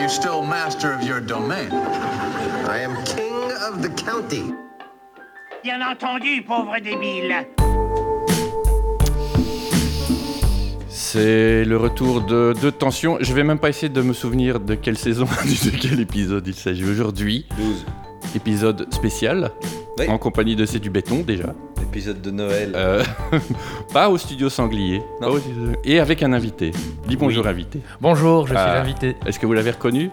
you still master of your domain? I am king of the county. Bien entendu, pauvre débile. C'est le retour de, de tension. Je vais même pas essayer de me souvenir de quelle saison, de quel épisode il s'agit aujourd'hui. 12. Épisode spécial. Oui. En compagnie de C'est du béton déjà. Épisode de Noël. Euh, pas au studio sanglier. Pas Non. au studio- Et avec un invité. Dis bonjour invité. Bonjour, je suis Ah. l'invité. Est-ce que vous l'avez reconnu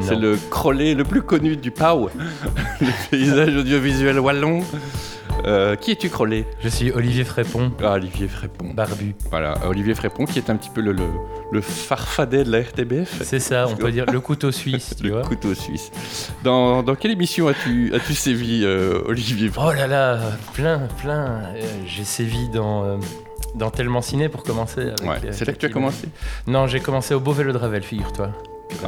C'est le crollet le plus connu du PAO, le paysage audiovisuel wallon. Euh, qui es-tu crollet Je suis Olivier Frépon, Ah, Olivier Frépon. Bah. barbu. Voilà, Olivier Frépon qui est un petit peu le, le, le farfadet de la RTBF. C'est ça, on peut dire le couteau suisse, tu Le vois. couteau suisse. Dans, dans quelle émission as-tu as sévi, euh, Olivier Oh là là, plein, plein. Euh, J'ai sévi dans, euh, dans Tellement Ciné pour commencer. avec, Ouais, euh, c'est là que tu as Cathy commencé Bah, Lund. Non, j'ai commencé au Beau Vélo de Ravel, figure-toi.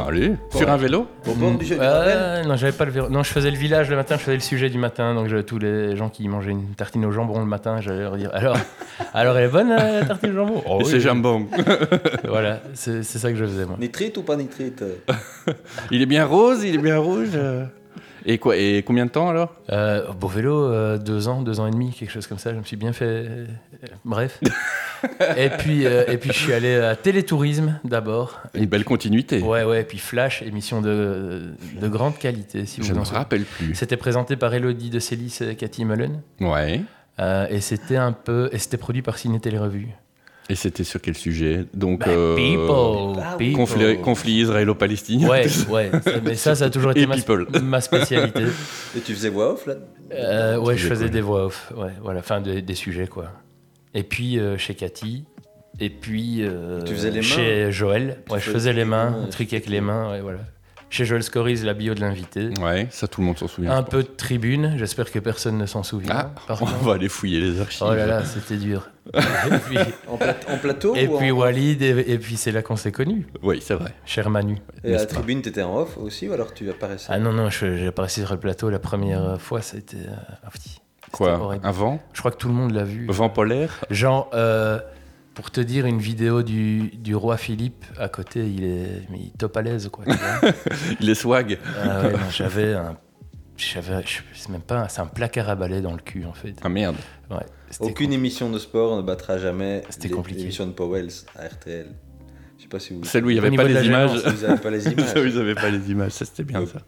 Allez, sur un vélo Au bord du jeu de Ouais, Noël. non, j'avais pas le vélo. Non, je faisais le village le matin, je faisais le sujet du matin. Donc j'avais tous les gens qui mangeaient une tartine au jambon le matin, j'allais leur dire Alors, alors elle est bonne euh, la tartine au jambon Oh Et oui. c'est jambon. Voilà, c'est c'est ça que je faisais moi. Nitrite ou pas nitrite euh il est bien rose, il est bien rouge. euh. Et quoi Et combien de temps alors Euh, beau vélo, euh, deux ans, deux ans et demi, quelque chose comme ça. Je me suis bien fait. euh, Bref. et puis, euh, et puis je suis allé à Télétourisme d'abord. Une belle continuité. Euh, Ouais, ouais. Et puis Flash, émission de, de grande qualité. Si Je vous ne en me souvenez. rappelle plus. C'était présenté par Elodie de Célis et Cathy Mullen. Ouais. Euh, et c'était un peu. Et c'était produit par Ciné Télé Revue. Et c'était sur quel sujet Donc. Bah, euh, people, ah, people. Conflit, conflit israélo-palestinien. Ouais, ouais. Ça- Mais ça, ça a toujours Et été ma, people. ma spécialité. Et tu faisais voix off là Euh, ouais, je Des faisais conneries. des voix off. Ouais, voilà, enfin des, des sujets quoi. Et puis euh, chez Cathy. Et puis euh, Tu faisais les mains chez Joël. Tu Ouais, je fais- faisais les mains, Ouais. un truc avec les mains. Ouais, voilà. Chez Joël Scoris, la bio de l'invité. Ouais, ça tout le monde s'en souvient. Un je pense. peu de tribune. J'espère que personne ne s'en Ah, souvient. par on contre. va aller fouiller les archives. Oh là là, c'était dur. et puis, en, pla- en plateau et ou puis en... Walid, et, et puis c'est là qu'on s'est connus, Oui, c'est vrai. cher Manu. Et à la n'est-ce pas tribune, t'étais en off aussi ou alors tu apparaissais Ah non, non, je- j'ai apparaissé sur le plateau la première fois, ça a été. euh, ah, petit. C'était Quoi horrible. Un vent Je crois que tout le monde l'a vu. Vent polaire Genre, euh, pour te dire, une vidéo du, du roi Philippe à côté, il est mais il est top à l'aise, quoi. tu vois. Il est swag. Ah ouais, non, j'avais un. J'avais, je sais même pas, c'est un placard à balai dans le cul en fait. Ah merde. Ouais, c'était Aucune émission de sport ne battra jamais C'était l'é- compliqué. l'émission de Powells à RTL. Je sais pas si vous. Celle où il n'y Au avait niveau pas de la les images. gênance, Vous avez pas les images. Ça, Ils n'avaient pas les images, ça c'était bien ça.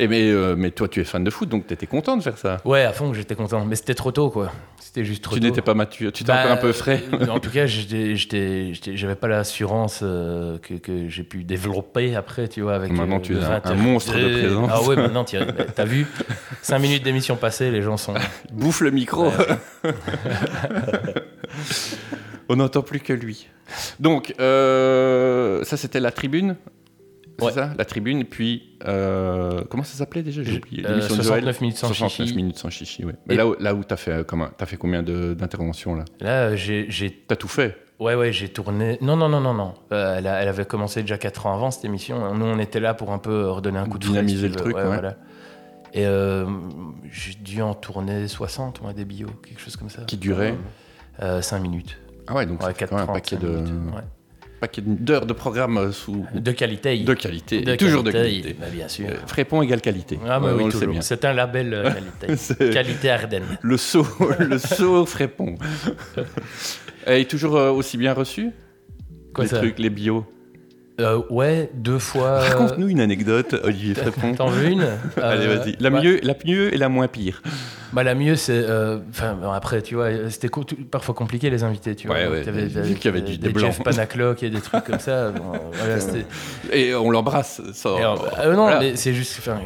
Et mais, euh, mais toi, tu es fan de foot, donc tu étais content de faire ça. cool. Ouais, à fond, j'étais content, mais c'était trop tôt, quoi. C'était juste trop tu tôt. n'étais pas mature, tu étais Bah, encore un peu frais. euh, en tout cas, j'étais- j'étais- j'étais- j'avais pas l'assurance euh, que, que j'ai pu développer après, tu vois, avec Maintenant, euh, tu le es un- 20 un monstre de Euh, présence. Ah ouais, maintenant, tu- t'as vu, 5 minutes d'émission passée, les gens sont. Bouffe le micro. Ouais, On n'entend plus que lui. Donc, euh, ça c'était la tribune. C'est Ouais. ça La tribune, et puis. euh, comment ça s'appelait déjà J'ai oublié. Euh, L'émission de 69 Joël. minutes sans 69 chichi. minutes sans chichi, ouais. Mais Et- là où, là où t'as fait, euh, comme un- t'as fait combien de- d'interventions là Là, euh, j'ai, j'ai- T'as tout fait ouais, ouais, j'ai tourné. Non, non, non, non, non. Euh, elle, a- elle avait commencé déjà 4 ans avant cette émission. Nous, on était là pour un peu redonner un coup de frais, Dynamiser si tu le veux. truc, ouais. Et euh, j'ai dû en tourner 60, moi, des bio, quelque chose comme ça. Qui durait 5 minutes. Ah ouais, donc Ouais, ça fait quand même 4 un paquet de- paquet de- d'heures de programme euh, sous. De qualité. De qualité, toujours de qualité. Bah, bien sûr. Euh, Frépon égale qualité. ah, bah Ouais, oui, on le sait toujours. bien. C'est un label euh, qualité. C'est- qualité Ardennes. Le saut, le saut Frépon. Et toujours euh, aussi bien reçu Quoi, Les ça trucs, les bio. Euh, Ouais, deux fois. euh, Raconte-nous une anecdote, Olivier Frépon. T'en veux une Allez, Euh, vas-y. La, ouais. mieux, la mieux et la moins pire. Bah, la mieux, c'est. euh, Enfin, bon, après, tu vois, c'était co- tout- parfois compliqué les invités, tu vois. Ouais, ouais, T'avais- j'ai vu qu'il y avait du- des des, blancs. Jeff Panaclock et des trucs comme ça. Bon, euh, voilà, c'était- Et on l'embrasse. ça- Et, euh, euh, non, Oh, bah, voilà. mais c'est juste. enfin,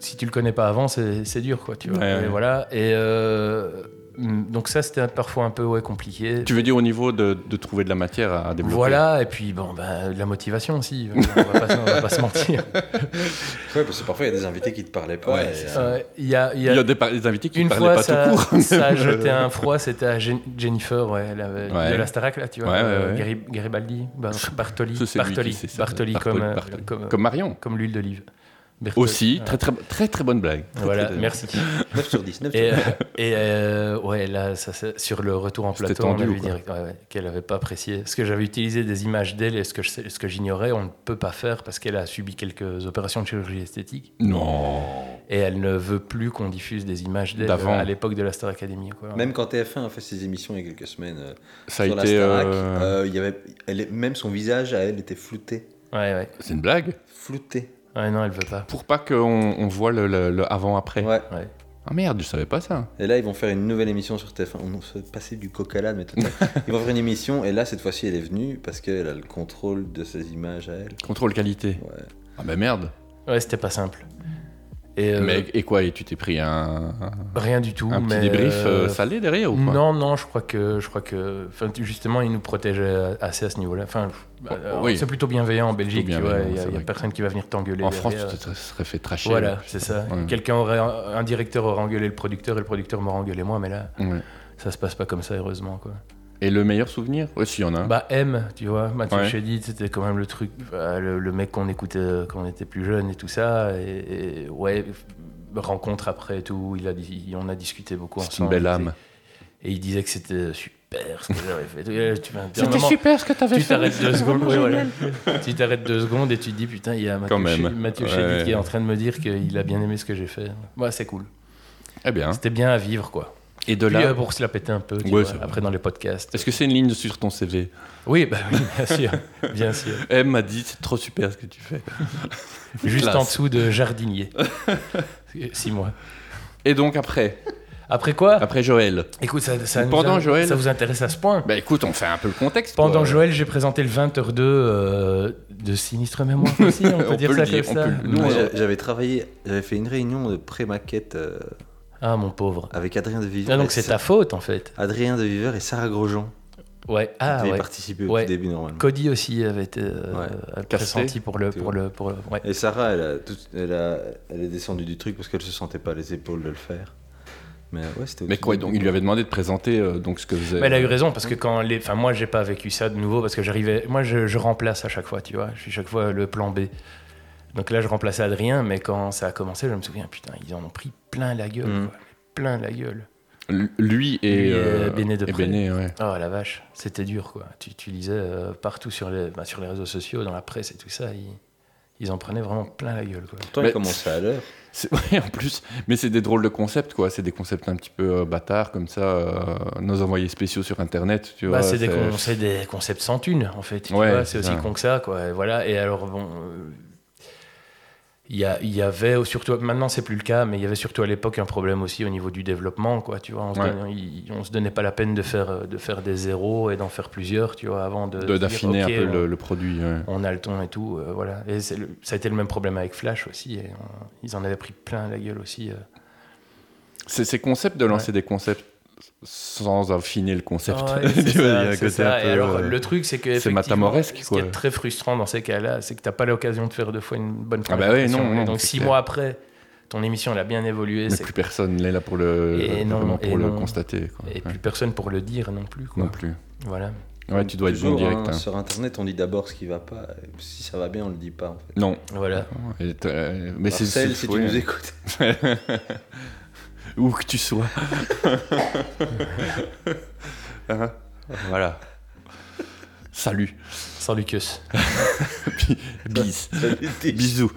Si tu le connais pas avant, c'est c'est dur, quoi, tu vois. Ouais, et ouais. voilà. Et. euh, donc, ça, c'était parfois un peu ouais, compliqué. Tu veux dire au niveau de, de trouver de la matière à développer Voilà, et puis bon, bah, de la motivation aussi, on va pas, on va pas se mentir. Ouais, parce que parfois il y a des invités qui te parlaient pas. Ouais, et, c'est euh, Euh, Il y a, il y Il a- y a des, par- des invités qui ne une parlaient fois, pas ça, tout court. hein, ça a même. euh. jeté un froid, c'était à Jen- Jennifer, ouais, elle avait- Ouais. de la Starac, là, tu vois, Ouais, ouais, euh, ouais. Gari- Garibaldi, Bar- Bartoli, Ça, c'est lui qui Bartoli, sait ça. Bartoli, comme, euh, Bartoli. comme, Comme Marion. comme l'huile d'olive. Berthe- Aussi, Ouais. Ah, très très, très très bonne blague. Très, Voilà, très- merci. 9 sur 10. 9 Et, sur euh, 10. et, euh, ouais, là, ça, c'est- sur le retour en C'était plateau, on tendu a ou vu quoi direct ouais, ouais, qu'elle n'avait pas apprécié. Parce que j'avais utilisé des images d'elle et ce que, je sais- ce que j'ignorais, on ne peut pas faire parce qu'elle a subi quelques opérations de chirurgie esthétique Non. et elle ne veut plus qu'on diffuse des images d'elle D'avant. euh, à l'époque de la Star Academy. Quoi. Même quand TF1 a fait ses émissions il y a quelques semaines euh, Ça a sur la été. Starac, euh, euh, il y avait, elle, est- même son visage à elle était flouté. Ouais, ouais. C'est une blague Flouté. Ouais, non, elle veut pas. Pour pas qu'on on voit le, le- le avant-après. Ouais. Ouais. Ah merde, je savais pas ça. Et là, ils vont faire une nouvelle émission sur TF1. On se passait du coq à l'âne, mais total. Ils vont faire une émission, et là, cette fois-ci, elle est venue parce qu'elle a le contrôle de ses images à elle. Contrôle qualité. Ouais. Ah bah merde. Ouais, c'était pas simple. Et, euh, Mais, et quoi Et tu t'es pris un, un rien du tout. petit mais, débrief euh, euh, salé derrière ou quoi Non, non, je crois que, je crois que, enfin, tu- justement, ils nous protégeaient assez à ce niveau-là. Enfin, je- Oh, euh, oui. c'est plutôt bienveillant en Belgique, tu vois. bienveillant, Il y a- c'est il y a, vrai. personne qui va venir t'engueuler. En France, derrière. euh. tu te serais fait tracher. voilà, c'est ça. Ouais. Quelqu'un aurait, un directeur aurait engueulé le producteur et le producteur m'aurait engueulé moi, mais là, Ouais. ça se passe pas comme ça, heureusement, quoi. Et le meilleur souvenir Ouais, s'il y en a. un. Bah M, tu vois, Mathieu Hein. Ouais. Chédid, c'était quand même le truc, euh, le, le mec qu'on écoutait euh, quand on était plus jeune et tout ça, et, et ouais, f- rencontre après et tout, il a, dit- on a discuté beaucoup C'est une ensemble. belle tu sais. âme. Et il disait que c'était super ce que j'avais fait. Et là, tu vas- d'un C'était moment, super ce que t'avais Tu fait. t'arrêtes deux secondes, oui, voilà. tu t'arrêtes deux secondes et tu te dis putain, il y a Mathieu, Quand même. Chédid- Mathieu Ouais, Chédid qui ouais. est en train de me dire qu'il a bien aimé ce que j'ai fait. Ouais, c'est cool. Eh bien. C'était bien à vivre quoi. Et de Puis, là. euh, pour se la péter un peu, tu Ouais, vois, c'est vrai. après dans les podcasts. Est-ce que c'est une ligne sur ton CV Oui, bah oui, bien sûr, bien sûr. M m'a dit c'est trop super ce que tu fais. Juste Classe. en dessous de jardinier. Six mois. Et donc après Après quoi Après Joël. Écoute, ça, ça nous Pendant a- Joël- ça vous intéresse à ce point Bah écoute, on fait un peu le contexte. quoi. Pendant Joël, j'ai présenté le 20h2 euh, de Sinistre Mémoire aussi, on peut On dire peut ça le dire, comme on ça. peut le- Nous, Ouais. moi, j'a- j'avais travaillé, j'avais fait une réunion de pré-maquette euh, Ah mon pauvre. avec Adrien de Viveur. Ah, donc et c'est Sa- ta faute en fait. Adrien de Viveur et Sarah Grosjean Ouais. qui Ah devaient ouais. participer au Ouais. tout début normalement. Cody aussi avait été euh, Ouais. euh, Cassé. pressenti pour le Tu pour vois. le pour le. Ouais. Et Sarah, elle, a tout- elle, a- elle est descendue du truc parce qu'elle se sentait pas les épaules de le faire. Mais ouais, c'était. au Mais tout quoi début. Donc il lui avait demandé de présenter euh, donc ce que faisait. Mais elle a eu raison parce que quand les, enfin moi j'ai pas vécu ça de nouveau parce que j'arrivais, moi je, je remplace à chaque fois, tu vois, je suis chaque fois le plan B. Donc là je remplaçais Adrien, mais quand ça a commencé, je me souviens putain ils en ont pris plein la gueule, Mhm. quoi. plein la gueule. L- Lui et, Lui et, euh, Béné de et près. Béné, ouais. Oh la vache, c'était dur quoi. Tu, tu lisais euh, partout sur les, bah, sur les réseaux sociaux, dans la presse et tout ça, ils, ils en prenaient vraiment plein la gueule quoi. Pourtant, Mais- il commençait à l'heure. C'est- ouais, en plus, mais c'est des drôles de concepts, quoi. C'est des concepts un petit peu euh, bâtards, comme ça, euh, nos envoyés spéciaux sur Internet, tu Bah, vois. c'est des, con- c'est des concepts sans thune, en fait. tu Ouais, vois, c'est c'est aussi ça. con que ça, quoi. Et voilà. Et alors, bon. euh, Il y, a- il y avait surtout maintenant c'est plus le cas mais il y avait surtout à l'époque un problème aussi au niveau du développement quoi tu vois on se, Ouais. donnait, il- on se donnait pas la peine de faire euh, de faire des zéros et d'en faire plusieurs tu vois avant de de- se dire, D'affiner euh, ok, un peu on- le, le produit. ouais. on a le ton et tout, euh, voilà. Et c'est le- ça a été le même problème avec Flash aussi. et on- ils en avaient pris plein la gueule aussi. euh. C'est ces concepts de lancer des concepts sans affiner le concept. Ah ouais, c'est Tu vois, il y a ça, un c'est côté ça. un peu, Et alors, euh, le truc, c'est que. c'est effectivement, matamoresque, Ce qui quoi. est très frustrant dans ces cas-là, c'est que t'as pas l'occasion de faire deux fois une bonne Ah bah première ouais, impression. non, Et non, donc, c'est six clair. mois après, ton émission, elle a bien évolué. mais c'est- plus personne n'est là pour le, euh, Et non, vraiment pour et le non. constater. quoi. Et Ouais. plus personne pour le dire non plus, quoi. Non plus. Voilà. Ouais, tu dois être bon Toujours, direct. hein, hein. Sur Internet, on dit d'abord ce qui va pas. Et Si ça va bien, on le dit pas. En fait. Non. Voilà. Et t'as- euh, mais c'est Marcel, c'est- si ouais. tu nous écoutes. Où que tu sois. Hein voilà. Salut. Sans Lucas. Bi- Bis. Salut, Bisous.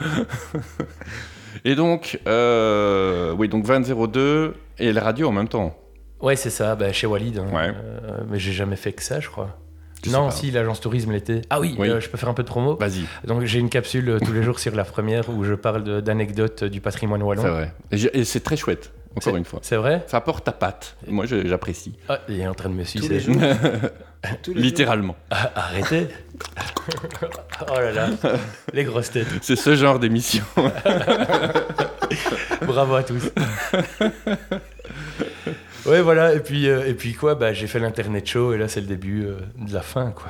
Et donc, euh, oui, donc 2002 et la radio en même temps. Ouais, c'est ça, bah, chez Walid. hein. Ouais. Euh, mais j'ai jamais fait que ça, je crois. Je sais non, pas. si, l'agence tourisme l'été. Ah oui, Oui. Bah. euh, je peux faire un peu de promo. Vas-y, Donc j'ai une capsule euh, tous les jours sur la première où je parle de- d'anecdotes euh, du patrimoine c'est wallon. vrai. Et j'ai- Et c'est très chouette, encore C'est- une fois. C'est vrai Ça apporte ta patte. Moi, je- j'apprécie. Ah, il est en train de me Tous sucer. les jours. Tous les jours. Littéralement. Ah, arrêtez Oh là là, les grosses têtes. C'est ce genre d'émission. Bravo à tous. Ouais, voilà, et puis, euh, et puis quoi, bah, j'ai fait l'internet show et là c'est le début euh, de la fin, quoi.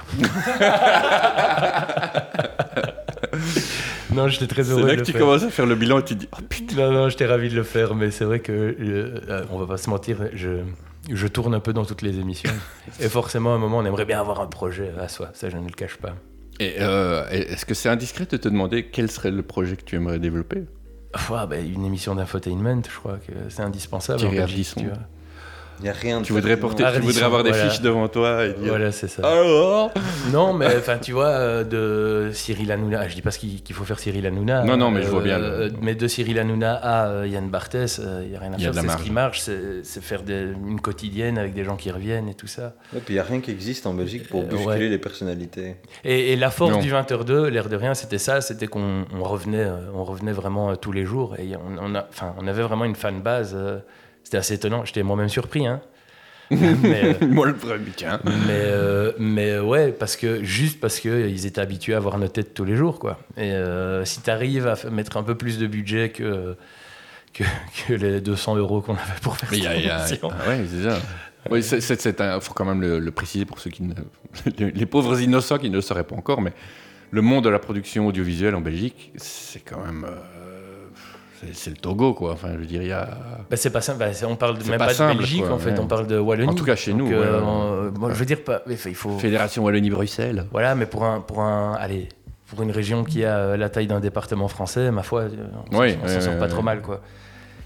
non, j'étais très C'est heureux. là de que le tu faire. commences à faire le bilan et tu dis Oh putain. Non, non, j'étais ravi de le faire, mais c'est vrai que, euh, euh, on va pas se mentir, je, je tourne un peu dans toutes les émissions. Et forcément, à un moment, on aimerait bien avoir un projet à soi, ça je ne le cache pas. Et euh, est-ce que c'est indiscret de te demander quel serait le projet que tu aimerais développer ouah, bah, une émission d'infotainment, je crois que c'est indispensable. Thierry en Belgique, Ardisson. tu vois. Il n'y a rien de Tu voudrais, fatigant. porter, tu Ardisson, voudrais avoir des voilà. fiches devant toi et dire Voilà, c'est ça. Ah. Alors Non, mais enfin, tu vois, euh, de Cyril Hanouna, je dis pas ce qu'il qu'il faut faire Cyril Hanouna. Non, non, mais je vois bien le- euh, Mais de Cyril Hanouna à euh, Yann Barthès, il n'y a rien à Il y a faire. de la C'est ce marge. qui marche, c'est c'est faire des- une quotidienne avec des gens qui reviennent et tout ça. Ouais, puis il n'y a rien qui existe en Belgique pour Euh, bousculer ouais. les personnalités. Et, et la force Non. du 20h2, l'air de rien, c'était ça, c'était qu'on on revenait, euh, on revenait vraiment euh, tous les jours et on, on a, enfin, on avait vraiment une fan base. c'était assez étonnant. J'étais moi-même surpris, hein. mais, euh, Moi le hein. premier, tiens. mais, euh, mais euh, ouais, parce que juste parce que ils étaient habitués à voir nos têtes tous les jours, quoi. Et euh, si t'arrives à f- mettre un peu plus de budget que que, que les 200 euros qu'on avait pour faire Mais il y a. il y a- l'émission. Ah ouais, c'est ça. Oui, c'est- c'est- c'est un- faut quand même le, le préciser pour ceux qui ne. Les, les pauvres innocents qui ne le sauraient pas encore, mais le monde de la production audiovisuelle en Belgique, c'est quand même. euh, c'est- c'est le Togo, quoi. Enfin, je veux dire, il y a. Bah, c'est pas simple. Bah, c'est- on parle de- C'est même pas pas, simple, de Belgique, quoi, en fait. ouais. On parle de Wallonie. En tout cas, chez Donc, nous, euh, ouais. on- bon, je veux dire pas. mais il faut. Fédération Wallonie-Bruxelles. Voilà, mais pour un, pour un, allez, pour une région qui a euh, la taille d'un département français, ma foi, euh, on Oui, s'en- on oui, s'en sort oui, pas oui. trop mal, quoi.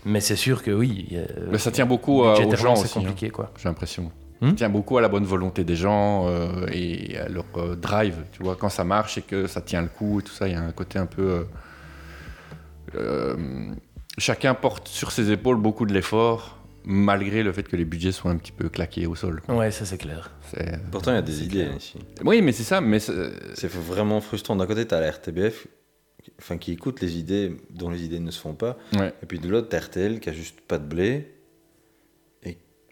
Mais c'est sûr que oui. il y a- Mais ça tient beaucoup euh, aux gens budgétairement, c'est aussi. hein. compliqué, quoi. j'ai l'impression. Hmm Ça tient beaucoup à la bonne volonté des gens euh, et à leur euh, drive. Tu vois, quand ça marche et que ça tient le coup et tout ça, il y a un côté un peu. euh, euh, chacun porte sur ses épaules beaucoup de l'effort, malgré le fait que les budgets soient un petit peu claqués au sol. quoi. Ouais, ça c'est clair. C'est- euh, Pourtant, il y a des idées hein, ici. Oui, mais c'est ça. Mais c'est- C'est vraiment frustrant. D'un côté, t'as la RTBF enfin, qui écoute les idées dont les idées ne se font pas. Ouais. Et puis de l'autre, t'as RTL qui a juste pas de blé.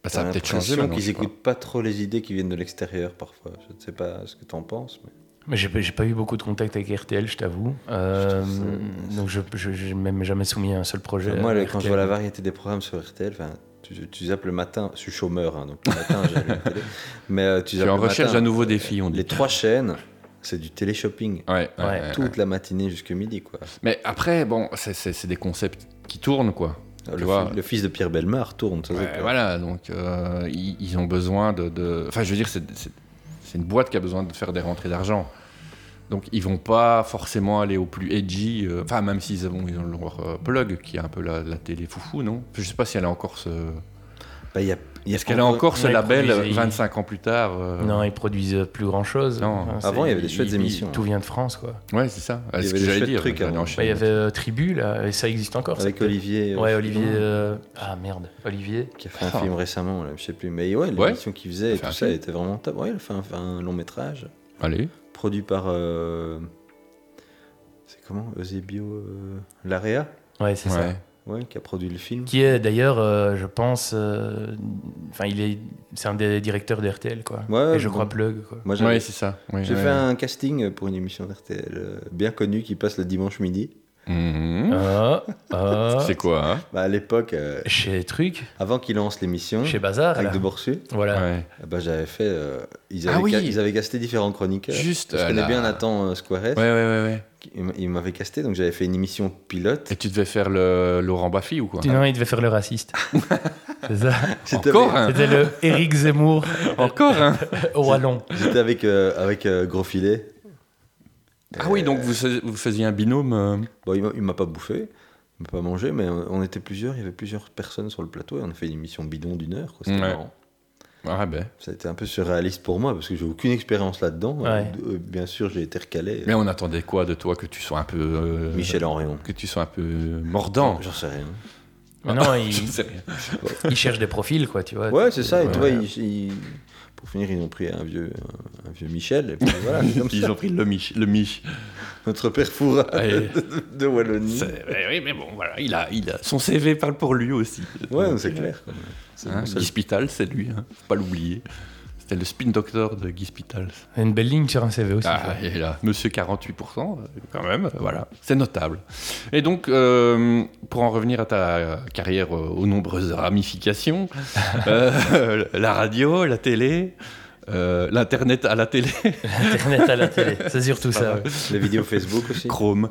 bah, ça T'as a peut-être l'impression changé maintenant. je qu'ils sais pas. écoutent pas. trop les idées qui viennent de l'extérieur parfois. Je ne sais pas ce que t'en penses. Mais... Mais j'ai pas- j'ai pas eu beaucoup de contact avec RTL, je t'avoue. Euh, C'est- donc je je- je n'ai même jamais soumis à un seul projet. Euh, Enfin, moi, à le- quand je RTL. vois la variété des programmes sur RTL, enfin, tu, tu zappes le matin. Je suis chômeur, hein, donc le matin, j'ai la télé. Mais euh, tu Je zappes suis en le recherche matin, d'un nouveau euh, défi, on dit. Les trois chaînes, c'est du télé-shopping. Ouais, ouais, Ouais, ouais, ouais. Toute la matinée jusqu'à midi, quoi. Mais après, bon, c'est- c'est c'est des concepts qui tournent, quoi. Ah, Le, Tu vois. fi- le fils de Pierre Bellemare tourne. ça, c'est Ouais, clair. voilà, donc euh, ils, ils ont besoin de, de- Enfin, je veux dire, c'est c'est- c'est une boîte qui a besoin de faire des rentrées d'argent. Donc ils vont pas forcément aller au plus edgy. euh, Enfin, même s'ils ont, ils ont leur euh, plug qui est un peu la, la télé foufou, non Je sais pas si elle a encore ce. Bah, il y a- il y a Est-ce qu'elle a encore ce Ouais, label produisez- 25 ans plus tard euh, Non, ils produisent plus grand chose. Non. Avant, il y avait des chouettes émissions. hein. Tout vient de France, quoi. Ouais, c'est ça. Il y C'est ce avait que des j'allais chouettes dire. trucs hein, j'allais avant. enchaîner. Bah, il y avait euh, Tribu, là, et ça existe encore. Avec ça. Olivier. Ouais, euh, Olivier. Fillon, euh, Ah merde, Olivier. Qui a fait un Ah. film récemment, là, je sais plus. Mais ouais, Ouais. l'émission qu'il faisait et Il a fait tout un ça film. était vraiment top. Ouais, il a fait un, fait un long métrage Allez. produit par. euh, C'est comment Eusebio euh, Larea Ouais, c'est ça. Ouais. Ouais, qui a produit le film. Qui est d'ailleurs, euh, je pense, euh, enfin, il est, c'est un des directeurs de RTL, quoi. Ouais, et je bon. crois plug, quoi. Moi, j'avais- Ouais, c'est ça. Oui, j'ai ouais. fait un casting pour une émission d'RTL euh, bien connue qui passe le dimanche midi. Mhm. Ah, ah, C'est quoi hein Bah, à l'époque, euh, chez Truc, avant qu'ils lancent l'émission, chez Bazar. Hein avec là. De Borsu, Voilà. Ouais. bah, j'avais fait. euh, ils, Ah avaient oui. ca- ils avaient casté différents chroniqueurs. Juste. Je euh, connais la- bien Nathan euh, Squares. Ouais, ouais, ouais, ouais. qui- Il m- il m'avait casté, donc j'avais fait une émission pilote. Et tu devais faire le Laurent Baffy ou quoi Sinon, il devait faire le raciste. c'est ça. C'était Encore avec- un C'était le Eric Zemmour Encore hein? un au Wallon. J'étais avec, euh, avec euh, Gros Filet. Ah oui, donc vous, fais- vous faisiez un binôme. euh, Bon, il m'a- il m'a pas bouffé, il m'a pas mangé, mais euh, on était plusieurs, il y avait plusieurs personnes sur le plateau et on a fait une émission bidon d'une heure. quoi, C'était Ouais. marrant. Ah ben. Ça a été un peu surréaliste pour moi parce que j'ai aucune expérience là-dedans. Euh, Ouais. euh, bien sûr, j'ai été recalé. Mais on attendait quoi de toi que tu sois un peu. euh, Michel Henrion. Que tu sois un peu mordant. J'en sais rien. Maintenant, Je ne il, sais rien. il cherche des profils, quoi, tu vois. Ouais, c'est ça. Et Ouais. tu vois, ils- ils- pour finir, ils ont pris un vieux, un, un vieux Michel. Et puis voilà, c'est comme Ils ça. ont pris le Mich. Le Mich. Notre père Foura Ah, Ouais. de, de Wallonie. C'est- eh oui, mais bon, voilà, il a, il a- son CV parle pour lui aussi. Ouais, c'est clair. quoi. C'est Hein, mon seul- Guy Spitals, c'est lui, hein. faut pas l'oublier. C'était le spin doctor de Guy Spitals. Une belle ligne sur un CV aussi. Ah, quoi. et là, monsieur 48%, euh, quand même, euh, voilà, c'est notable. Et donc, euh, pour en revenir à ta euh, carrière euh, aux nombreuses ramifications, euh, la radio, la télé, euh, l'Internet à la télé, Internet à la télé, c'est surtout ça. ouais. Les vidéos Facebook aussi. Chrome.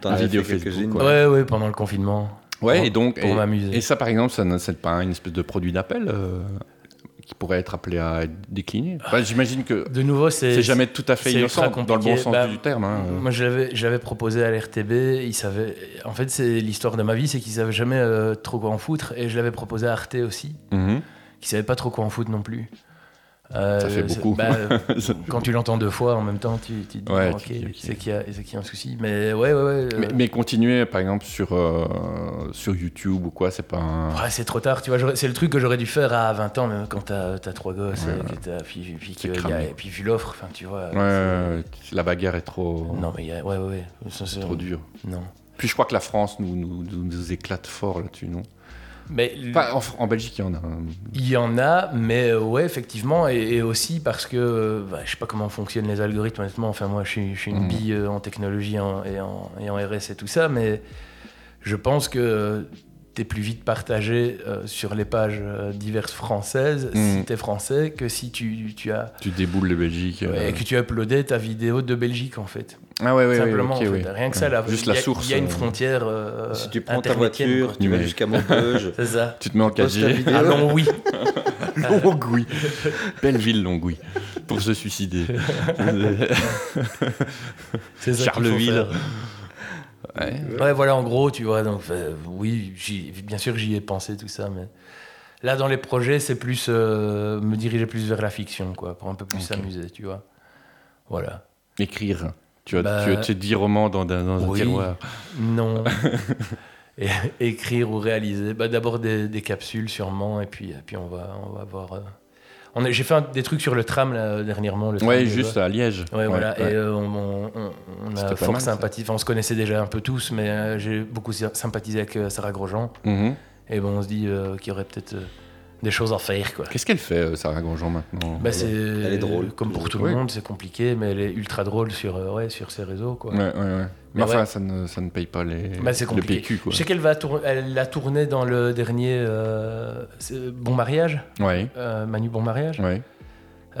T'en avais vidéo fait quelques-unes. Facebook, Ouais, ouais, pendant le confinement. Ouais, Pour- et donc, pour et, m'amuser. et ça par exemple, ça ne- c'est pas une espèce de produit d'appel euh, qui pourraient être appelés à être déclinés. Enfin, J'imagine que De nouveau, c'est. c'est jamais tout à fait c'est innocent, ultra dans le bon compliqué. sens Bah, du terme. hein. Moi, je l'avais- je l'avais proposé à l'RTB. Ils savaient. En fait, c'est l'histoire de ma vie, c'est qu'ils savaient jamais euh, trop quoi en foutre. Et je l'avais proposé à Arte aussi, Mhm. qui savaient pas trop quoi en foutre non plus. Euh, Ça fait c'est- beaucoup. bah, euh, Ça- quand tu l'entends deux fois en même temps, tu, tu te dis Ouais, bon, ok, tu dis, ok. c'est qu'il y, a- c'est qu'il y a un souci. Mais ouais, ouais, ouais. euh, mais, mais continuer, par exemple, sur, euh, sur YouTube ou quoi, c'est pas un... Ouais, c'est trop tard, tu vois. j'aurais- C'est le truc que j'aurais dû faire à 20 ans, même quand t'as t'as trois gosses, et, que t'as- puis, puis T'es que y a- cramé. et puis vu l'offre, enfin, tu vois. Ouais, ouais, ouais, la bagarre est c'est- trop, Non, mais y a- ouais, ouais, ouais. ça, c'est- trop dure. Non. Puis je crois que la France nous, nous, nous- nous éclate fort là-dessus, non Mais l- Enfin, en, Fr- en Belgique, il y en a. un. il y en a, mais euh, ouais, effectivement, et, et aussi parce que euh, bah, je sais pas comment fonctionnent les algorithmes, honnêtement. Enfin, moi, je suis, je suis une Mhm. bille euh, en technologie en- et, en, et en RS et tout ça, mais je pense que euh, t'es plus vite partagé euh, sur les pages euh, diverses françaises Mhm. si t'es français que si tu, tu as. Tu déboules de Belgique. euh. Ouais, et que tu as uploadé ta vidéo de Belgique en fait. Ah ouais, ouais, ouais, Simplement, ok, en fait. oui. rien que ça. Ouais. Là, Juste il y a- la source. Il y a une euh, frontière. euh, Si tu prends ta intermédiaire, voiture, quoi. tu vas Ouais. jusqu'à Maubeuge. C'est ça. Tu te mets en Poste la casier. vidéo. Allons, oui. Longouy. Belle ville, Longouy. Pour se suicider. C'est ça qu'il faut Charleville. faire. Ouais. Ouais, voilà, en gros, tu vois. Donc, euh, oui, j'y- bien sûr, j'y ai pensé tout ça, mais là, dans les projets, c'est plus euh, me diriger plus vers la fiction, quoi, pour un peu plus Ok. s'amuser, tu vois. Voilà. Écrire. Tu as, Bah, tu as tes 10 romans dans, dans- dans oui. un tiroir. Non. Et- écrire ou réaliser bah, D'abord des, des capsules, sûrement, et puis, et puis on, va, on va voir. euh, on a- J'ai fait un- des trucs sur le tram là, dernièrement. Le tram Ouais, de juste Doha. à Liège. Ouais, voilà. ouais. Et euh, on, on- on- on C'était a pas fort mal, ça. sympathie. Enfin, on se connaissait déjà un peu tous, mais euh, j'ai beaucoup sy- sympathisé avec euh, Sarah Grosjean. Mhm. Et bon, on se dit euh, qu'il y aurait peut-être euh, des choses à faire, quoi. Qu'est-ce qu'elle fait, euh, Sarah Grandjean, maintenant Bah, c'est, elle est drôle. Comme pour tout le Oui. monde, c'est compliqué, mais elle est ultra drôle sur, euh, ouais, sur ses réseaux, quoi. Ouais, ouais, ouais. Mais Mais enfin, ouais. ça, ne, ça ne paye pas les, Bah, c'est le compliqué. PQ, quoi. Je sais qu'elle va tour- elle a tourné dans le dernier euh, c'est- Bon Mariage, Ouais, euh, Manu Bon Mariage. ouais.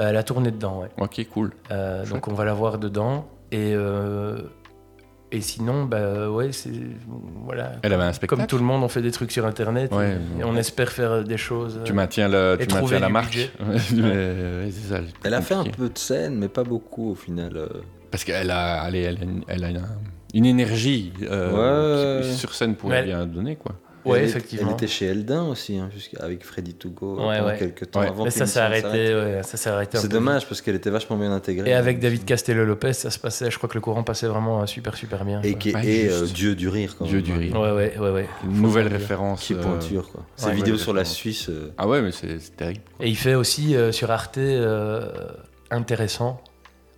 Euh, elle a tourné dedans, ouais. Ok, cool. Euh, Chouette. donc on va la voir dedans. Et, euh, et sinon, bah ouais, c'est. Voilà. Elle avait un spectacle. Comme tout le monde, on fait des trucs sur Internet. Ouais, et, ouais. on espère faire des choses. Tu euh, maintiens, le, Et tu maintiens trouver la du marque. budget. Mais, ouais, c'est ça, c'est Elle a fait un compliqué. peu de scène, mais pas beaucoup au final. euh. Parce qu'elle a, elle est- elle a une- elle a une- une énergie euh, Ouais. qui, sur scène pourrait Mais- bien donner, quoi. euh, Ouais, elle est- effectivement. Elle était chez Eldin aussi, hein, jusqu'à- avec Freddy Togo Ouais, pendant ouais. quelques temps Ouais. avant. Mais que ça s'est l'émission s'arrête. arrêté, ouais, ça s'est arrêté. un C'est peu. dommage parce qu'elle était vachement bien intégrée. Et avec David Castello-Lopez, ça se passait, je crois que le courant passait vraiment euh, super, super bien. Et, quoi. qui Ouais, et, juste. euh, Dieu du rire quand Dieu même. du rire. Ouais, ouais, ouais, ouais. Une nouvelle faire- référence. Qui euh, pointure quoi. Ces ouais, vidéos ouais, sur la exactement. Suisse. euh, Ah ouais, mais c'est c'est terrible. Et il fait aussi euh, sur Arte euh, intéressant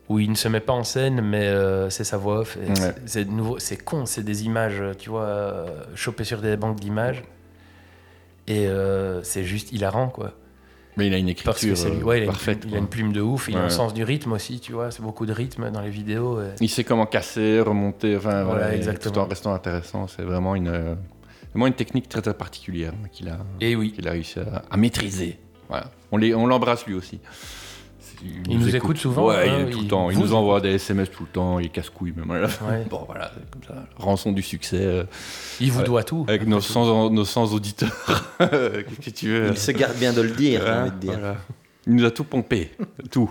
où il ne se met pas en scène, mais euh, c'est sa voix off. et Ouais. c'est- C'est de nouveau, c'est con, c'est des images, euh, tu vois, euh, chopées sur des banques d'images. Et euh, c'est juste hilarant, quoi. Mais il a une Parce écriture que c'est lui, euh, ouais, il, a une parfaite. plume, il a quoi. une plume de ouf, il a un Ouais. sens du rythme aussi, tu vois. C'est beaucoup de rythme dans les vidéos. et- Il sait comment casser, remonter, enfin, voilà, Voilà, et exactement. tout en restant intéressant. C'est vraiment une, euh, vraiment une technique très, très particulière hein, qu'il a, Et, Eh oui, qu'il a réussi à, à maîtriser. Voilà. On les- on l'embrasse lui aussi. C'est- Il nous écoute souvent, Ouais, hein, il, tout le il- temps. Il vous- nous envoie des SMS tout le temps, il casse couille même. Voilà. Ouais. Bon, voilà, c'est comme ça. Rançon du succès euh, il vous Ouais. doit Ah, tout. avec nos 100, nos 100 auditeurs. Qu'est-ce que tu veux Il se garde bien de le dire, j'ai Hein, envie de dire. voilà. Il nous a tout pompé, tout.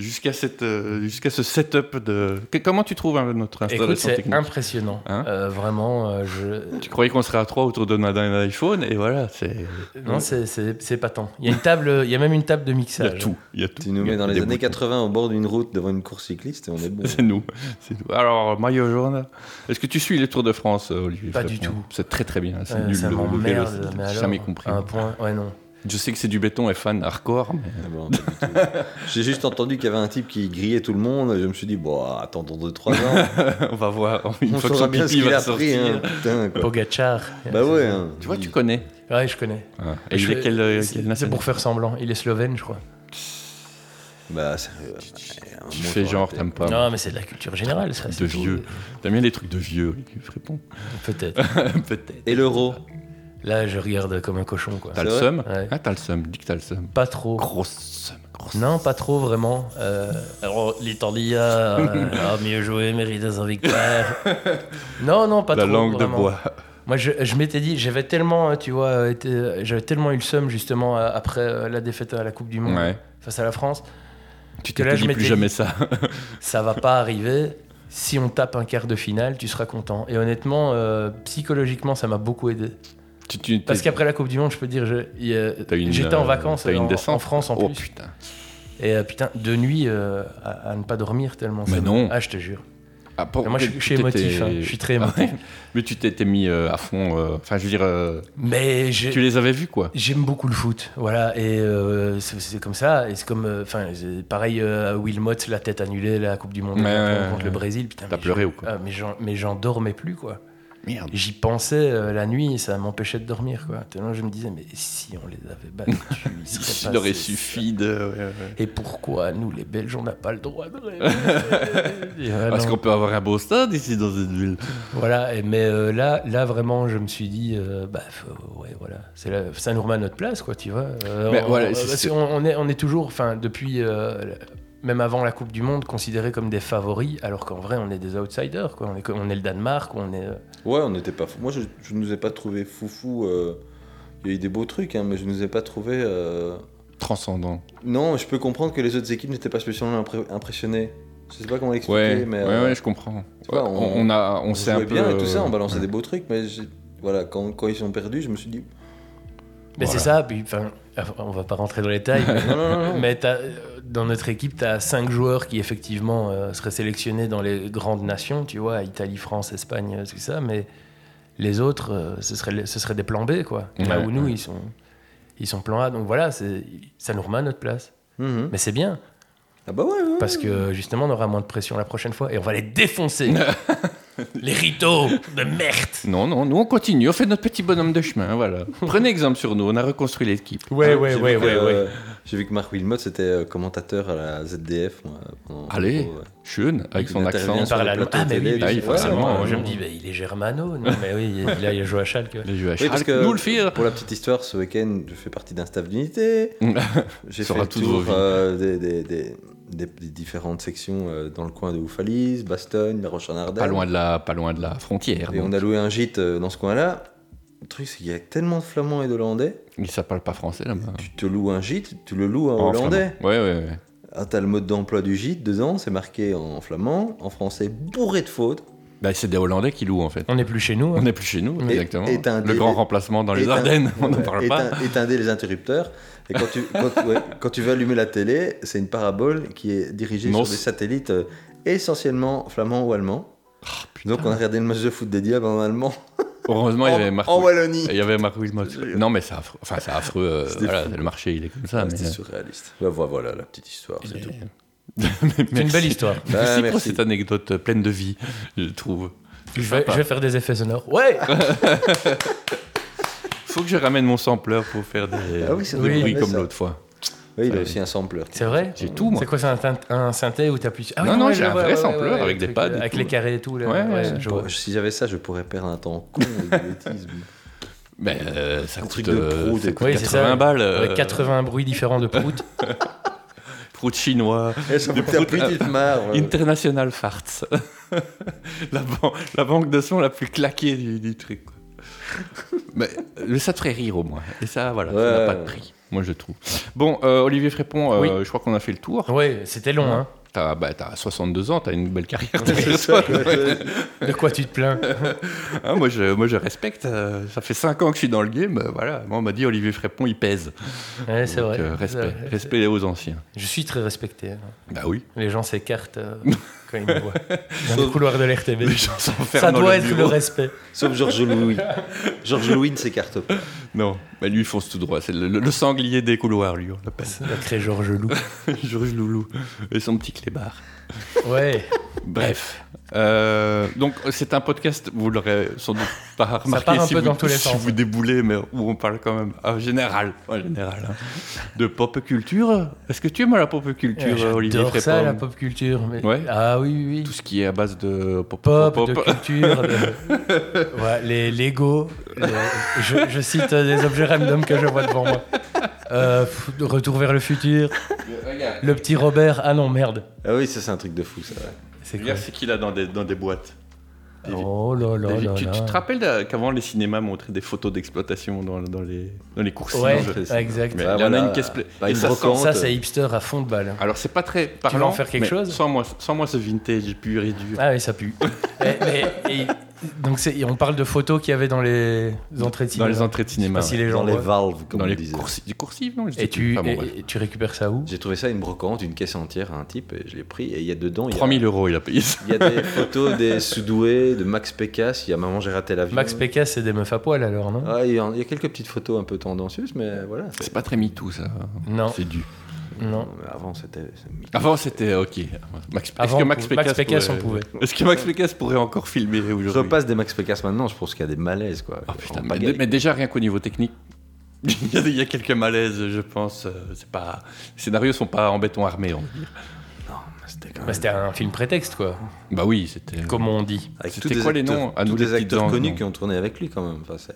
Jusqu'à cette, euh, jusqu'à ce setup de. Que- comment tu trouves hein, notre installation Écoute, c'est technique impressionnant. Hein Euh, vraiment, euh, je, Tu croyais qu'on serait à trois autour de- d'un iPhone et voilà, c'est. Non, c'est- c'est c'est pas tant. Il y a une table, il y a même une table de Il y mixage. a tout, il y a tout. Tu nous Il y a mets dans des les années boutons. 80 au bord d'une route devant une course cycliste et on est bon. C'est nous, c'est nous. Alors, maillot jaune. Est-ce que tu suis les Tours de France, euh, Olivier Pas Frémont du tout. C'est très très bien. C'est Euh, nul ça le, le vélo, m'emmerde, c'est- mais j'ai alors, jamais compris. Bah. à Un point, ouais non. Je sais que c'est du béton et fan hardcore. mais- Ah bon, pas du tout. J'ai juste entendu qu'il y avait un type qui grillait tout le monde. et Je me suis dit, bon, attendons 2-3 ans. on va voir. Une on fois que saura son bien ce pipi qu'il va a pris. sortir. hein, putain, quoi. Pogachar. Bah ouais. hein. Tu vois, tu Il- connais. Ouais, je connais. Ah. Et Je il est fais- quelle, euh, quelle c'est c'est nationalité pour faire semblant. Il est slovène, je crois. Bah, sérieux. ouais, un Tu moment, fais j'aurais genre, été- t'aimes pas. Non, mais c'est de la culture générale, ça. de c'est tout. vieux. T'aimes bien les trucs de vieux, Olivier Frépon Peut-être. Peut-être. Et l'euro Là, je regarde comme un cochon, quoi. T'as le C'est seum Ouais. Ah, t'as le seum, dis que t'as le seum. Pas trop. Grosse seum, grosse Non, pas trop vraiment. Euh, alors, l'Italie euh, a, a mieux joué, mérite sa victoire. Non, non, pas La trop. langue de vraiment. bois. Moi, je, je m'étais dit, j'avais tellement, euh, tu vois, euh, été- euh, j'avais tellement eu le seum justement euh, après euh, la défaite à la Coupe du Monde Ouais. face à la France. Tu Que t'es là, je dit plus m'étais jamais ça. Ça va pas arriver. Si on tape un quart de finale, tu seras content. Et honnêtement, euh, psychologiquement, ça m'a beaucoup aidé. tu, tu, Parce t'es- qu'après la Coupe du Monde, je peux te dire, je- il y a- t'as eu une, j'étais en euh, vacances t'as eu une en, descente. en France en Oh plus. putain. Et euh, putain, de nuit euh, à, à ne pas dormir tellement. ça Mais me- non. Ah, je te jure. Ah, pour- moi, je, tu suis- je suis t'étais- émotif. hein. Je suis très émotif. Ah ouais. Mais tu t'étais mis euh, à fond. euh, Enfin, je veux dire, euh, Mais j'ai- tu les avais vus quoi. J'aime beaucoup le foot, voilà, et euh, c'est c'est comme ça, et c'est comme, euh, enfin, c'est pareil euh, à Wilmot, la tête annulée, la Coupe du Monde Ouais, contre ouais, contre le ouais. Brésil, putain. T'as mais pleuré je- ou quoi ah, mais j'en- Mais j'en dormais plus, quoi. Merde. J'y pensais euh, la nuit, et ça m'empêchait de dormir, quoi. Tellement je me disais, mais si on les avait battus, il Bah, serait Il passé aurait ça. suffi de. ouais, ouais. Et pourquoi nous, les Belges, on n'a pas le droit de rêver Et voilà. Bah, Parce qu'on peut avoir un beau stade ici dans cette ville. Voilà, et- mais euh, là, là vraiment, je me suis dit, euh, bah faut- ouais, voilà, c'est là, ça nous remet à notre place, quoi, tu vois. Euh, Mais on, voilà, on- c'est- parce c'est- qu'on- on est, on est toujours, enfin, depuis, euh, la- même avant la Coupe du Monde, considérés comme des favoris, alors qu'en vrai, on est des outsiders, quoi. On est, co- on est le Danemark, on est. euh, Ouais, on n'était pas. fou. Moi, je ne nous ai pas trouvé foufou. euh, Il y a eu des beaux trucs, hein, mais je ne nous ai pas trouvé. euh, Transcendant. Non, je peux comprendre que les autres équipes n'étaient pas spécialement impré- impressionnées. Je sais pas comment l'expliquer, Ouais, mais. ouais, euh, ouais, je comprends. tu vois, Ouais, on- on, on a, on, on s'est jouait un peu. bien et tout ça, on euh, balançait des beaux trucs, mais j'ai- voilà, quand, quand ils ont perdu, je me suis dit. Mais c'est ça, puis, enfin, on va pas rentrer dans les détails, mais- Non, non, non, non. Mais t'as, euh, dans notre équipe, tu as cinq joueurs qui, effectivement, euh, seraient sélectionnés dans les grandes nations, tu vois, Italie, France, Espagne, euh, tout ça, mais les autres, euh, ce seraient ce serait des plans B, quoi. Là Ouais, où nous, ouais. ils, sont, ils sont plan A, donc voilà, c'est, ça nous remet à notre place. Mhm. Mm-hmm. Mais c'est bien, Ah bah ouais, ouais. parce que justement, on aura moins de pression la prochaine fois et on va les défoncer. les ritos de merde euh, Non, non, nous on continue, on fait notre petit bonhomme de chemin, voilà. Prenez exemple sur nous, on a reconstruit l'équipe. Ouais, J'ai vu que, euh, J'ai vu que Marc Wilmot c'était euh, commentateur à la ZDF. Moi, pendant- Allez, Ouais. Schön, avec Il son intervient accent. sur Par les la plateaux Ah, mais télé, oui, là, Ah oui, oui, c'est- forcément, ouais, ouais. Je me dis, bah, il est germano. Non, mais oui, il, il a, il a joué à Schalke. Les jeux à Oui, parce Schalke, que- nous le firent. Pour la petite histoire, ce week-end, je fais partie d'un staff d'unité. J'ai Ça fait aura le tous vos tour vies. euh, des, des- des- des- des différentes sections euh, dans le coin de Oufalise, Bastogne, La Roche-en-Ardenne. Pas loin de la, pas loin de la frontière. Et on donc. a loué un gîte euh, dans ce coin-là. Le truc, c'est qu'il y a tellement de Flamands et d'Hollandais. Ils ça parle pas français là-bas. Tu te loues un gîte, tu le loues à un En Hollandais. flamand. Ouais, ouais, ouais. Ah, T'as le mode d'emploi du gîte dedans, c'est marqué en flamand, en français, bourré de fautes. Bah, c'est des Hollandais qui louent en fait. On n'est plus chez nous. hein. On n'est plus chez nous, Ah. Et- exactement. et t'as un le dé- grand remplacement dans les Éteins- Ardennes, on n'en ouais, parle éteins- pas. Éteindez les interrupteurs. Et quand tu, quand, ouais, quand tu veux allumer la télé, c'est une parabole qui est dirigée Non, sur des c'est- satellites euh, essentiellement flamands ou allemands. Ah, Donc on a regardé le match de foot des diables en allemand Heureusement, il y avait en, Marc Ah, en Wil- Wallonie. il y avait Marc Wilmot. Non, mais c'est affreux. Enfin, c'est affreux. euh, C'était voilà, fou. le marché, il est comme ça. Ah, mais, C'était euh, surréaliste. Bah, voilà, voilà la petite histoire, c'est tout. C'est une merci. belle histoire. Ah, Merci pour merci. cette anecdote euh, pleine de vie, je trouve. Je vais, je vais faire des effets sonores. Ouais Faut que je ramène mon sampleur pour faire des, Ah oui, c'est des vrai, bruits mais comme ça. l'autre fois. Oui, il a aussi un sampler. C'est vrai J'ai tout, moi. C'est quoi, c'est un, teint- un synthé où t'as plus. Non, non, ouais, j'ai je un vois, vrai sampleur avec le des truc, pads euh, et Avec tout. les carrés et tout. Là. Ouais, ouais, je vois. Bon, si j'avais ça, je pourrais perdre un temps con avec des bêtises. mais- Mais euh, ça Un coûte, truc de euh, pro, ça des- coûte Oui, c'est 80 ça. balles. Avec euh, 80 bruits différents de prout. Prout chinois. Eh, ça Des me fait proutes- plus petite marre. euh. ouais. International Farts. la, ban- la banque de son la plus claquée du, du truc. quoi. Mais, euh, mais ça te ferait rire au moins. Et ça, voilà, Ouais. ça n'a pas de prix. Moi, je trouve. Bon, euh, Olivier Frépon, euh, Oui. je crois qu'on a fait le tour. ouais, c'était long, hein. T'as bah, t'as 62 ans, t'as une belle carrière. C'est derrière ça, toi. ouais. De quoi tu te plains Hein, moi, je, moi, je respecte. euh, ça fait 5 ans que je suis dans le game. euh, voilà. Moi, on m'a dit Olivier Frépon, il pèse. Ouais, c'est Donc, vrai. euh, respect. C'est vrai. Respect aux anciens. Je suis très respecté. hein. Bah oui. Les gens s'écartent euh, quand ils me voient. Dans le couloir de l'RTB. Les gens s'enferment Ça dans doit leur être le bureau. respect. Sauf Georges Louis. Georges Louis ne s'écarte pas. Non, mais lui, il fonce tout droit. C'est le, le- le sanglier des couloirs, lui, on l'appelle. Sacré Georges Loup. Georges Loulou et son petit clébard. Ouais. Bref. Euh, donc, c'est un podcast, vous l'aurez sans doute pas remarqué. part un si peu vous, dans tous les si sens. vous déboulez, mais où on parle quand même, en général, en général hein, de pop culture. Est-ce que tu aimes la pop culture, J'adore Olivier ça, Frépon la pop culture. mais- Ouais. Ah oui, oui, oui. Tout ce qui est à base de pop, pop, pop, de pop. culture, de- Ouais, les Lego. les- Je, je cite euh, des objets random que je vois devant moi. Euh, pff, de Retour vers le futur. Euh, Le petit Robert. Ah non, merde. Ah oui, ça c'est un truc de fou, ça. ouais. C'est quoi Regarde ce qu'il a dans des, dans des boîtes. Oh là là David, là tu, là. tu te rappelles de- qu'avant les cinémas montraient des photos d'exploitation dans, dans les, dans les courses Ouais, sinon, je- exact. Mais Bah, là, on a voilà. une caisse pla- Pas et une ça, brocante. sans- Ça, c'est hipster à fond de balle. Alors c'est pas très veux parlant. en faire quelque mais chose Sans moi, sans moi, ce vintage pur et dur. Ah oui, ça pue. Et- mais- et- donc c'est- et on parle de photos qu'il y avait dans les entrées de dans cinéma. les entrées de cinéma. Je sais pas si ouais. les gens Dans les voient. valves, comme Dans on les disait. coursi- du cursif, non je sais Et plus. tu, Enfin, bon, et- bref. et tu récupères ça où J'ai trouvé ça une brocante, une caisse entière à un type, et je l'ai pris. Et il y a dedans. il y a- 3000 euros, il a payé ça. Il y a des photos des Soudoués, de Max Pécasse, il y a Maman j'ai raté l'avion. Max Pécasse, c'est des meufs à poil alors, non Ah, il, y a, il y a quelques petites photos un peu tendancieuses, mais voilà. c'est- C'est pas très MeToo, ça. Non, C'est dû. non. Mais Avant, c'était. c'est- Avant, c'était euh, OK. Max... Est-ce Avant, que Max on pou- Pécasse, Max Pécasse, pourrait- on pouvait. Est-ce que Max Pécasse pourrait encore filmer aujourd'hui Je repasse des Max Pécasse maintenant, je pense qu'il y a des malaises, quoi. Ah, putain, En mais, pagaille. mais déjà, rien qu'au niveau technique, il y a- il y a quelques malaises, je pense. euh, C'est pas... Les scénarios sont pas en béton armé, on va dire. Non, mais c'était quand Bah, même. C'était un film prétexte, quoi, Bah oui, c'était... comme on dit. Avec C'était tous des quoi les acteurs- noms à tous nous, les des petites acteurs dents, connus non qui ont tourné avec lui, quand même. Enfin, c'est-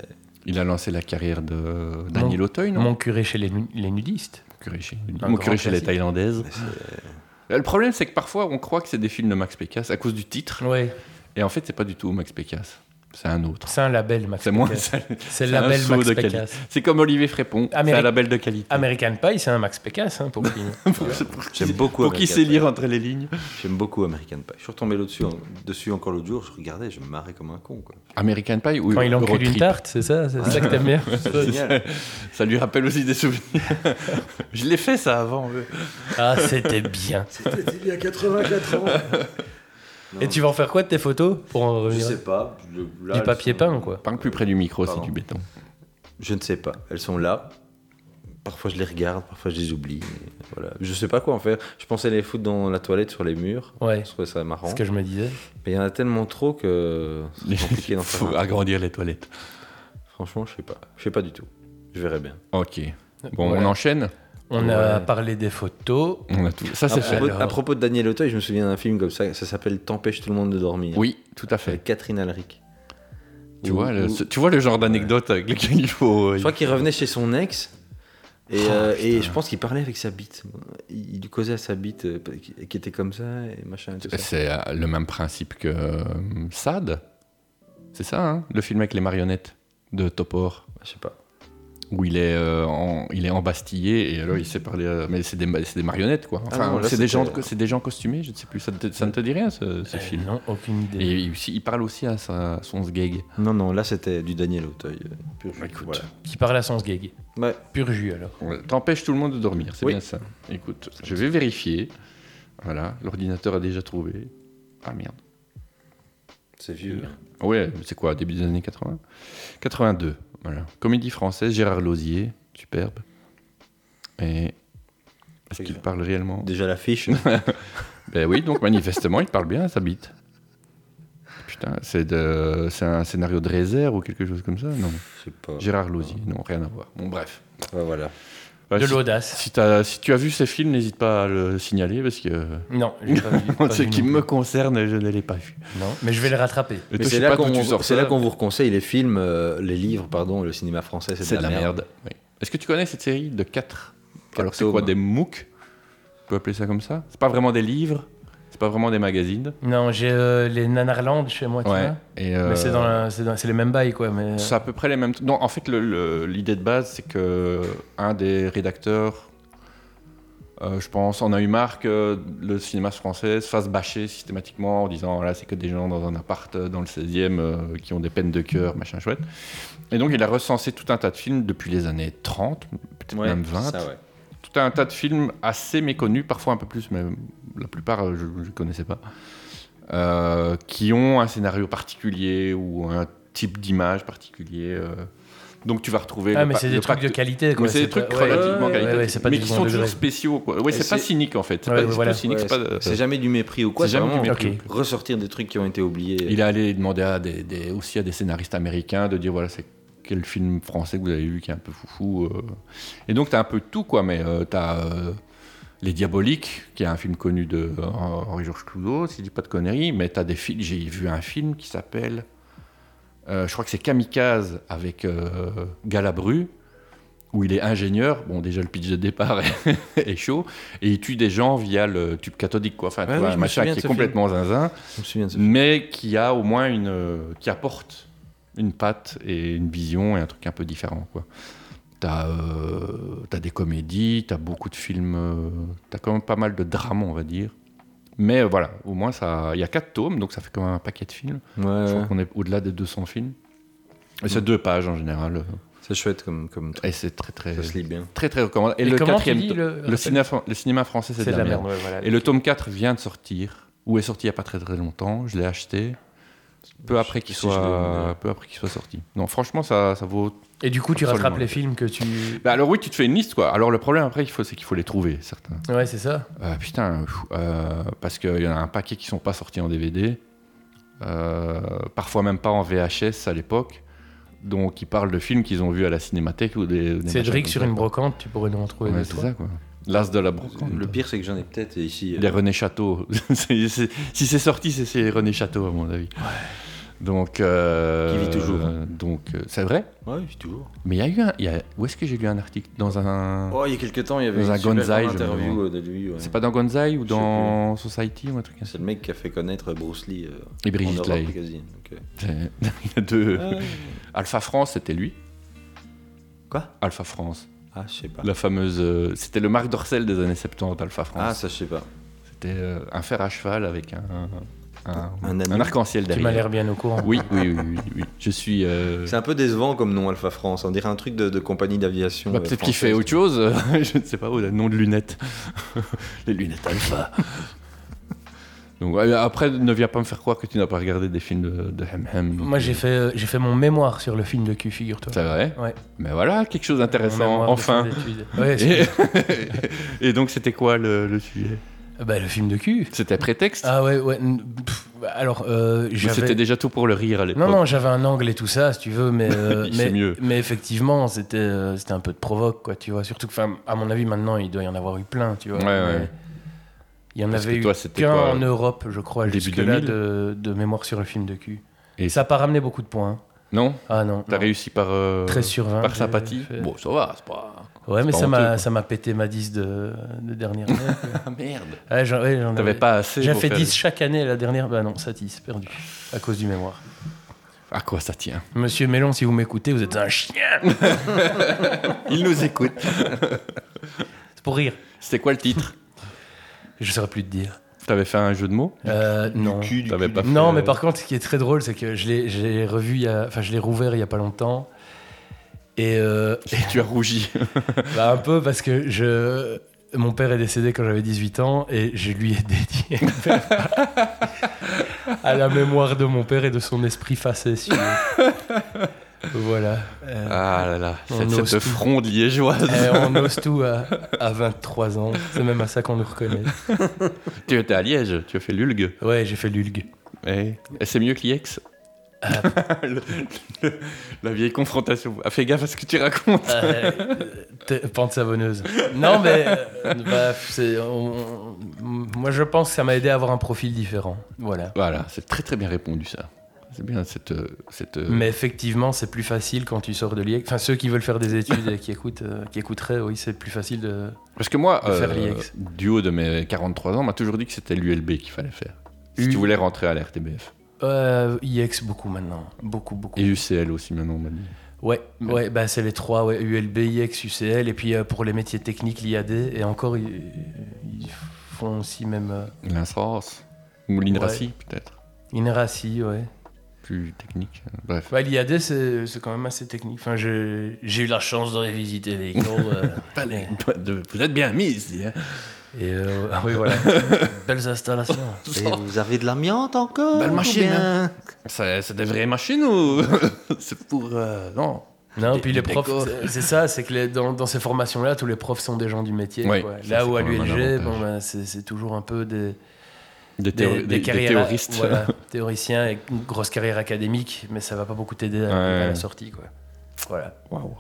Il a lancé la carrière de Daniel Auteuil, non Mon curé chez les, nu- les nudistes. curé chez, Un mon grand curé chez les classique. Thaïlandaises. Euh, Le problème, c'est que parfois, on croit que c'est des films de Max Pécasse à cause du titre. Ouais, Et en fait, c'est pas du tout Max Pécasse. C'est un autre. c'est un label, Max C'est moins. Pécasse. C'est C'est un le label saut Max de Pécasse. qualité. C'est comme Olivier Frépon. C'est un Amérique- label de qualité. American Pie, c'est un Max Pécasse, hein, pour finir. J'aime beaucoup Pour qui American sait lire Pie. entre les lignes J'aime beaucoup American Pie. Je suis retombé là-dessus, en- dessus encore l'autre jour, je regardais, je me marrais comme un con, quoi. American Pie ou Quand il Road encule une Trip tarte, c'est ça C'est ça que t'aimes bien Euh, C'est génial. Ça lui rappelle aussi des souvenirs. Je l'ai fait ça avant. euh. Ah, c'était bien. C'était il y a 84 ans. Et tu vas en faire quoi de tes photos pour en Je revenir sais pas. le- là, Du elles papier sont- peint, quoi. Parle plus près du micro, c'est Pardon. du béton. Je ne sais pas. Elles sont là. Parfois je les regarde, parfois je les oublie. mais Voilà. Je sais pas quoi en faire. Je pensais les foutre dans la toilette sur les murs. Ouais. Je trouvais ça marrant. Ce que je me disais. Mais il y en a tellement trop que c'est compliqué Il d'en faut faire. un. agrandir les toilettes. Franchement, je sais pas. Je sais pas du tout. Je verrai bien. Ok. Bon, Voilà. on enchaîne. On a Ouais. parlé des photos. On a tout. Ça, À c'est fait. propos, Alors. à propos de Daniel Auteuil, je me souviens d'un film comme ça. Ça s'appelle T'empêche tout le monde de dormir. Oui, tout à fait. Catherine Alric. Tu Où- vois, le, où- ce- tu vois le genre d'anecdote avec lequel il faut. euh, Je il- crois qu'il revenait chez son ex. Et, Oh, euh, et je pense qu'il parlait avec sa bite. Il, il causait à sa bite euh, qui qui était comme ça et machin. et tout ça. C'est euh, le même principe que euh, Sad. C'est ça, hein, le film avec les marionnettes de Topor, Je sais pas. où il est, euh, en, il est embastillé et alors il sait parler. euh, mais c'est des, ma- c'est des marionnettes, quoi. Ah Enfin, non, là, c'est des, gens- c'était- c'est des gens costumés, je ne sais plus. Ça, ne te- ça ne te dit rien, ce, ce Euh, film Non, aucune idée. Et il, il parle aussi à sa- son sgeg. Non, non, là c'était du Daniel Auteuil. euh, pur jus. Écoute. Voilà. Qui parle à sens gag. Ouais. Pur jus alors. T'empêches tout le monde de dormir, c'est Oui. bien ça. Écoute, je vais vérifier. Voilà, l'ordinateur a déjà trouvé. Ah merde. C'est vieux. hein. Ouais, c'est quoi, début des années 80 82, voilà. Comédie française, Gérard Lausier, superbe. Et. Est-ce qu'il parle réellement Déjà l'affiche. Ben oui, donc manifestement, il parle bien à sa bite. Putain, c'est de... c'est un scénario de réserve ou quelque chose comme ça Non. Je sais pas. Gérard Lausier, non, rien à voir. Bon, bref. Ouais, voilà. Ouais, de Bah, si- l'audace. si, t'as- si tu as vu ces films, n'hésite pas à le signaler parce que. Non, j'ai pas vu. pas ce vu qui non me plus. concerne, je ne l'ai pas vu. Non, mais je vais le rattraper. Et Mais toi, je c'est sais là pas d'où qu'on tu sors c'est ça, là qu'on vous reconseille les films, euh, les livres, pardon, le cinéma français, c'est de, la merde. Oui. Est-ce que tu connais cette série de 4 Quatre Alors c'est quoi tomes. des MOOC On peut appeler ça comme ça C'est pas vraiment des livres, c'est pas vraiment des magazines. Non, j'ai euh, les Nanarland chez moi, tu vois. Et Mais euh, c'est dans, la- c'est dans- c'est les mêmes bails, quoi. Mais... euh. c'est à peu près les mêmes. Non, en fait, le- le- l'idée de base, c'est que euh, un des rédacteurs, euh, je pense, en a eu marre que le cinéma français se fasse bâcher systématiquement en disant là, c'est que des gens dans un appart euh, dans le 16e euh, qui ont des peines de cœur, machin chouette. Et donc, il a recensé tout un tas de films depuis les années 30, peut-être Ouais, même 20. ça, ouais. tout un tas de films assez méconnus, parfois un peu plus, mais la plupart euh, je ne connaissais pas, euh, qui ont un scénario particulier ou un type d'image particulier. euh. Donc tu vas retrouver. Ah, le mais pa- c'est le des trucs de pacte- qualité, quoi. Mais c'est des trucs pas- ouais, relativement ouais, ouais, qualitatifs, ouais, c'est pas mais du qui second sont degré. toujours spéciaux. quoi. Ouais, Et c'est pas c'est- cynique en fait. C'est Ouais, pas, ouais, c'est voilà. pas cynique. Ouais, c'est pas euh, de- c'est jamais du mépris ou quoi. c'est C'est jamais du vraiment mépris. Ok. ressortir des trucs qui ont été oubliés. Il est allé demander à des, des- aussi à des scénaristes américains de dire voilà, c'est quel film français que vous avez vu qui est un peu foufou. euh. Et donc, tu as un peu de tout, quoi. Mais tu as Les Diaboliques, qui est un film connu de euh, Henri-Georges Clouzot, si je dis pas de conneries. Mais tu as des films. J'ai vu un film qui s'appelle. euh, je crois que c'est Kamikaze avec euh, Galabru, où il est ingénieur. Bon, déjà, le pitch de départ est, est chaud. Et il tue des gens via le tube cathodique, quoi. Enfin, tu Ouais, vois, oui, je un me machin souviens qui de est ce complètement zinzin, Je me souviens de ce film. mais qui a au moins une. euh, qui apporte une patte et une vision et un truc un peu différent, quoi. T'as euh, t'as des comédies, t'as beaucoup de films, euh, t'as quand même pas mal de drames, on va dire. Mais euh, voilà, au moins, ça- il y a quatre tomes, donc ça fait quand même un paquet de films. Ouais, Mm. Je ouais. crois qu'on est au-delà des 200 films. Et c'est deux pages en général. euh, C'est chouette comme, comme truc. Et c'est très très, Ça se lit bien. très très recommandé. Et, Et le comment tu quatrième, dis to- le- le, rappelle- cinéma, le cinéma français, c'est de la merde. ouais, voilà. Et le tome 4 vient de sortir, ou est sorti il n'y a pas très très longtemps. Je l'ai acheté peu après qu'il Si je l'ai, soit, peu après qu'il soit sorti. Non, franchement, ça, ça vaut. Et du coup, tu Absolument. rattrapes les films que tu. Bah, alors oui, tu te fais une liste quoi. Alors le problème après, il faut, c'est qu'il faut les trouver certains. Ouais, c'est ça. Euh, putain, pff, euh, parce qu'il y en a un paquet qui sont pas sortis en DVD, euh, parfois même pas en VHS à l'époque. Donc ils parlent de films qu'ils ont vus à la cinémathèque ou des. des machins Cédric comme sur ça, une quoi. brocante, tu pourrais nous en trouver Ouais, deux, c'est trois. ça quoi. L'as de la brocante. Le pire, c'est que j'en ai peut-être ici. euh, Les René Château. C'est- c'est- si c'est sorti, c'est- c'est René Château à mon avis. Donc. euh, Qui vit toujours. hein. euh, donc euh, c'est vrai. Ouais, toujours. Mais il y a eu un. il y a- où est-ce que j'ai lu un article dans un. Oh, il y a quelques temps, il y avait Dans une un super Gonzai, je me interview demande. euh, de lui. ouais. C'est pas dans Gonzai ou Je sais dans Society ou un truc ainsi. C'est le mec qui a fait connaître Bruce Lee. euh, Et en Brigitte Ah. Europe, Lay. quasi. Donc, euh, C'est- Il y a deux. Alpha France, c'était lui. Quoi Alpha France. Ah, je sais pas. La fameuse. euh, C'était le Marc Dorcel des années 70, Alpha Ah, France. ça, je sais pas. C'était euh, un fer à cheval avec un. Un, Un anneau. un arc-en-ciel Tu m'as derrière. l'air bien au courant. Oui, oui, oui, oui, oui. Je suis. euh, C'est un peu décevant comme nom Alpha France. On dirait un truc de, de compagnie d'aviation. bah, euh, Peut-être qu'il française. fait autre chose. je ne sais pas, ou le nom de lunettes. Les lunettes Alpha. Donc, ouais, après, ne viens pas me faire croire que tu n'as pas regardé des films de, de Hem Hem. Moi, j'ai fait, euh, j'ai fait mon mémoire sur le film de cul, figure-toi. C'est vrai Ouais. Mais voilà, quelque chose Mon d'intéressant, mémoire de fin enfin. d'études. Ouais, Et, c'est- et donc, c'était quoi le, le sujet bah, le film de cul. C'était prétexte Ah ouais, ouais. n- pff, alors, euh, Ou c'était j'avais. déjà tout pour le rire à l'époque Non, non, j'avais un angle et tout ça, si tu veux, mais, euh, C'est mais, mieux. mais effectivement, c'était euh, c'était un peu de provoque, quoi, tu vois. Surtout que, enfin, à mon avis, maintenant, il doit y en avoir eu plein, tu vois. Ouais, ouais. mais Il y en Parce avait que eu toi, c'était qu'un quoi, en Europe, je crois, début jusque-là, 2000? de, de mémoire sur le film de cul. Et- Et ça n'a pas ramené beaucoup de points. Non Ah non. T'as non. réussi par, euh, 13 sur 20. par j'ai sympathie fait. Bon, ça va, c'est pas. Ouais, mais pas ça honteux, quoi. m'a ça m'a pété ma 10 de, de dernière année. Ah merde Ouais, j'en- ouais, j'en T'avais avais- pas assez J'ai pour fait faire- 10 chaque année la dernière. Bah non, ça 10, perdu. À cause du mémoire. À quoi ça tient Monsieur Mélon, si vous m'écoutez, vous êtes un chien Il nous écoute. C'est pour rire. C'était quoi le titre Je saurais plus te dire. T'avais fait un jeu de mots Euh, non. T'avais pas Non, fait- euh, mais par contre, ce qui est très drôle, c'est que je l'ai- je l'ai revu, il y a- enfin, je l'ai rouvert il y a pas longtemps. Et euh, Tu as rougi. bah, un peu parce que je. Mon père est décédé quand j'avais 18 ans et je lui ai dédié à la mémoire de mon père et de son esprit facétieux. voilà. Euh, Ah là là, On cette, ose cette tout. fronde liégeoise. Eh, on ose tout à, à 23 ans. C'est même à ça qu'on nous reconnaît. tu étais à Liège, tu as fait l'Ulg. Ouais, j'ai fait l'ulgue. Et, et c'est mieux que l'IEX Euh. Le- le- La vieille confrontation. Ah, fais gaffe à ce que tu racontes. Euh, t- pente savonneuse. Non, mais euh, bah, c'est- on- on- moi je pense que ça m'a aidé à avoir un profil différent. Voilà. Voilà, c'est très très bien répondu ça. C'est bien cette. euh, cette euh, Mais effectivement, c'est plus facile quand tu sors de l'IEX. Enfin, ceux qui veulent faire des études et qui écoutent, euh, qui écouteraient, oui, c'est plus facile de. Parce que moi, de faire euh, l'IEX. du haut de mes 43 ans, on m'a toujours dit que c'était l'ULB qu'il fallait faire. Si U- tu voulais rentrer à l'RTBF. Euh, IEX beaucoup maintenant, beaucoup beaucoup. Et UCL aussi maintenant, on m'a dit. Ouais, ouais, bah c'est les trois, ouais, ULB, IEX, UCL, et puis euh, pour les métiers techniques, l'IAD, et encore ils, ils font aussi même euh, L'Instance. Ou l'INRACI, peut-être. INRACI, ouais. Plus technique. Bref. Ouais, l'IAD, c'est c'est quand même assez technique. Enfin, je- j'ai eu la chance de révisiter les cours. euh, et Bah, Vous êtes bien mis ici. hein. euh, ah oui, voilà. Belles installations. Et vous avez de l'amiante encore Belle ou machine, bien hein. C'est c'est des vraies machines ou. c'est pour. euh, non. Non, Des- puis des les profs, décors. c'est- c'est ça, c'est que les- dans, dans ces formations-là, tous les profs sont des gens du métier. Ouais, quoi. ça, c'est Là où à quand même un l'ULG, avantage. bon, bah, c'est c'est toujours un peu des, Des, des, théo- des des- des carrières- théoristes. voilà, théoriciens et une grosse carrière académique, mais ça va pas beaucoup t'aider à, Ouais. à la sortie. Quoi. Voilà. Waouh.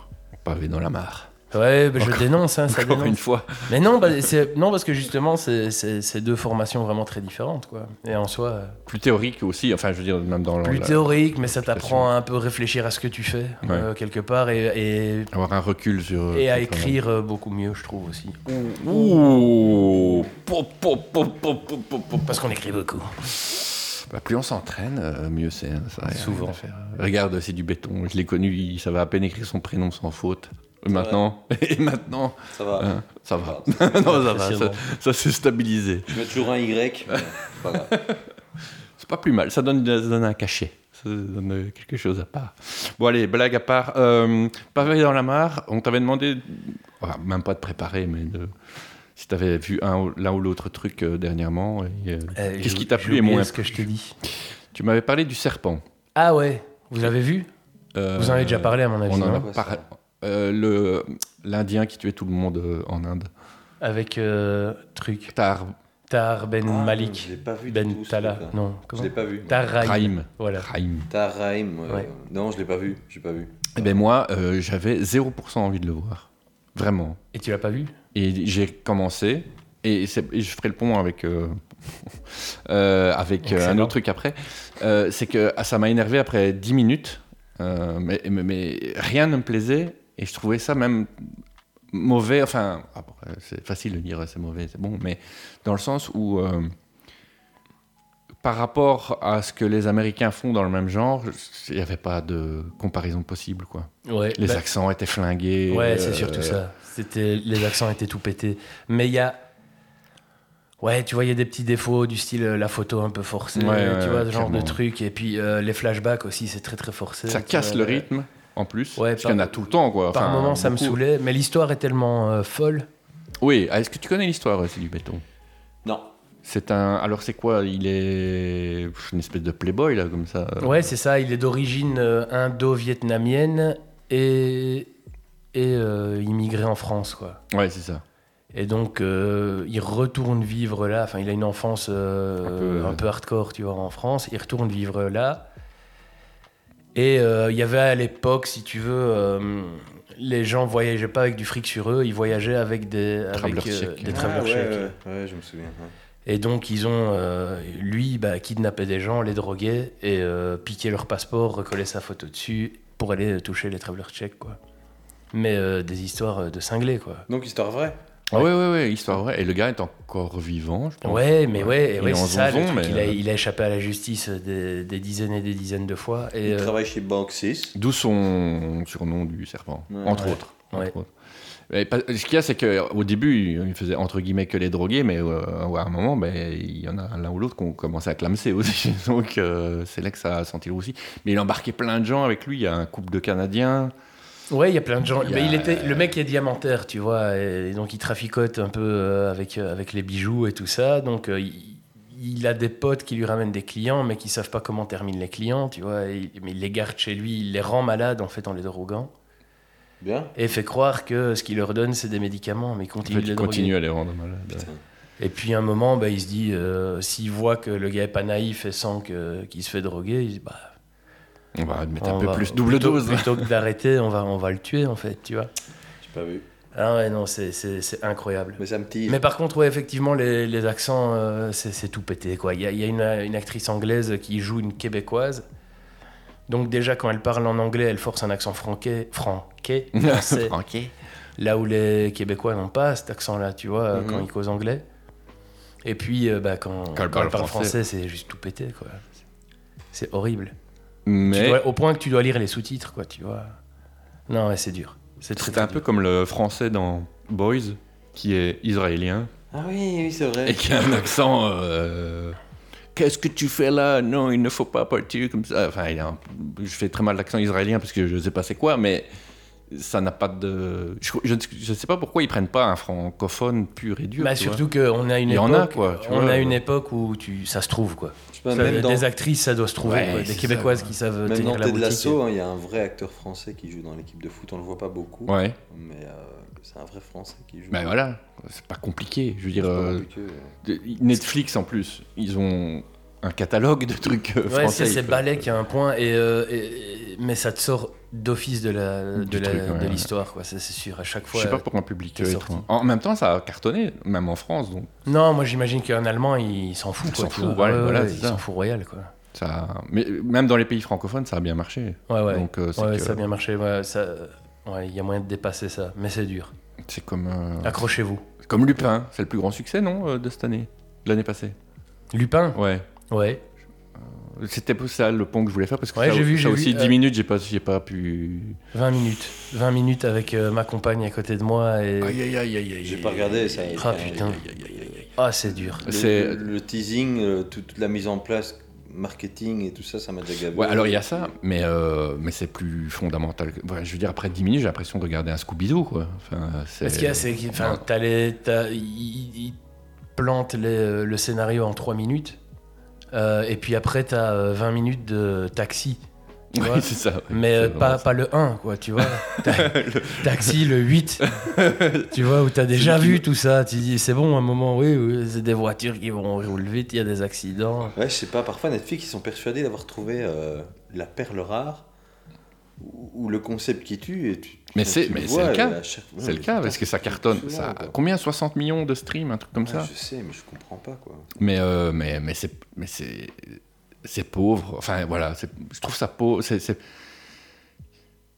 Pavé dans la mare. Ouais, bah, je dénonce, hein, ça Encore dénonce. une fois. Mais non, bah, c'est- non, parce que justement, c'est- c'est c'est deux formations vraiment très différentes, quoi. Et en soi, euh, Plus théorique aussi, enfin je veux dire, même dans le- plus la- théorique, mais ça t'apprend à un peu réfléchir à ce que tu fais, euh, quelque part, et, avoir un recul sur. et, et à sur- écrire euh, beaucoup mieux, je trouve aussi. Ouh Pop, pop, pop, pop, pop, pop, pop. Parce qu'on écrit beaucoup. Bah, plus on s'entraîne, euh, mieux c'est. hein, ça, y a rien Souvent. à faire. Regarde, c'est du béton. Je l'ai connu, il savait à peine écrire son prénom sans faute. Et maintenant, et maintenant, Ça va. hein, ça va. Ça non, ça va, ça, Impressionnant. ça s'est stabilisé. Je mets toujours un Y. mais c'est pas grave. C'est pas plus mal. Ça donne, ça donne un cachet. Ça donne euh, quelque chose à part. Bon, allez, blague à part. Euh, pavé dans la mare, on t'avait demandé, enfin, même pas de préparer, mais de- si t'avais vu un ou- l'un ou l'autre truc euh, dernièrement. et, euh, Euh, Qu'est-ce j'ai- qui t'a j'ai plu et oublié moins ce que je te dis. Tu m'avais parlé du serpent. Ah ouais, vous avez vu Euh, Vous en avez déjà parlé, à mon avis, On en a non non parlé. Euh, le- L'Indien qui tuait tout le monde euh, en Inde. Avec euh, truc. Tar Tar Ben Bah, Ah, Malik. je l'ai pas vu du Ben tout, ce Tala. truc-là. Non, Je comment l'ai pas vu. Tar Rahim. Rahim. Voilà. Rahim. Taraim. euh, Ouais. Non, je l'ai pas vu. J'ai pas vu. Eh ben moi, euh, j'avais 0% envie de le voir. Vraiment. Et tu l'as pas vu Et j'ai commencé. Et, c'est- et je ferai le pont avec, euh, euh, avec euh, un Excellent. autre truc après. Euh, c'est que ah, ça m'a énervé après 10 minutes. Euh, mais, mais- mais rien ne me plaisait. Et je trouvais ça même mauvais. Enfin, après, c'est facile de dire euh, c'est mauvais, c'est bon. Mais dans le sens où. euh, par rapport à ce que les Américains font dans le même genre, il n'y avait pas de comparaison possible. Quoi. Ouais. Les bah, accents étaient flingués. Ouais, euh, c'est surtout ça. C'était les accents étaient tout pétés. Mais il y a Ouais, tu vois, il y a des petits défauts du style euh, la photo un peu forcée, Ouais, ouais, tu vois, ouais, ce genre de clairement. truc. Et puis euh, les flashbacks aussi, c'est très très forcé. ça tu casse vois. le rythme en plus euh, Ouais, parce par- qu'il y en a tout le temps quoi Par Enfin, moments, ça me beaucoup. saoulait, mais l'histoire est tellement euh, folle. oui ah, est-ce que tu connais l'histoire aussi du béton Non. c'est un alors c'est quoi il est pff, une espèce de playboy là comme ça euh. Ouais, c'est ça. Il est d'origine euh, indo-vietnamienne et, et euh, immigré en France, quoi. ouais c'est ça Et donc, euh, il retourne vivre là. Enfin, il a une enfance euh, Un un, peu, peu, ouais. hardcore, tu vois, en France. Il retourne vivre là. Et euh, il y avait à l'époque, si tu veux, euh, les gens voyageaient pas avec du fric sur eux. Ils voyageaient avec des avec, euh, Traveler chèques. des Ah, travelers ouais, chèques. ouais, ouais, je me souviens. ouais. Et donc, ils ont, euh, lui, bah, kidnappé des gens, les drogué et euh, piqué leur passeport, recollé sa photo dessus pour aller toucher les travelers checks, quoi. Mais euh, des histoires euh, de cinglés, quoi. Donc, histoire vraie. ah ouais ouais ouais histoire vraie et le gars est encore vivant je pense Ouais, mais ouais, Il ouais, est en c'est ça. le zonzon, truc, mais, il, a, euh, il a échappé à la justice euh, des, des dizaines et des dizaines de fois. Et, Il euh, travaille chez Banksys. D'où son surnom du serpent, Ouais. entre Ouais. autres. Ouais. Entre autres. Mais pas- ce qu'il y a, c'est qu'au début, il faisait entre guillemets que les drogués, mais euh, à un moment, ben, il y en a l'un ou l'autre qui ont commencé à clamser aussi. Donc euh, c'est là que ça a senti le aussi. Mais il a embarqué plein de gens avec lui. Il y a un couple de Canadiens. ouais, il y a plein de gens. Il y mais a- euh, il était, le mec est diamantaire, tu vois. Et, donc, il traficote un peu euh, avec, euh, avec les bijoux et tout ça. Donc, euh, il, il a des potes qui lui ramènent des clients, mais qui savent pas comment terminent les clients, tu vois. Et il- mais il les garde chez lui, il les rend malades en fait en les droguant. Bien. Et fait croire que ce qu'il leur donne, c'est des médicaments, mais il continue En de fait, les il droguer. continue à les rendre malades. Putain. Et puis à un moment, bah, il se dit, euh, s'il voit que le gars est pas naïf et sent que- qu'il se fait droguer, il se dit, bah, On va mettre on un peu va- plus, double plutôt- dose. Plutôt que d'arrêter, on va, on va le tuer en fait, tu vois. J'ai pas vu. Ah ouais, non, c'est- c'est c'est incroyable. Mais ça me tire. Mais par contre, ouais, effectivement, les, les accents, euh, c'est c'est tout pété, quoi. Il y a, il y a une, une actrice anglaise qui joue une québécoise. Donc déjà, quand elle parle en anglais, elle force un accent franquais, franquais, français. Ok. là où les Québécois n'ont pas cet accent-là, tu vois, Mhm. quand ils causent anglais. Et puis, euh, bah, quand, quand elle parle français. français, c'est juste tout pété, quoi. C'est horrible. Tu Mais dois- au point que tu dois lire les sous-titres, quoi, tu vois. Non, ouais, c'est dur. C'est très, c'est un très peu dur. comme le français dans Boys, qui est israélien. Ah oui, oui, c'est vrai. et qui a un accent. euh, Qu'est-ce que tu fais là Non, il ne faut pas partir comme ça. Enfin, il a un- je fais très mal l'accent israélien parce que je ne sais pas c'est quoi, mais ça n'a pas de. Je, je ne je sais pas pourquoi ils prennent pas un francophone pur et dur. Bah, tu vois. surtout qu'on a une Il y époque, en a, quoi, tu on vois. a une époque où tu, ça se trouve quoi. Je sais pas, Ça, même dans, des actrices, ça doit se trouver. Ouais, quoi. c'est Des ça, Québécoises quoi. qui savent même tenir dans la Ted boutique. Lasso, hein, il y a un vrai acteur français qui joue dans l'équipe de foot. On le voit pas beaucoup. Ouais, Mais euh, c'est un vrai français qui joue. Bah, ben voilà, c'est pas compliqué. Je veux C'est dire, pas euh, compliqué, euh. de- Netflix en plus, ils ont un catalogue de trucs euh, Ouais, français. c'est c'est ils peuvent- balèque à un point. Et, euh, et- mais ça te sort d'office de la Du de la- truc, ouais, de ouais. l'histoire quoi ça c'est sûr à chaque Je fois sais pas pour un public t'es euh, sorti. étrange. En même temps, ça a cartonné, même en France, donc non moi j'imagine qu'un allemand il s'en fout Il quoi s'en tu fout, vois. ouais, voilà, c'est il ça. s'en fout royal quoi ça. Mais même dans les pays francophones, ça a bien marché. ouais ouais Donc euh, c'est Ouais, ouais, que- ça a bien marché ouais ça ouais il y a moyen de dépasser ça mais c'est dur c'est comme euh, accrochez-vous comme Lupin, c'est le plus grand succès, non, euh, de cette année, de l'année passée. Lupin Ouais. ouais C'était pour ça le pont que je voulais faire parce que Ouais, ça, j'ai vu, ça j'ai aussi vu, 10 euh, minutes, j'ai pas, j'ai pas pu. 20 minutes 20 minutes avec euh, ma compagne à côté de moi et aïe aïe aïe aïe. J'ai pas regardé ça. Ah, putain. ah c'est dur Le- C'est- Le, le teasing, euh, toute toute la mise en place, marketing et tout ça, ça m'a déjà gavé. Ouais, alors il y a ça, mais, euh, mais c'est plus fondamental. que- ouais, je veux dire, après 10 minutes, j'ai l'impression de regarder un Scooby-Doo, quoi. Enfin, c'est... Mais Ce qu'il y a, c'est Ouais. qu'enfin, t'as les, t'as- ils ils plantent les- euh, le scénario en 3 minutes, euh, et puis après, t'as euh, 20 minutes de taxi. tu Ouais, vois. c'est ça. ouais, Mais euh, c'est pas, vraiment pas le 1, quoi, tu vois. T'as- Taxi, le 8, tu vois, où t'as déjà vu tout ça. Tu dis, c'est bon, à un moment, oui, oui, c'est des voitures qui vont rouler vite, il y a des accidents. Ouais, je sais pas, parfois Netflix, ils sont persuadés d'avoir trouvé euh, la perle rare ou, ou le concept qui tue. Et tu, Mais tu c'est- le mais vois, c'est le et cas. à chaque- ça. Ouais, C'est le mais cas putain, parce que ça c'est cartonne. souvent, Ça... quoi. Combien 60 millions de streams, un truc comme Ouais, ça Je sais, mais je comprends pas quoi. Mais, euh, mais, mais c'est. Mais c'est... C'est pauvre. Enfin, voilà, c'est- je trouve ça pauvre. C'est, c'est-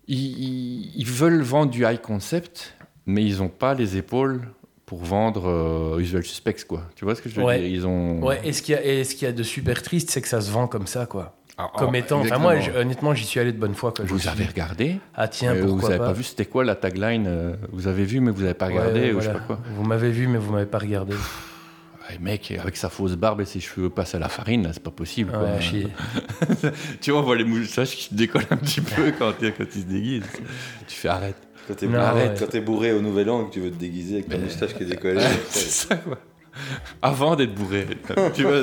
Ils, ils- ils veulent vendre du high concept, mais ils n'ont pas les épaules pour vendre euh, Usual Suspects, quoi. Tu vois ce que je veux Ouais. dire Ils ont. Ouais, et ce qu'il y, a- et ce qu'il y a de super triste, c'est que ça se vend comme ça, quoi. Ah, ah, Comme étant. Enfin, moi, exactement. j- honnêtement, j'y suis allé de bonne foi. Quoi. Je me Vous suis avez dit, regardé Ah, tiens, mais pourquoi Vous n'avez pas, vu c'était quoi la tagline euh, Vous avez vu mais vous n'avez pas regardé Ouais, ou je voilà. sais pas quoi. Vous m'avez vu, mais vous m'avez pas regardé. Ouais, Bah, mec, avec sa fausse barbe et ses cheveux passent à la farine, là, c'est pas possible. Ouais, quoi. à chier. tu vois, on voit les moustaches qui se décollent un petit peu quand, t'es- quand ils se déguisent. tu fais arrête. Quand t'es Non, bourré, ouais. quand t'es bourré au Nouvel An et que tu veux te déguiser avec ta moustache qui est décollée. C'est ça, quoi. Avant d'être bourré. tu vois,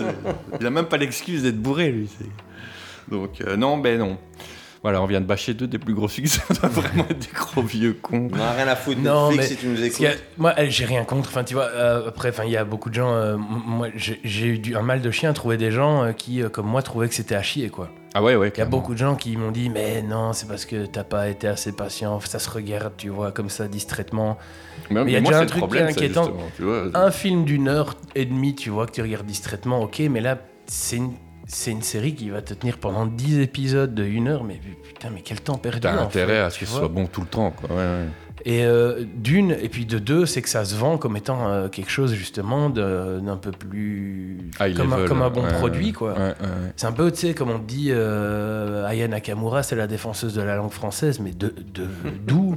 il a même pas l'excuse d'être bourré, lui. c'est- Donc, euh, non, ben non. Voilà, on vient de bâcher deux des plus gros succès. On doit vraiment être des gros vieux cons. On a rien à foutre Non, Netflix mais si tu nous Parce qu'il y a- écoutes. moi, elle, j'ai rien contre. Enfin, tu vois, euh, après, enfin, il y a beaucoup de gens. euh, m- moi, j'ai j'ai eu du- un mal de chien à trouver des gens euh, qui, euh, comme moi, trouvaient que c'était à chier, quoi. Ah ouais, ouais. Il y a clairement. beaucoup de gens qui m'ont dit, mais non, c'est parce que t'as pas été assez patient. Ça se regarde, tu vois, comme ça, distraitement. Mais, il y a moi, déjà c'est un le truc qui est problème, ça, inquiétant. justement, tu vois. Un film d'une heure et demie, tu vois, que tu regardes distraitement, ok, mais là, c'est une. C'est une série qui va te tenir pendant 10 épisodes de 1 heure, mais putain, mais quel temps perdu. T'as en intérêt fait, à ce tu que ce vois. soit bon tout le temps. Quoi. Ouais, ouais. Et euh, d'une, et puis de deux, c'est que ça se vend comme étant euh, quelque chose justement de- d'un peu plus. High comme, un, level, hein. comme un bon ouais, produit, ouais, quoi. ouais, ouais. C'est un peu, tu sais, comme on dit, euh, Aya Nakamura, c'est la défenseuse de la langue française, mais de de- d'où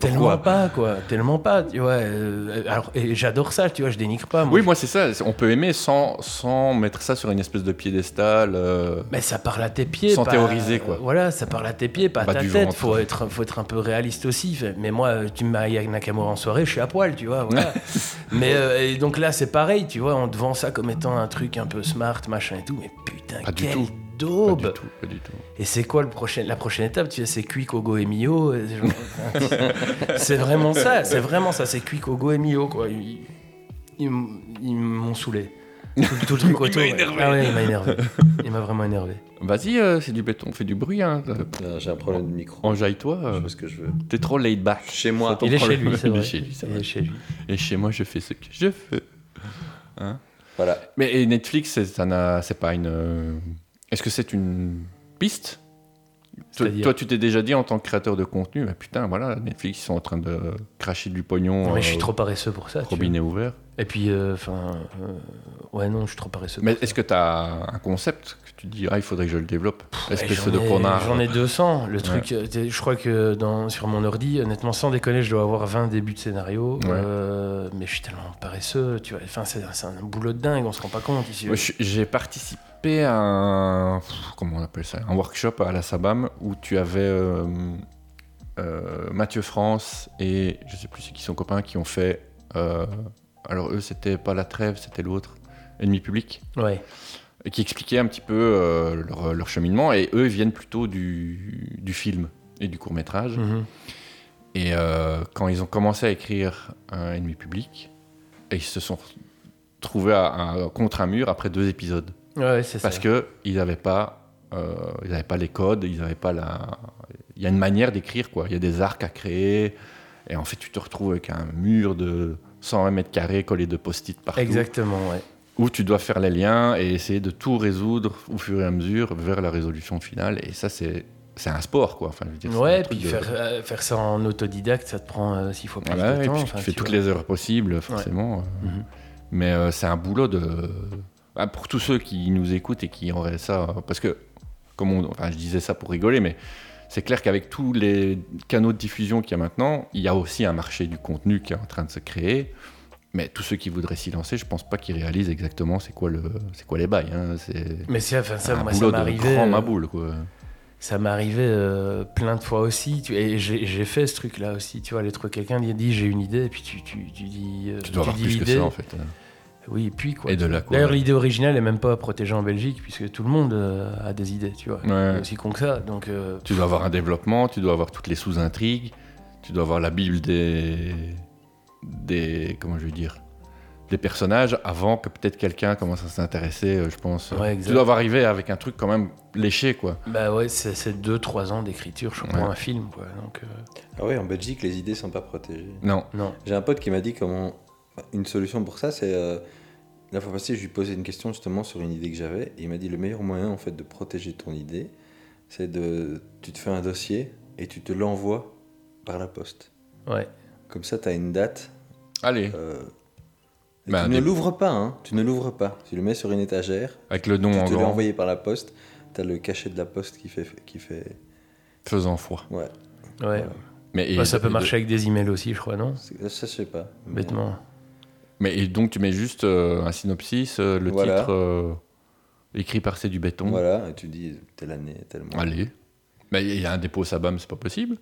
Tellement Pourquoi pas, quoi. Tellement pas, tu vois. euh, alors, et j'adore ça, tu vois, je dénigre pas. Oui, je- moi c'est ça. On peut aimer sans, sans mettre ça sur une espèce de piédestal. euh, Mais ça parle à tes pieds. Sans pas- théoriser, quoi. Voilà, ça parle à tes pieds, pas à Bah, ta du tête. ventre. Faut être, faut être un peu réaliste aussi. Fait- Mais moi, euh, tu me mets Aya Nakamura en soirée, je suis à poil, tu vois. voilà. mais euh, et donc là, c'est pareil, tu vois, on te vend ça comme étant un truc un peu smart, machin et tout. Mais putain, Pas du quelle tout. Pas daube du tout, pas du tout. Et c'est quoi le prochain, la prochaine étape Tu sais, c'est Quick, Ogo et Mio. et c'est genre- c'est vraiment ça, c'est vraiment ça, c'est Quick, Ogo et Mio, quoi. Ils, ils m- ils m'ont saoulé. Tout, tout le truc autour. ouais. Ah ouais, il m'a énervé. Il m'a vraiment énervé. Vas-y, euh, c'est du béton, fais du bruit. Hein. Euh, Non, J'ai un problème de micro. Enjaille-toi, Je euh, fais ce que je veux. t'es trop laid back. Chez moi. Ton Mmh. Il est chez problème, lui, c'est il est vrai. chez lui, c'est Il est vrai. chez lui. Et chez moi, je fais ce que je veux. Voilà. Mais et Netflix, c'est- ça n'a- c'est pas une. euh, Est-ce que c'est une piste toi, C'est-à-dire toi, tu t'es déjà dit en tant que créateur de contenu, bah, putain, voilà, Netflix, ils sont en train de cracher du pognon. Non, mais je euh, suis trop paresseux pour ça. tu Robinet ouvert. vois. Et puis, euh, enfin, euh, ouais, non, je suis trop paresseux. Mais est-ce que tu as un concept que tu dis, ah, il faudrait que je le développe Ouais, Espèce j'en de ai- connard. J'en ai 200. Le truc, euh, t'es- je crois que dans, sur mon ordi, honnêtement, sans déconner, je dois avoir 20 débuts de scénario. Ouais. euh, mais je suis tellement paresseux. Tu vois, enfin, c'est c'est un boulot de dingue. On se rend pas compte ici. Moi, je- J'ai participé à un. pff, Comment on appelle ça Un workshop à la Sabam où tu avais euh, euh, Mathieu France et je sais plus c'est qui sont copains qui ont fait. euh, alors eux, c'était pas la trêve, c'était l'autre, Ennemi Public, Ouais. et qui expliquaient un petit peu euh, leur, leur cheminement et eux, ils viennent plutôt du, du film et du court-métrage. Mhm. Et euh, quand ils ont commencé à écrire un ennemi public, et ils se sont trouvés à- à- contre un mur après deux épisodes. Ouais, c'est ça. Parce qu'ils n'avaient pas euh, ils n'avaient pas les codes, ils n'avaient pas la. Il y a une manière d'écrire, quoi. Il y a des arcs à créer. Et en fait, tu te retrouves avec un mur de 120 mètres carrés collé de post-it partout. Exactement, ouais. Où tu dois faire les liens et essayer de tout résoudre au fur et à mesure vers la résolution finale. Et ça, c'est. C'est un sport, quoi. Enfin, je veux dire, c'est un Ouais, truc puis de- faire, euh, faire ça en autodidacte, ça te prend euh, six fois plus Voilà, de Ah bah et temps. puis enfin, tu fais tu toutes vois. les heures possibles, forcément. euh, Mhm. Mais euh, c'est un boulot de. Ah, pour tous ceux qui nous écoutent et qui auraient ça. euh, Parce que, comme on... enfin, je disais ça pour rigoler, mais c'est clair qu'avec tous les canaux de diffusion qu'il y a maintenant, il y a aussi un marché du contenu qui est en train de se créer. Mais tous ceux qui voudraient s'y lancer, je pense pas qu'ils réalisent exactement c'est quoi, le... c'est quoi les bails. hein. C'est Mais c'est, enfin, ça, un moi, ça boulot m'est de arrivé. grand euh, maboule, quoi. ça m'est arrivé euh, plein de fois aussi. Tu, et j'ai, j'ai fait ce truc-là aussi. Tu vois, les trucs, quelqu'un dit, dit j'ai une idée, et puis tu, tu, tu dis. euh, Tu dois avoir dis plus que l'idée. ça, en fait. hein. Oui, et puis quoi. Et de là, quoi. D'ailleurs, l'idée originale est même pas protégée en Belgique, puisque tout le monde euh, a des idées, tu vois. Ouais. Aussi con que ça. Donc, euh, Tu dois avoir un développement, tu dois avoir toutes les sous-intrigues, tu dois avoir la Bible des. des. comment je veux dire des personnages avant que peut-être quelqu'un commence à s'intéresser, euh, je pense. Ouais, exact. tu dois avoir arrivé avec un truc quand même léché, quoi. bah ouais, c'est, c'est deux, trois ans d'écriture, je crois, Ouais. un film, quoi. Donc, euh, Ah ouais, en Belgique, les idées sont pas protégées. Non. non. J'ai un pote qui m'a dit comment. Une solution pour ça, c'est. euh, La fois passée, je lui posais une question justement sur une idée que j'avais. et il m'a dit le meilleur moyen en fait de protéger ton idée, c'est de. Tu te fais un dossier et tu te l'envoies par la poste. Ouais. Comme ça, tu as une date. Allez, euh, et Bah, tu ne des- l'ouvres pas, hein. Tu ne l'ouvres pas. Tu le mets sur une étagère. avec le nom en tu te l'as grand, envoyé par la poste. Tu as le cachet de la poste qui fait. Qui fait... faisant foi. Ouais. Ouais. Mais et- Bah, ça peut et- marcher avec des emails aussi, je crois, non c'est- Ça, je sais pas. mais- Bêtement. Mais et donc tu mets juste euh, un synopsis, euh, le Voilà. titre euh, écrit par C'est du béton. Voilà, et tu dis telle année, telle mois. Allez. Mais il y a un dépôt Sabam, c'est pas possible.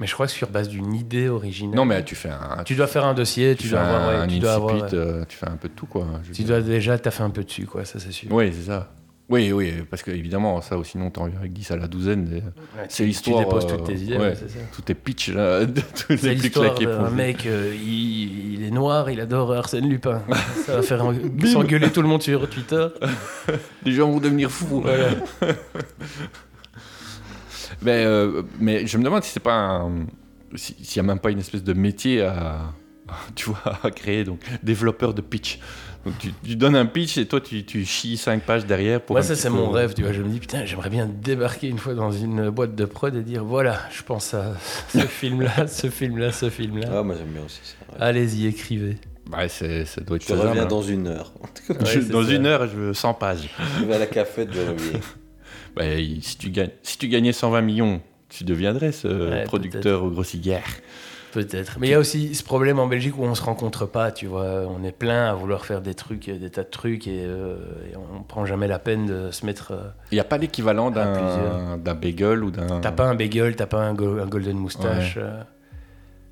Mais je crois que sur base d'une idée originale. Non, mais tu fais un, Tu dois faire un dossier, tu, tu fais dois un, avoir. ouais, un tu dois avoir, incipit, ouais. euh, tu fais un peu de tout quoi. Je veux Tu dire. dois déjà t'as fait un peu dessus, quoi, ça c'est sûr. Oui, c'est ça. Oui, oui, parce que évidemment, ça, ou sinon, t'en viens avec 10 à la douzaine. et Ouais, tu- c'est l'histoire. Tu déposes euh, toutes tes idées, ouais, ouais, c'est ça. Tous tes pitchs, là, de- tous C'est les plus l'histoire claqués d'un pour mec, euh, il, il est noir, il adore Arsène Lupin. Ça va faire en- s'engueuler tout le monde sur Twitter. Les gens vont devenir fous. mais, euh, mais je me demande si c'est pas un. si- S'il n'y a même pas une espèce de métier à. Tu vois, à créer, donc développeur de pitch. Donc tu, tu donnes un pitch et toi tu, tu chies 5 pages derrière pour. Moi, un ça petit c'est peu- mon rêve, tu vois. Je me dis, putain, j'aimerais bien débarquer une fois dans une boîte de prod et dire, voilà, je pense à ce film-là, ce film-là, ce film-là. Ah, moi j'aime bien aussi ça. ouais. Allez-y, écrivez. Ouais, c'est- ça doit être Je faisable, reviens hein. dans une heure. Je- Ouais, c'est dans ça. une heure, je veux 100 pages. Je vais à la cafette, je vais revenir. Bah, il- si, tu gagnes, si tu gagnais 120 millions, tu deviendrais ce Ouais, producteur au grossière. Peut-être. Mais il y a aussi ce problème en Belgique où on se rencontre pas, tu vois. On est plein à vouloir faire des trucs, des tas de trucs, et, euh, et on prend jamais la peine de se mettre. euh, Il n'y a pas l'équivalent d'un plusieurs. d'un bagel ou d'un. T'as pas un bagel, t'as pas un, go- un golden moustache. euh.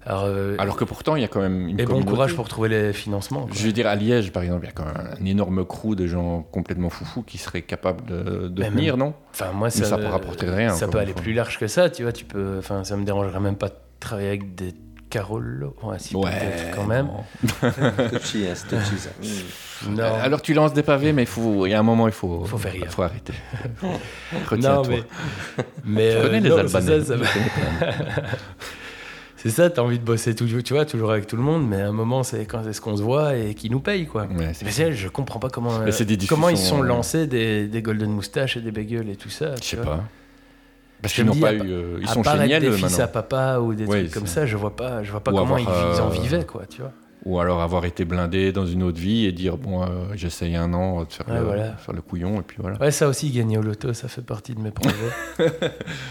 Alors, euh, Alors que pourtant, il y a quand même une. et bon communauté. courage pour trouver les financements. quoi. Je veux dire, à Liège, par exemple, il y a quand même un énorme crew de gens complètement foufous qui seraient capables de, de Mais tenir, non Enfin, moi, Mais ça me- peut rapporter rien, Ça encore peut une aller fois. plus large que ça, tu vois. Tu peux. Enfin, ça me dérangerait même pas de travailler avec des Carol. Ouais, si, peut-être, quand même. non. C'est touchy, hein, c'est touchy ça. Mm. Non. Euh, Alors tu lances des pavés, mais il faut- il y a un moment, il faut, Faut faire rire. faut arrêter. Non, Retiens-toi. mais. mais euh, Je connais les non, Albanais. C'est ça, ça- C'est ça, t'as envie de bosser tout, tu vois, toujours avec tout le monde, mais à un moment, c'est quand est-ce qu'on se voit et qui nous paye, quoi. Ouais, c'est mais ça. c'est- je comprends pas comment, Mm. Mais c'est des comment ils discussions, sont euh, lancés des, des golden moustaches et des bagels et tout ça. Je tu sais vois. pas. Parce Je qu'ils me n'ont dis, pas à eu. pa- euh, Ils à sont part être géniaux, des eux, fils à maintenant. papa ou des Ouais, trucs comme c'est- ça, je vois pas, je vois pas Ou comment avoir, ils, ils en euh, vivaient, quoi, tu vois. Ou alors avoir été blindé dans une autre vie et dire bon, euh, j'essaye un an de faire, Ouais, le, voilà. faire le couillon et puis voilà. Ouais, ça aussi, gagner au loto, ça fait partie de mes projets.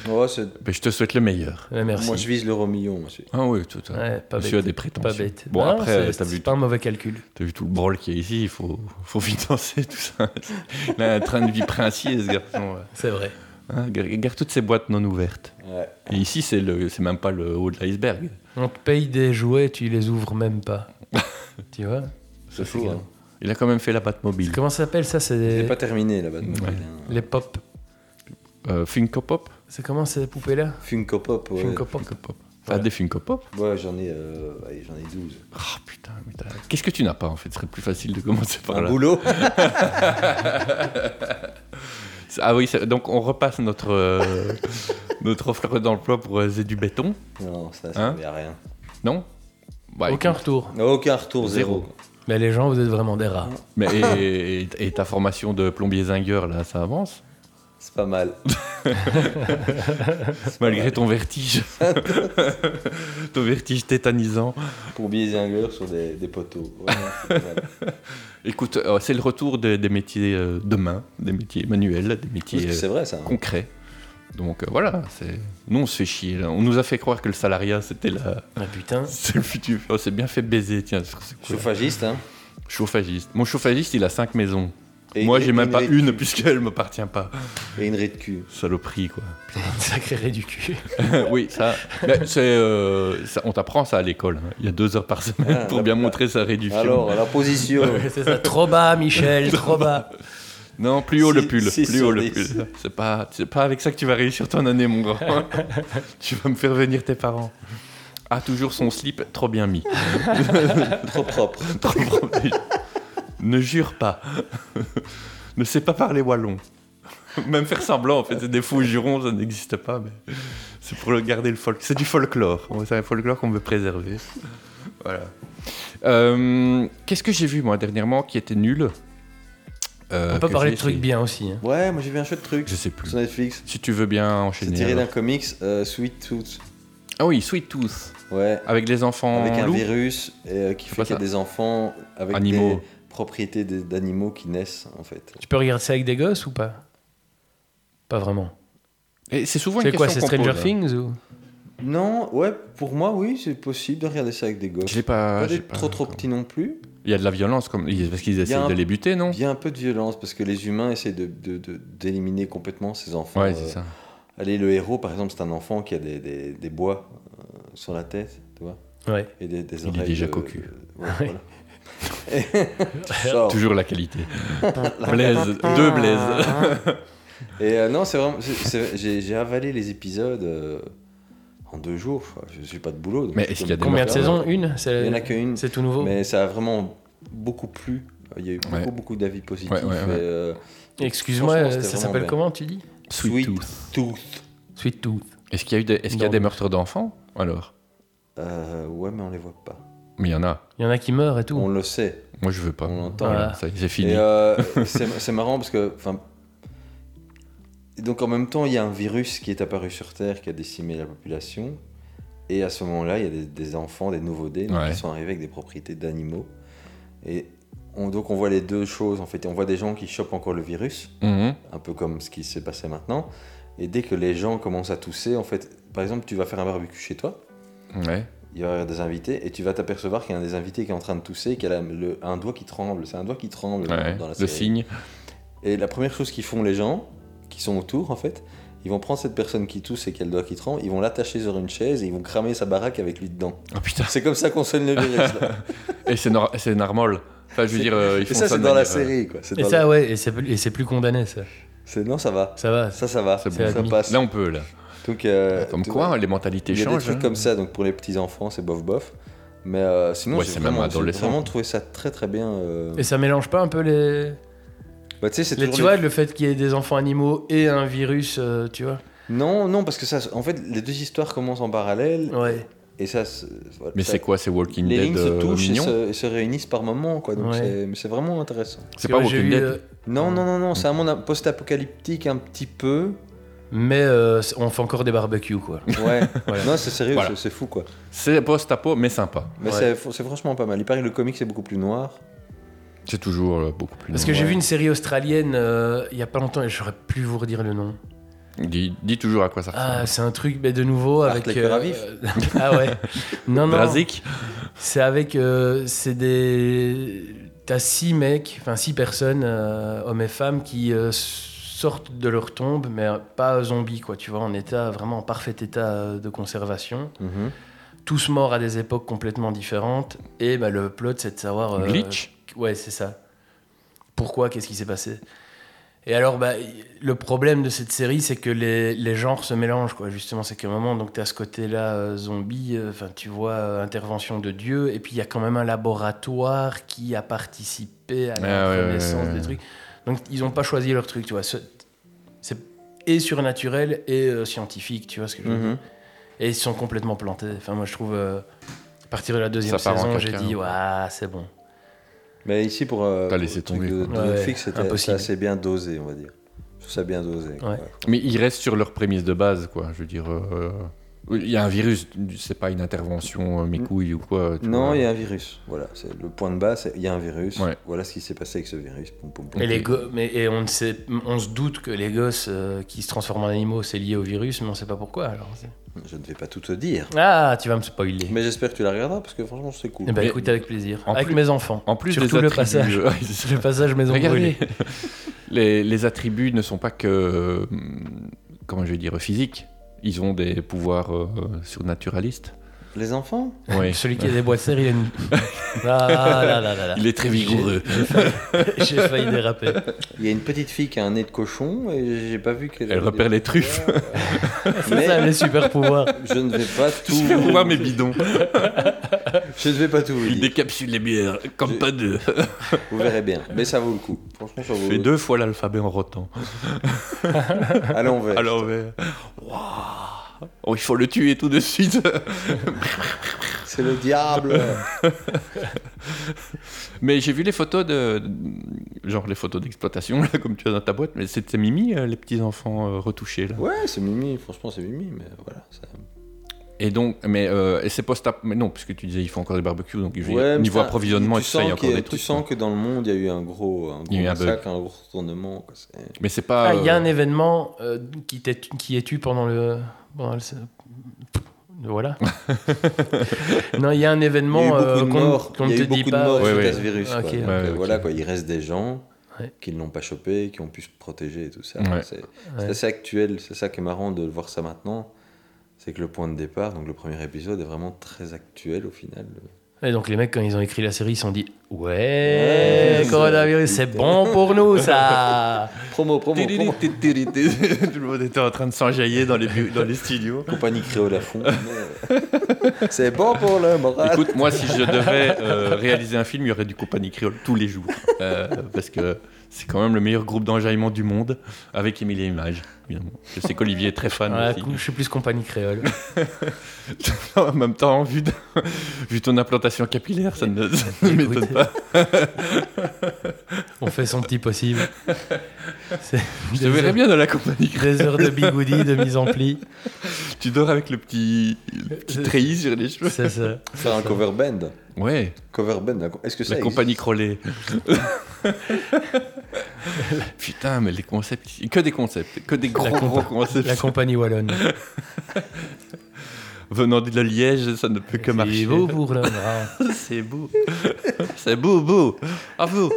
Oh, c'est- Mais je te souhaite le meilleur. Ouais, merci. moi je vise l'euro million, monsieur. Ah oui, tout à Ouais, pas Monsieur bête. a des prétentions. Pas bête. Bon, Non, après, c'est- t'as c'est vu, pas un mauvais calcul. t'as vu tout le brol qui est ici, il faut, faut financer tout ça. Il a un train de vie princier, ce garçon. ouais. C'est vrai. Hein, gar- garde toutes ces boîtes non ouvertes. Ouais. Et ici, c'est le- c'est même pas le haut de l'iceberg. On te paye des jouets, tu les ouvres même pas. tu vois C'est fou. Hein. Il a quand même fait la patte mobile. Comment ça s'appelle ça C'est C'est des... pas terminé là-bas. de mobile, hein. les pop. Euh, Funko Pop C'est comment ces poupées là Funko Pop. Ouais, Funko Pop. T'as Voilà. des Funko Pop Ouais, j'en ai, euh, allez, j'en ai 12. Ah putain, mais t'as- qu'est-ce que tu Ah, n'as pas en fait Ce serait plus facile de commencer par Un là. boulot Ah oui, c'est- donc on repasse notre, euh, notre offre d'emploi pour euh, Zé du béton, Non, ça, ça Hein ne vient à rien. non Bah, Aucun écoute, retour. Aucun retour, Zéro. zéro. Mais les gens, vous êtes vraiment des rats. Mais et, et- et ta formation de plombier zingueur, là, ça avance C'est pas mal. Malgré ton vertige. ton vertige tétanisant. Pour biaiser un gueule sur des, des poteaux. Ouais, non, c'est pas mal. Écoute, euh, c'est le retour des, des métiers euh, de main, des métiers manuels, des Parce métiers que euh, c'est vrai, ça. hein. concrets. Donc euh, voilà, c'est... nous on se fait chier. là. On nous a fait croire que le salariat c'était la... Ah putain. c'est le futur. On s'est bien fait baiser, tiens, sur ce coup-là. Chauffagiste, hein. Chauffagiste. Mon chauffagiste, il a cinq maisons. Et- Moi, et- j'ai et même pas raie de une cul. puisqu'elle m'appartient pas. Et une raie de cul. Saloperie, quoi. Sacré raie du cul. oui, ça. mais c'est, euh, ça- On t'apprend ça à l'école. hein. Il y a deux heures par semaine Ah, pour bien montrer sa réduction. Alors, la position. C'est ça, trop bas, Michel, trop bas. Non, plus haut Six- le pull. six Plus sur haut le dix. pull. C'est pas, c'est pas avec ça que tu vas réussir ton année, mon grand. tu vas me faire venir tes parents. Ah, toujours son slip trop bien mis. trop propre. Trop protégé. ne jure pas. ne sais pas parler wallon. Même faire semblant, en fait, c'est des faux jurons, ça n'existe pas, mais c'est pour le- garder le folk. C'est du folklore. On- C'est un folklore qu'on veut préserver. Voilà. Euh, Qu'est-ce que j'ai vu, moi, dernièrement, qui était nul Euh, On peut que parler j'ai de trucs essayé. bien aussi. hein. Ouais, moi j'ai vu un chouette truc Je sais plus. sur Netflix. Si tu veux bien C'est enchaîner. tiré d'un alors. comics, euh, Sweet Tooth. Ah oui, Sweet Tooth. Ouais. Avec les enfants avec un loups. virus et, euh, qui C'est fait pas qu'il y a ça. des enfants avec Animaux. des propriétés des- d'animaux qui naissent en fait. Tu peux regarder ça avec des gosses ou pas Pas vraiment. Et c'est souvent une C'est quoi, c'est question qu'on pose, Stranger hein. Things ou Non, ouais, pour moi oui, c'est possible de regarder ça avec des gosses. Je l'ai pas. Pas j'ai des pas- trop trop petits non plus. Il y a de la violence, comme... parce qu'ils essayent un- de les buter, non Il y a un peu de violence parce que les humains essayent de- de- de- d'éliminer complètement ces enfants. Ouais, euh, c'est ça. Allez, le héros par exemple, c'est un enfant qui a des, des- des bois euh, sur la tête, tu vois, Ouais. et des, des est oreilles. déjà de- cocu. ouais, voilà. Genre. oh. Toujours la qualité. Blaise, deux Blaise. Et euh, non, c'est vraiment. c'est- c'est- J'ai j'ai avalé les épisodes euh, en deux jours. Je crois. Je suis pas de boulot. donc Mais je est-ce peux qu'il y a me des Combien de marqueurs, permettre. saisons Une C'est- Il y euh, en a qu'une. C'est tout nouveau. Mais ça a vraiment beaucoup plu. Il y a eu beaucoup, Ouais. beaucoup d'avis positifs. Ouais, ouais, ouais. et, euh, Excuse-moi, franchement, ça c'était vraiment s'appelle bien. comment tu dis Sweet, Sweet Tooth. Tooth. Sweet Tooth. Est-ce qu'il y a eu des, est-ce qu'il y a Non. des meurtres d'enfants alors Euh, ouais, mais on les voit pas. Mais il y en a. Il y en a qui meurent et tout. On le sait. Moi, je veux pas. On l'entend. Voilà, ça y est, c'est fini. Et euh, c'est c'est marrant parce que. enfin, et Donc en même temps, il y a un virus qui est apparu sur Terre qui a décimé la population. Et à ce moment-là, il y a des, des enfants, des nouveaux-dés donc, Ouais. qui sont arrivés avec des propriétés d'animaux. Et on, donc on voit les deux choses en fait. On voit des gens qui chopent encore le virus, Mhm. un peu comme ce qui s'est passé maintenant. Et dès que les gens commencent à tousser, en fait, par exemple, tu vas faire un barbecue chez toi, Ouais. il va y avoir des invités, et tu vas t'apercevoir qu'il y a un des invités qui est en train de tousser, et qu'il y a la- le- un doigt qui tremble. C'est un doigt qui tremble dans- ouais. dans la Le série. signe. Et la première chose qu'ils font les gens, qui sont autour en fait, ils vont prendre cette personne qui tousse et qui a le doigt qui tremble, ils vont l'attacher sur une chaise et ils vont cramer sa baraque avec lui dedans. Oh putain. C'est comme ça qu'on sonne le virus. là. Et c'est, nor- c'est Narmol. Enfin, je veux C'est- dire, euh, ils et font ça, c'est de dans la manière, euh, série quoi. C'est Et dans ça, la- ouais, et c'est et c'est plus condamné, ça. c'est- Non, ça va. Ça va. Ça, ça va. C'est Ça bon. passe. Là, on peut là. Donc, euh, Comme tu quoi, vois, les mentalités Il y a des changent. trucs hein. comme ça, donc pour les petits enfants, c'est bof bof. Mais euh, sinon, Ouais, j'ai c'est même vraiment, j'ai adolescent. vraiment trouvé ça très très bien. euh. Et ça mélange pas un peu les. Bah, tu sais, c'est les- toujours tu les- vois, le fait qu'il y ait des enfants animaux et un virus, euh, tu vois Non, non, parce que ça, en fait, les deux histoires commencent en parallèle. Ouais. Et ça, c'est- voilà, Mais ça- c'est quoi, c'est Walking les Dead lignes se euh, touchent et mignon se, et se réunissent par moments, quoi. Donc Ouais. c'est- mais c'est vraiment intéressant. C'est Parce pas que j'ai Walking eu, Dead. euh, Non, non, non, non, c'est un monde post-apocalyptique un petit peu. Mais euh, on fait encore des barbecues, quoi. Ouais. Voilà. Non, c'est sérieux, Voilà. c'est- c'est fou, quoi. C'est post-apo, mais sympa. Mais Ouais. c'est- c'est franchement pas mal. Il paraît que le comic c'est beaucoup plus noir. C'est toujours euh, beaucoup plus. Parce que long. j'ai Ouais. vu une série australienne euh, il y a pas longtemps et je saurais plus vous redire le nom. Dis, dis toujours à quoi ça ressemble. Ah, c'est un truc, mais de nouveau Art avec. les cœurs à vif. ah ouais. Non, non. Drasic C'est avec. euh, c'est des. T'as six mecs, enfin six personnes, euh, hommes et femmes, qui euh, sortent de leur tombe, mais euh, pas zombies, quoi. Tu vois, en état, vraiment en parfait état euh, de conservation. Mm-hmm. Tous morts à des époques complètement différentes. Et bah, le plot, c'est de savoir. euh, Glitch. Ouais, c'est ça. Pourquoi Qu'est-ce qui s'est passé Et alors, bah, y- le problème de cette série, c'est que les, les genres se mélangent, quoi. Justement, c'est qu'à un moment, donc, tu as ce côté-là euh, zombie, euh, enfin, tu vois, euh, intervention de Dieu, et puis il y a quand même un laboratoire qui a participé à la Ah, ouais, renaissance ouais, ouais, des ouais. trucs. Donc, ils n'ont pas choisi leur truc, tu vois. Ce- C'est et surnaturel et euh, scientifique, tu vois ce que je veux Mm-hmm. dire. Mhm. Et ils se sont complètement plantés. Enfin, moi, je trouve, euh, à partir de la deuxième Ça part en saison, j'ai caca. hein. dit, ouais, c'est bon. Mais ici, pour. euh, T'as laissé le truc tomber, De, quoi. de Ouais, Netflix, c'était c'est impossible. assez bien dosé, on va dire. Je trouve ça bien dosé. quoi. Ouais. Mais ils restent sur leur prémisse de base, quoi. Je veux dire, euh, il y a un virus, c'est pas une intervention euh, mes couilles ou quoi. tu Mm. Non, vois. il y a un virus. Voilà, c'est le point de bas, c'est il y a un virus. Ouais. Voilà ce qui s'est passé avec ce virus. Poum, poum, poum. Et, les go- mais, et on, ne sait, on se doute que les gosses euh, qui se transforment en animaux, c'est lié au virus, mais on sait pas pourquoi. Alors, c'est- Je ne vais pas tout te dire. ah, tu vas me spoiler. Mais j'espère que tu la regarderas parce que franchement, c'est cool. Eh ben, Mais- écoute avec plaisir. En avec plus- mes enfants. En plus Surtout des le attributs- passage. Ouais, c'est ça. Le passage maison Regardez, brûlée. les, les attributs ne sont pas que, euh, comment je vais dire, physiques. Ils ont des pouvoirs euh, surnaturalistes. Les enfants Ouais. Celui qui a des boîtes serres, il a une. Ah, là, là, là, là. Il est très vigoureux. J'ai failli déraper. Il y a une petite fille qui a un nez de cochon et j'ai pas vu qu'elle. Elle avait repère des- les truffes. C'est ça, les super pouvoirs. Je ne vais pas tout. Je vais voir mes bidons. Je ne vais pas tout vous Il dire. décapsule les bières, comme J'ai- pas deux. Vous verrez bien. Mais ça vaut le coup. Franchement, ça vaut. Fais le deux fois l'alphabet en rotant. Allez, on va. Alors, mais- Bah, Waouh. Oh, il faut le tuer tout de suite. C'est le diable. Mais j'ai vu les photos de. Genre les photos d'exploitation, là, comme tu as dans ta boîte, mais c'était Mimi, euh, les petits-enfants euh, retouchés, là. Ouais, c'est Mimi. Franchement, c'est Mimi. Mais voilà. ça- Et donc, mais euh, et c'est post-ap. Mais non, puisque tu disais, il faut encore des barbecues, donc je veux dire, Ouais, mais niveau putain, approvisionnement, tu et tout ça, il y a sens encore qu'il y a- des trucs. hein. Tu sens que dans le monde, il y a eu un gros, un Il y a gros eu un bug. massacre, un gros retournement. quoi. C'est- Mais c'est pas. Ah, Il y a un euh, événement euh, qui, t'est- qui est tu pendant le. pendant le- Voilà. non, il y a un Il y a eu événement beaucoup euh, de qu'on morts. qu'on il ne y a te eu dit beaucoup de pas. morts Ouais, suite ouais. à ce virus. quoi. Ok. Donc, Ouais, euh, ok. Voilà, quoi. Il reste des gens Ouais. qui ne l'ont pas chopé, qui ont pu se protéger et tout ça. Ouais. C'est c'est Ouais. assez actuel. C'est ça qui est marrant de voir ça maintenant. C'est que le point de départ, donc le premier épisode, est vraiment très actuel au final. Et donc les mecs, quand ils ont écrit la série, ils se sont dit Ouais, Ouais, coronavirus, c'est- c'est bon pour nous, ça Promo, promo, promo. Tout euh, le monde était en train de s'enjailler dans les, bu- dans les studios. Compagnie créole à fond. Mais, euh, C'est bon pour le moral. Écoute, moi, si je devais euh, réaliser un film, il y aurait du compagnie créole tous les jours. Euh, parce que c'est quand même le meilleur groupe d'enjaillement du monde, avec Émilie Image, évidemment. Je sais qu'Olivier est très fan Ouais, aussi. Je suis plus compagnie créole. en même temps, vu, de- vu ton implantation capillaire, ça ne, ça ne Écoute. m'étonne pas. On fait son petit possible. C'est- Je te verrais bien dans la compagnie créole. Des heures de bigoudi, de mise en pli. Tu dors avec le petit, le petit C'est- treillis sur les cheveux. C'est ça. Faire un cover band. Ouais, Cover band. la- Est-ce que ça la existe compagnie crôlée. Putain, mais les concepts, que des concepts, que des gros, compa- gros concepts. La compagnie wallonne. Venant de la Liège, ça ne peut que marcher. C'est beau pour l'homme. hein. C'est beau. C'est beau, beau. À vous.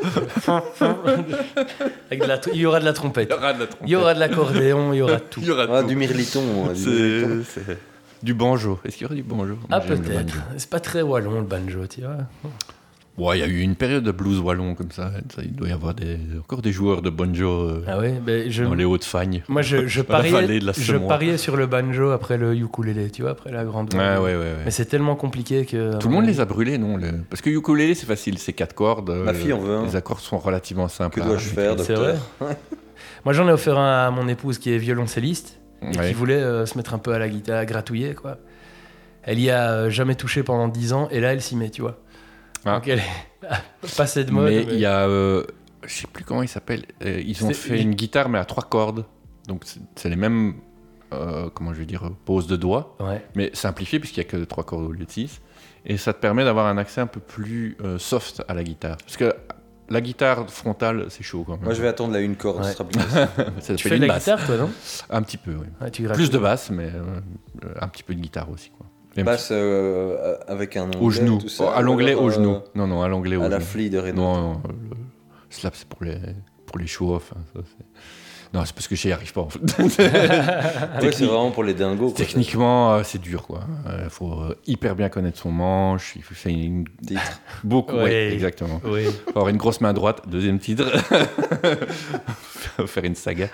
Avec de la tr- Il y aura de la trompette. Il y aura de la trompette. Il y aura de l'accordéon, il y aura tout. Il y aura Ah, tout. du mirliton. hein, du mirliton. C'est- c'est- Du banjo. Est-ce qu'il y aura du banjo Ah J'aime le peut-être. banjo. C'est pas très wallon le banjo, tu vois. Ouais, il y a eu une période de blues wallon comme ça. Ça, Il doit y avoir des- encore des joueurs de banjo euh, Ah ouais, ben je. dans les Hauts-de-Fagne. Moi, je, je Dans la pariais, vallée de la je Semois. pariais sur le banjo après le ukulélé, tu vois, après la grande. Ouais, vague. Ah ouais, ouais. ouais. Mais c'est tellement compliqué que. Tout le monde les a brûlés, non le- Parce que ukulélé, c'est facile, c'est quatre cordes. euh, Ma fille en veut un. Les accords sont relativement simples. hein, Que à dois-je faire, C'est docteur vrai. Moi, j'en ai offert un à mon épouse qui est violoncelliste et Ouais. qui voulait euh, se mettre un peu à la guitare, à gratouiller, quoi. Elle y a euh, jamais touché pendant 10 ans et là, elle s'y met, tu vois. Ah. Donc, elle est passée de mode. Mais il y a, euh, je sais plus comment il s'appelle. euh, ils ont C'est- fait il- une guitare mais à trois cordes, donc c'est- c'est les mêmes, euh, comment je vais dire, euh, poses de doigts, Ouais. mais simplifiées puisqu'il y a que trois cordes au lieu de six, et ça te permet d'avoir un accès un peu plus euh, soft à la guitare, parce que la guitare frontale c'est chaud quand même. Moi, je vais attendre la une corde. Ouais. Ce sera plus facile. Ça Tu fait fais de une la basse. guitare, toi, non Un petit peu, oui. Ouais, tu grattes. Plus de basse, mais euh, euh, un petit peu de guitare aussi quoi. Et un Passe euh, avec un petit- onglet. au genou, Oh, tout ça, à l'onglet alors, au euh, genou. Non non, à l'onglet au à la genou. flie de Renault. Non, non, euh, le slap c'est pour les pour les show-off. hein, ça, c'est- non, c'est parce que j'y arrive pas en fait. Ouais, c'est vraiment pour les dingos. quoi. Techniquement, euh, c'est dur quoi. Il faut euh, hyper bien connaître son manche. Il faut faire une... Titre. beaucoup. ouais, Ouais. exactement. Oui. Faut avoir une grosse main droite. Deuxième titre. Faut faire une saga.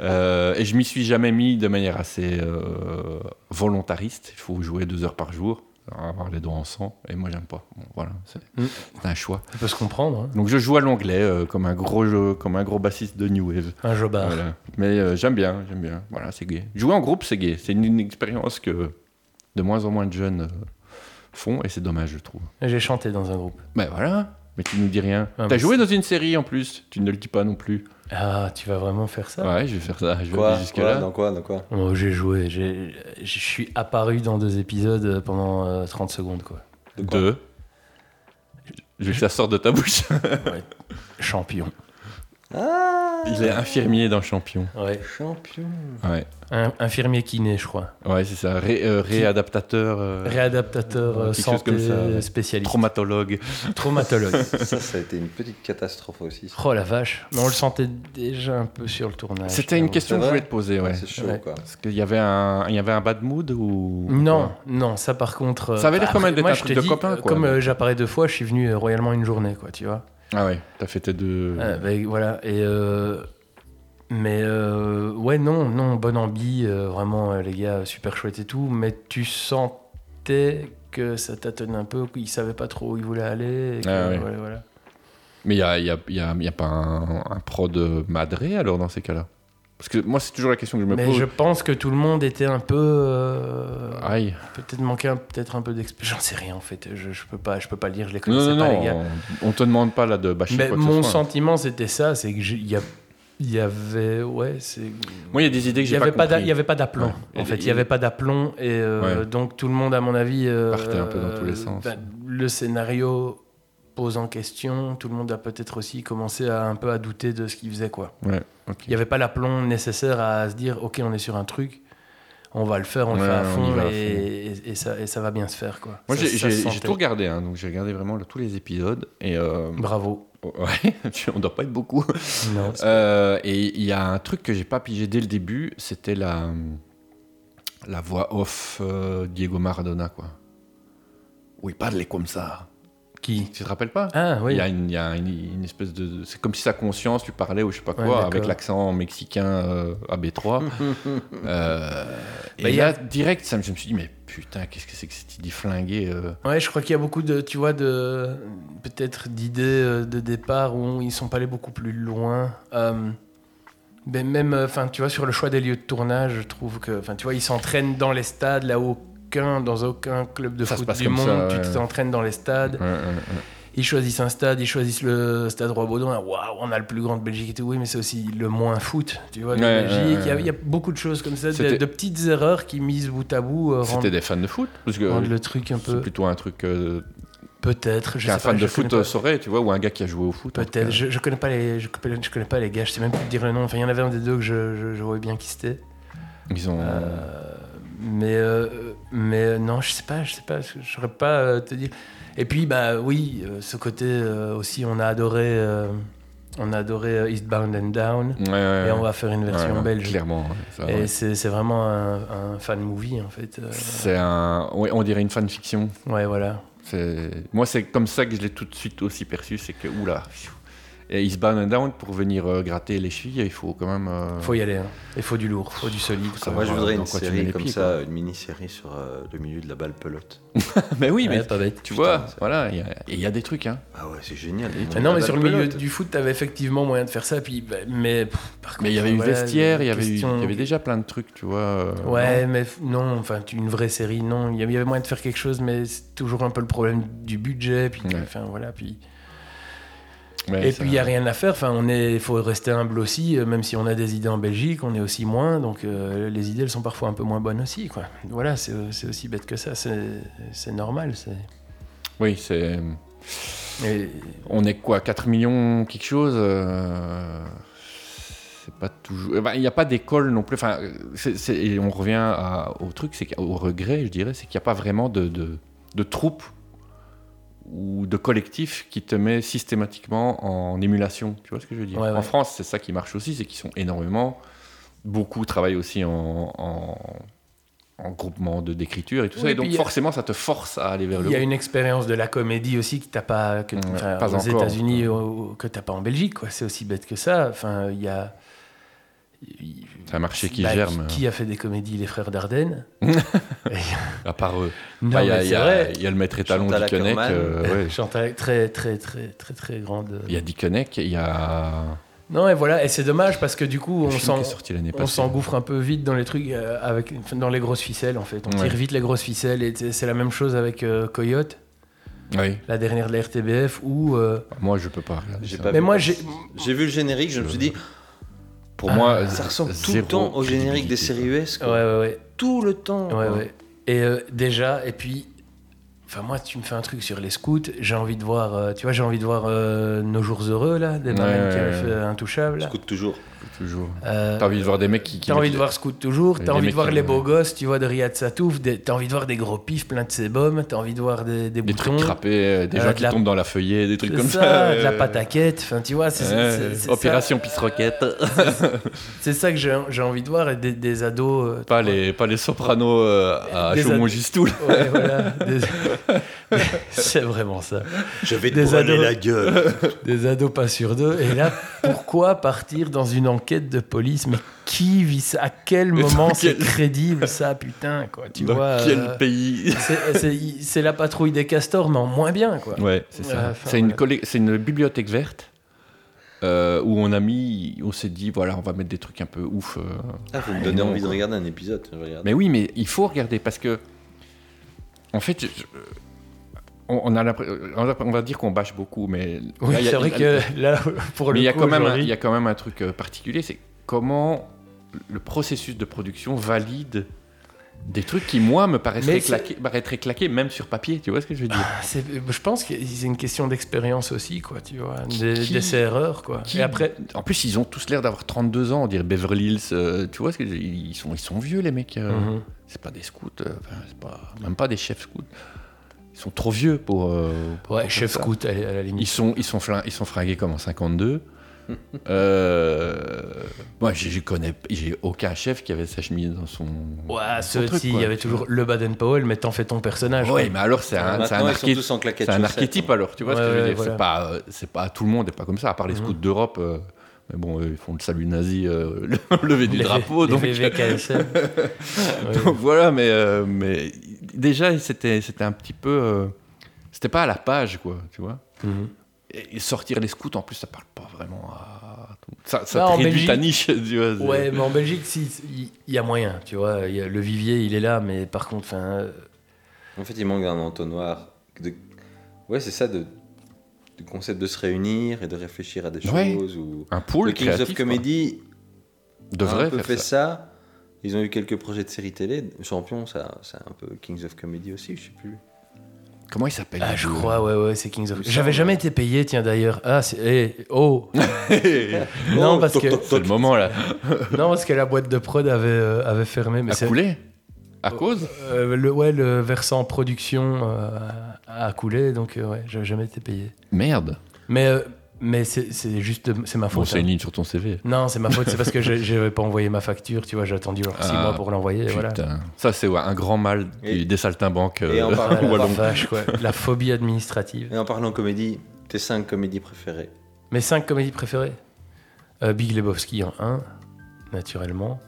Euh, et je m'y suis jamais mis de manière assez euh, volontariste. Il faut jouer deux heures par jour. avoir les doigts en sang, et moi j'aime pas. Bon, voilà, c'est Mm. c'est un choix. Ça peut se comprendre. hein. Donc je joue à l'anglais euh, comme un gros jeu- comme un gros bassiste de new wave. Un jobard. Voilà. Mais euh, j'aime bien, j'aime bien. Voilà, c'est gay. Jouer en groupe, c'est gay. C'est une, une expérience que de moins en moins de jeunes euh, font, et c'est dommage, je trouve. J'ai chanté dans un groupe. Ben voilà, mais tu nous dis rien. Ah, T'as mais joué dans une série en plus, tu ne le dis pas non plus. Ah, tu vas vraiment faire ça Ouais, je vais faire ça, je vais Quoi aller jusque Quoi là. Dans quoi Dans quoi Oh, j'ai joué, j'ai- je suis apparu dans deux épisodes pendant euh, 30 secondes, quoi. De quoi Deux. Je veux que ça sorte de ta bouche. Ouais. Champion. Ah Il est infirmier dans Champion. Ouais. Champion Ouais, Un, infirmier kiné, je crois. ouais c'est ça. Ré- euh, réadaptateur, euh, Réadaptateur euh, quelque chose santé comme ça, ouais. spécialiste. traumatologue. Traumatologue. Ça, ça a été une petite catastrophe aussi. ça. oh la vache. Mais on le sentait déjà un peu sur le tournage. C'était une finalement. question que je vrai voulais te poser, ouais. C'est chaud, Ouais. quoi. Parce qu'il y avait un, il y avait un bad mood ou Non, non, ça par contre. euh, Ça avait l'air bah, comme un après, d'être moi, un je truc te de dis, copain, euh, quoi. Comme euh, j'apparais deux fois, je suis venu euh, royalement une journée, quoi, tu vois. Ah ouais, t'as fait tes deux. Ah, ben, voilà, et euh, mais euh, ouais, non, non, bonne ambi, euh, vraiment, euh, les gars, super chouette et tout, mais tu sentais que ça tâtonne un peu, qu'ils savaient pas trop où ils voulaient aller. et que, Ah ouais. voilà, voilà. Mais il n'y a, y a, y a- y a pas un, un prod euh, madré alors dans ces cas-là Parce que moi, c'est toujours la question que je me Mais pose. je pense que tout le monde était un peu. euh, Aïe. Peut-être manquait un- peut-être un peu d'expérience. J'en sais rien en fait, je, je peux pas, je peux pas lire, je les connaissais Non, non, pas, les gars. non, on on te demande pas là de bâcher Mais quoi que ce mon soit. sentiment, c'était ça, c'est que j'ai- il y a. Il y avait. Ouais, c'est. Moi, il y a des idées que Il n'y j'ai avait, pas pas d'a- compris. il y avait pas d'aplomb, Ouais. en Et- fait. Il et- n'y avait pas d'aplomb. Et euh, Ouais. donc, tout le monde, à mon avis. euh, Partait un peu dans tous les euh, sens. bah, le scénario pose en question. Tout le monde a peut-être aussi commencé à un peu à douter de ce qu'il faisait, quoi. Ouais, ok. Il n'y avait pas l'aplomb nécessaire à se dire OK, on est sur un truc, on va le faire, on le Ouais, fait à on y fond, va à et, et- et ça, et ça va bien se faire, quoi. Moi, Ça- j'ai- ça se j'ai j'ai sentait. tout regardé, hein, donc j'ai regardé vraiment là, tous les épisodes. Et euh, Bravo. ouais, on doit pas être beaucoup. Non. Euh, et il y a un truc que j'ai pas pigé dès le début, c'était la, la voix off euh, Diego Maradona, quoi. Oui, parlez comme ça. Qui Tu te rappelles pas Ah, Il oui. y a, une, il y a une- une espèce de. C'est comme si sa conscience lui parlait ou je sais pas Ouais, quoi, d'accord. avec l'accent mexicain euh, AB3. Euh, et Bah, il y là, a- direct, ça, me- je me suis dit, mais putain, qu'est-ce que c'est que cette idée flinguée euh. Ouais, je crois qu'il y a beaucoup de, tu vois, de peut-être d'idées euh, de départ où ils sont pas allés beaucoup plus loin. Euh, mais même, euh, enfin, tu vois, sur le choix des lieux de tournage, je trouve que, enfin, tu vois, ils s'entraînent dans les stades là où aucun, dans aucun club de Ça se foot passe du comme monde, ça, ouais, tu ouais. t'entraînes dans les stades. Ouais, ouais, ouais. Ils choisissent un stade, ils choisissent le stade Roi Baudouin. Waouh, on a le plus grand de Belgique et tout. Oui, mais c'est aussi le moins foot, tu vois, de Ouais, Belgique. ouais, ouais, Il, y a, ouais. il y a beaucoup de choses comme ça, de, C'était- de petites erreurs qui mises bout à bout euh, C'était rendent, des fans de foot Parce que rendent le truc un c'est peu. plutôt un truc euh, Peut-être, je sais qu'un pas, fan je de foot euh, connais pas. saurait, tu vois, ou un gars qui a joué au foot. en tout Peut-être, cas. je, je connais pas les, je, connais- je connais pas les gars, je sais même plus te dire le nom. Enfin, il y en avait un des deux que je, je, je voyais bien qui c'était. Ils ont. Euh, mais euh, mais euh, non, je sais pas, je sais pas, je saurais pas euh, te dire. Et puis bah oui, euh, ce côté euh, aussi, on a adoré, euh, on a adoré euh, Eastbound and Down, Ouais, ouais, et on ouais. va faire une version Ouais, ouais, belge. Clairement. ouais, ça, Et ouais. c'est c'est vraiment un, un fan movie en fait. euh, C'est un. ouais, on dirait une fanfiction. ouais, voilà. C'est- Moi, c'est comme ça que je l'ai tout de suite aussi perçu, c'est que, oula, pfiou. et Eastbound and Down, pour venir euh, gratter les chevilles, il faut quand même... euh, Faut y aller. hein. Il faut du lourd, faut du solide. quoi. Moi, je voudrais dans une quoi tu mets série les comme pieds, ça, une mini-série sur euh, le milieu de la balle pelote. mais oui, mais Ouais, pas bête. tu putain, vois, c'est- voilà, il y a- et il y a des trucs, hein. Ah ouais, c'est génial. Mais non, mais sur le milieu du foot, t'avais effectivement moyen de faire ça. Puis, bah, mais pff, par contre, Mais il y avait eu voilà, Vestiaire, il y avait eu- question- il y avait déjà plein de trucs, tu vois. euh, Ouais, mais f- non, enfin, tu- une vraie série, non. Il y avait il y avait moyen de faire quelque chose, mais c'est toujours un peu le problème du budget. Puis, Ouais. enfin, voilà. Puis, non. Ouais, et ça- puis, il y a rien à faire. Enfin, on est, faut rester humble aussi. euh, Même si on a des idées en Belgique, on est aussi moins. Donc, euh, les idées, elles sont parfois un peu moins bonnes aussi, quoi. Voilà, c'est c'est aussi bête que ça. C'est c'est normal. c'est- Oui, c'est... Et- On est quoi, 4 millions quelque chose euh, C'est pas toujours... eh ben, Il n'y a pas d'école non plus. Enfin, c'est- c'est- et on revient à- au truc, c'est qu'au- au regret, je dirais, c'est qu'il n'y a pas vraiment de, de, de troupe ou de collectif qui te met systématiquement en émulation. Tu vois ce que je veux dire Ouais, ouais. En France, c'est ça qui marche aussi, c'est qu'ils sont énormément... Beaucoup travaillent aussi en... en en groupement de d'écriture et tout Oui, ça et et donc puis, euh, forcément ça te force à aller vers Euh, le Il y a haut. une expérience de la comédie aussi que t'as pas, que, Ouais, enfin, pas aux encore, États-Unis, au- que t'as pas en Belgique. quoi. C'est aussi bête que ça. Enfin, il y a, il- C'est un marché qui bah, germe, Qui, qui a fait des comédies Les Frères Dardenne à part eux. Non, Bah, il y a- mais il y, c'est a- vrai. il y a le maître étalon Chantal d'Iconek. Ackerman. euh, ouais. Chantal, très, très, très, très, très grande. euh, Il y a Diconnec, il y a. Non, et voilà, et c'est dommage parce que du coup, le on film s'en. qui est sorti l'année On passée. s'engouffre un peu vite dans les trucs, euh, avec, enfin, dans les grosses ficelles en fait. On Ouais. tire vite les grosses ficelles et c'est c'est la même chose avec euh, Coyote, Oui. la dernière de la RTBF, où. euh, Moi, je peux pas. regarder J'ai ça. pas Mais vu moi parce- j'ai. J'ai vu le générique, je me suis dit, Pour moi, ça z- ressemble tout le Ah, euh, zéro temps au générique des séries crédibilité. US. Ouais, quoi. ouais, ouais. Tout le temps. Ouais, quoi. ouais. Et euh, déjà, et puis, enfin moi, tu me fais un truc sur les scouts. J'ai envie de voir, euh, tu vois, j'ai envie de voir euh, Nos jours heureux là, des Ouais, Marraines ouais, qui avaient ouais. fait Intouchables. là. J'écoute toujours. Toujours. Euh, T'as envie de voir des mecs qui. qui T'as envie mettent- de voir Scout toujours, Les t'as envie mecs de voir qui- les beaux gosses, tu vois, de Riyad Satouf, des- t'as envie de voir des gros pifs pleins de sébum, t'as envie de voir des, des des boutons. trucs crappés, euh, des Euh, gens de qui la- tombent dans la feuillée, des trucs C'est comme ça. ça, de la euh, pâte à quête, enfin tu vois, c'est ouais, c'est- c'est- Opération Pisse Roquette. ça- C'est ça que j'ai j'ai envie de voir, et des, des ados. euh, Pas les, pas les sopranos euh, à Des ad- Chaumont-Gistoul. ouais, voilà, des- c'est vraiment ça. Je vais Des brûler ados. la gueule. Des ados pas sur deux. Et là, pourquoi partir dans une enquête de police Mais qui vit ça À quel Mais dans moment c'est quel- crédible ça Putain, quoi. Tu Dans vois. quel euh, pays c'est- c'est- C'est la patrouille des castors, mais en moins bien, quoi. Ouais, c'est ça. Euh, enfin, c'est, une voilà. collec- c'est une bibliothèque verte euh, où on a mis, on s'est dit, voilà, on va mettre des trucs un peu ouf. euh. Ah, vous Ah, me donnez non, envie de quoi. regarder un épisode. je regarde. Mais oui, mais il faut regarder parce que, en fait, je- on, on a l'impr- on a- on va dire qu'on bâche beaucoup, mais Oui, là, il y a- c'est vrai il- que là, pour le mais il y a coup, quand même, un- aujourd'hui- il y a quand même un truc euh, particulier, c'est comment le processus de production valide des trucs qui moi me paraîtraient Mais c'est- claqués, paraîtraient claqués, même sur papier. Tu vois ce que je veux dire ah, C'est- Je pense que c'est une question d'expérience aussi, quoi, tu vois, des, Qui- des erreurs, quoi. Qui- Ah, Et après, En plus, ils ont tous l'air d'avoir 32 ans, on dirait Beverly Hills. euh, tu vois, ce que je- ils sont, ils sont vieux, les mecs. euh. Mhm. C'est pas des scouts, euh, enfin, c'est pas, même pas des chefs scouts. Ils sont trop vieux pour. euh, pour ouais, faire chef ça. scout à, la- à la limite. Ils sont, ils, sont flin- ils sont fringués comme en 52. Euh, Moi, je je connais. J'ai aucun chef qui avait sa chemise dans son. Ouais, dans son ceux truc, ci il quoi, y avait tu toujours le Baden Powell, mais t'en fais ton personnage. vois. Ouais, quoi. mais alors, c'est un, c'est un Maintenant, ils sont archétype. tous en claquettes. C'est un chaussettes, archétype hein. alors, tu vois ce Ouais, que je veux ouais, dire. voilà. Mhm. C'est pas, euh, c'est pas tout le monde, est pas comme ça. À part les scouts d'Europe, euh, mais bon, eux, ils font le salut nazi, euh, le le lever du Les- drapeau, les donc, VVKSM. Ouais. donc voilà. Mais, euh, mais déjà, c'était, c'était un petit peu, euh, c'était pas à la page, quoi, tu vois. Mhm. Et et sortir les scouts, en plus, ça parle pas vraiment à. tout- Ça, ça Bah, te en réduit Belgique- ta niche, tu vois. c'est- Ouais, mais en Belgique, si, il il y a moyen, tu vois. il y a- le vivier, il est là, mais par contre, enfin, euh, En fait, il manque d'un entonnoir. de- Ouais, c'est ça, de... du concept de se réunir et de réfléchir à des Ouais. choses. Ou... Un pool le Kings créatif, of quoi, Comedy a devrait un peu faire fait ça. ça. Ils ont eu quelques projets de séries télé. Champion, ça, ça un peu Kings of Comedy aussi, je sais plus. Comment il s'appelle ah, le je jeu crois, ouais, ouais, c'est Kings Il of. me J'avais semble. jamais été payé, tiens d'ailleurs. Ah, c'est. eh, oh Non, Oh, parce toc, que. toc, C'est le moment là. Non, parce que la boîte de prod avait, euh, avait fermé. Mais À c'est- couler À cause Euh, le, ouais, le versant production euh, a coulé, donc euh, ouais, j'avais jamais été payé. Merde. Mais, euh, mais c'est c'est juste, de- c'est ma Bon, faute. c'est hein. une ligne sur ton CV. Non, c'est ma faute, c'est parce que j'ai- j'avais pas envoyé ma facture, tu vois, j'ai attendu genre 6 Ah, mois pour l'envoyer, Putain, voilà. ça c'est ouais, un grand mal du- Et- des saltimbanques. euh, et en Ah, parlant- la Wallon. vache, quoi. La phobie administrative. Et en parlant comédie, tes 5 comédies préférées Mes 5 comédies préférées Euh, Big Lebowski en 1, naturellement.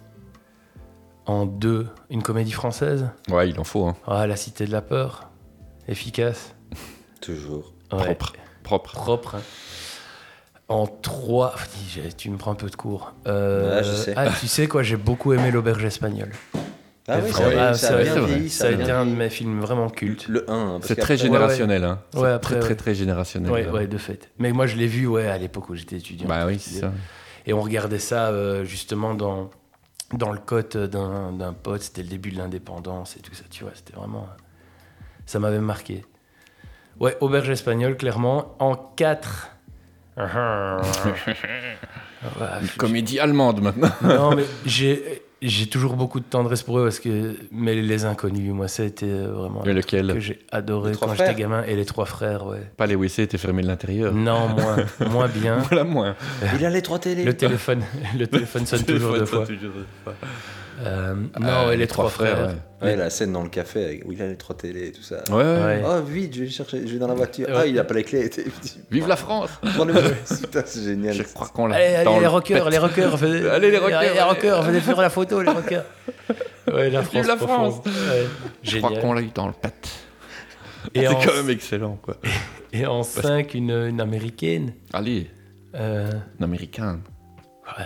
En 2, une comédie française. Ouais, il en faut, hein. Ah, La Cité de la Peur. Efficace. Toujours. Ouais. propre. Propre. propre. hein. En 3, tu me prends un peu de cours. Euh, Ouais, je sais. Ah, tu sais quoi, j'ai beaucoup aimé L'Auberge Espagnole. Ah Et oui, vraiment, ça, a- ah, ça ça a a- c'est bien vrai. vieilli. Ça a a été bien un de vieilli. mes films vraiment cultes. Le 1. C'est très général. générationnel, hein. Ouais, C'est après, très, très, ouais. très générationnel. hein. Ouais, ouais, de fait. Mais moi, je l'ai vu ouais, à l'époque où j'étais étudiant. Bah oui, c'est ça. Et on regardait ça euh, justement dans, dans le cote d'un d'un pote. C'était le début de l'indépendance et tout ça, tu vois. C'était vraiment. euh, Ça m'avait marqué. Ouais, Auberge Espagnole, clairement. En 4. Comédie allemande maintenant. Non, mais j'ai. J'ai toujours beaucoup de tendresse pour eux parce que. Mais les inconnus, moi, ça a été euh, vraiment. Et un truc lequel Que j'ai adoré Les Trois quand Frères j'étais gamin. Et les trois frères, ouais. Pas les WC étaient fermés de l'intérieur. Non, moins, moins bien. Voilà, moins. Il a les trois télés. Le téléphone, le téléphone sonne toujours deux fois. Euh, non, Euh, ouais, les, trois, frères. Ouais, la scène dans le café avec- où il a les trois télés et tout ça. Ouais. Ouais, ouais. Ouais. Oh, vite, je vais chercher, je vais dans la voiture. Ouais. Ah, il a pas les clés. Putain, Vive la France c'est génial. Je crois qu'on l'a. Allez, allez, dans les le rockers, pet. les rockers, venez- Allez, les rockers, les ouais. rockers, venez faire la photo, les rockers. Ouais, la France. la profonde. France. Ouais. Je crois Génial. qu'on l'a eu dans le pet. Et C'est en- quand même excellent, quoi. Et en 5, une, une américaine. Allez, Euh, un américain. ouais.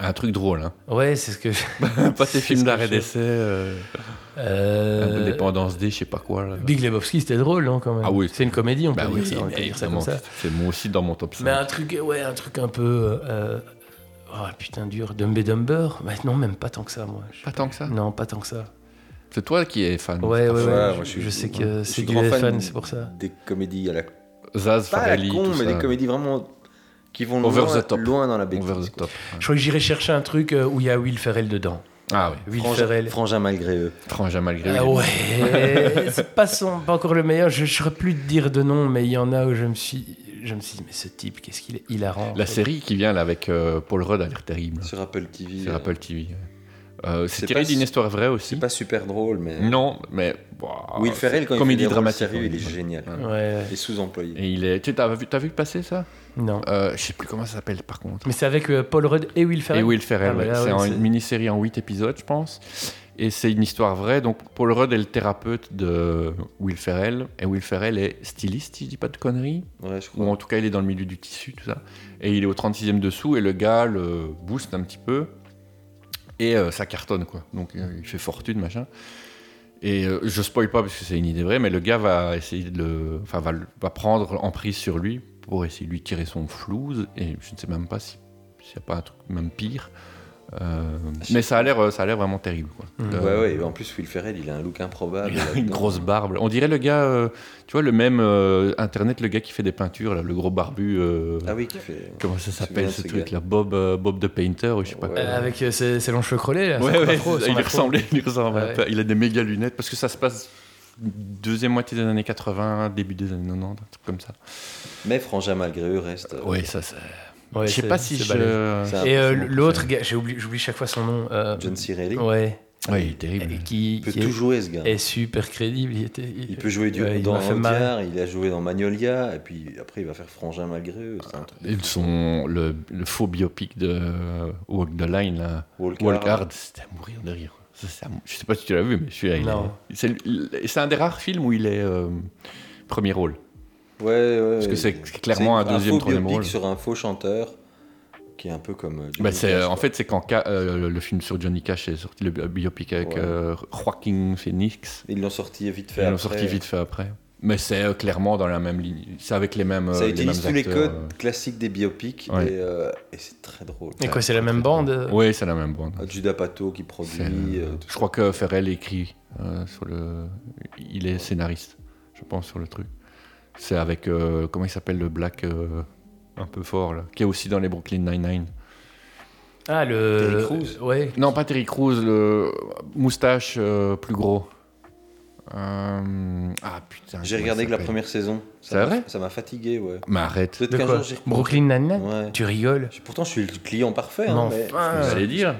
Un truc drôle, hein. Ouais, c'est ce que. Pas ces films d'arrêt d'essai, euh, Euh, Indépendance D, je sais pas quoi. là. Big Lebowski, c'était drôle, non, quand même. Ah oui. C'est une comédie, on peut Bah dire oui, ça, on peut mais dire ça comme évidemment, ça. C'est moi aussi dans mon top 5. Mais un truc, ouais, un truc un peu. euh, oh putain, dur. Dumb and Dumber Bah, Non, même pas tant que ça, moi. Je- Pas tant que ça. Non, pas tant que ça. C'est toi qui es fan. Ouais, ouais, ouais. Ouais, je, moi, je suis- je sais ouais. que Je c'est suis du grand fan fan, de- c'est pour ça. Des comédies à la. Zaz, Pas à Farelli, la tout con, mais ça. des comédies vraiment. Qui vont Over loin, the top. loin dans la bêtise. Over the top. ouais. Je crois que j'irai chercher un truc euh, où il y a Will Ferrell dedans. Ah oui. Will Frangin- Ferrell. Frangin malgré eux. Frangin malgré lui. Ah ouais, c'est pas, son, pas encore le meilleur. Je ne saurais plus te dire de nom, mais il y en a où je me suis, je me suis dit, mais ce type, qu'est-ce qu'il est hilarant. en La fait. série qui vient là avec euh, Paul Rudd a l'air terrible. Sur Apple TV. Sur euh, Apple TV. ouais. Euh, c'est C'est tiré pas- d'une histoire vraie aussi. C'est pas super drôle, mais. Ah, Non, mais. wow, Will Ferrell, quand c'est il comédie fait des rôles dramatique. sérieux, il est ouais. génial. Ouais. Ouais, ouais. Et sous-employé. Et il est. Tu sais, t'as vu, t'as vu passer ça non. euh, Je sais plus comment ça s'appelle par contre. Mais c'est avec euh, Paul Rudd et Will Ferrell. Et Will Ferrell, Ah, bah ouais. là, c'est ouais, en- c'est- une mini-série en 8 épisodes, je pense. Et c'est une histoire vraie. Donc, Paul Rudd est le thérapeute de Will Ferrell. Et Will Ferrell est styliste, si je dis pas de conneries. Ouais, je Ou crois. en tout cas, il est dans le milieu du tissu, tout ça. Et il est au 36e dessous. Et le gars le booste un petit peu. Et euh, ça cartonne, quoi. Donc, euh, il fait fortune, machin. Et euh, je spoil pas parce que c'est une idée vraie, mais le gars va essayer de le. Enfin, va, le- va prendre emprise sur lui pour essayer de lui tirer son flouze. Et je ne sais même pas si- s'il n'y a pas un truc même pire. Euh, mais ça a l'air euh, ça a l'air vraiment terrible. Quoi. Mhm. Ouais, Euh, ouais. et En plus, Will Ferrell, Ah, il a un look improbable. il a une là-dedans. grosse barbe. On dirait le gars, euh, tu vois, le même euh, internet, le gars qui fait des peintures, là, le gros barbu. euh, Ah oui, qui fait. Comment ça Je me s'appelle souviens ce de ce truc là Bob, euh, Bob the Painter ou je sais pas Ouais. quoi. Euh, avec euh, ses, ses longs cheveux crevés, là. son Ouais, ouais, afro, il, son lui afro. ressemblait, il lui ressemble un Ouais. peu. Il a des méga lunettes parce que ça se passe deuxième moitié des années 80, début des années 90, un truc comme ça. Mais Frangin malgré eux reste. euh, Oui, ça c'est. Ouais, je sais c'est- pas si c'est je. Ah, balèze. c'est un- Et euh, l'autre gars, j'ai oublié- j'oublie chaque fois son nom. euh, John Cirelli. Ouais. Ouais, il est Et terrible. Qui, Il peut qui tout est, jouer, ce gars. est super crédible. Il, était, il- Il peut jouer du, Euh, Ouais, il dans m'a fait marrer. Audiard, il a joué dans Magnolia, et puis après il va faire Frangin malgré eux. C'est un truc. Et son, le, le faux biopic de euh, Walk the Line, là. Walker. Walk Hard, c'était à mourir de rire. Ça, c'est à mou- je sais pas si tu l'as vu, mais celui-là, il Non. est- c'est, le- c'est un des rares films où il est euh, premier rôle. Ouais, ouais. Parce que ouais. c'est clairement un deuxième, faux troisième biopic rôle. sur un faux chanteur qui est un peu comme. euh, Johnny Bah, c'est, Cash, euh, en quoi. fait, c'est quand Ca- euh, le- le film sur Johnny Cash est sorti, le bi- biopic avec Ouais. euh, Joaquin Phoenix. Ils l'ont sorti vite fait. Ils l'ont après. sorti vite fait après. Mais c'est euh, clairement dans la même ligne. C'est avec les mêmes. euh, Ça les utilise tous mêmes les acteurs, codes classiques des biopics, Ouais. et, euh, et c'est très drôle. Et quoi, c'est la même bande euh. euh, Oui, c'est la même bande. Ah, Judas Pato qui C'est, produit. euh, euh, tout je crois que Ferrell écrit euh, sur le. Il est scénariste, je pense, sur le truc. C'est avec euh, comment il s'appelle le black euh, un peu fort là, qui est aussi dans les Brooklyn Nine Nine. Ah, le. Terry Crews. Ouais. Non, pas Terry Crews, le moustache euh, plus gros. Euh, Ah putain. J'ai comment regardé il que la s'appelle première saison. C'est Ça m'a- vrai Ça m'a fatigué, ouais. Mais arrête. Peut-être De qu'un quoi jour j'ai. Brooklyn Nine-Nine Ouais. Tu rigoles Je- Pourtant, je suis le client parfait. hein, Non, mais enfin. Vous allez dire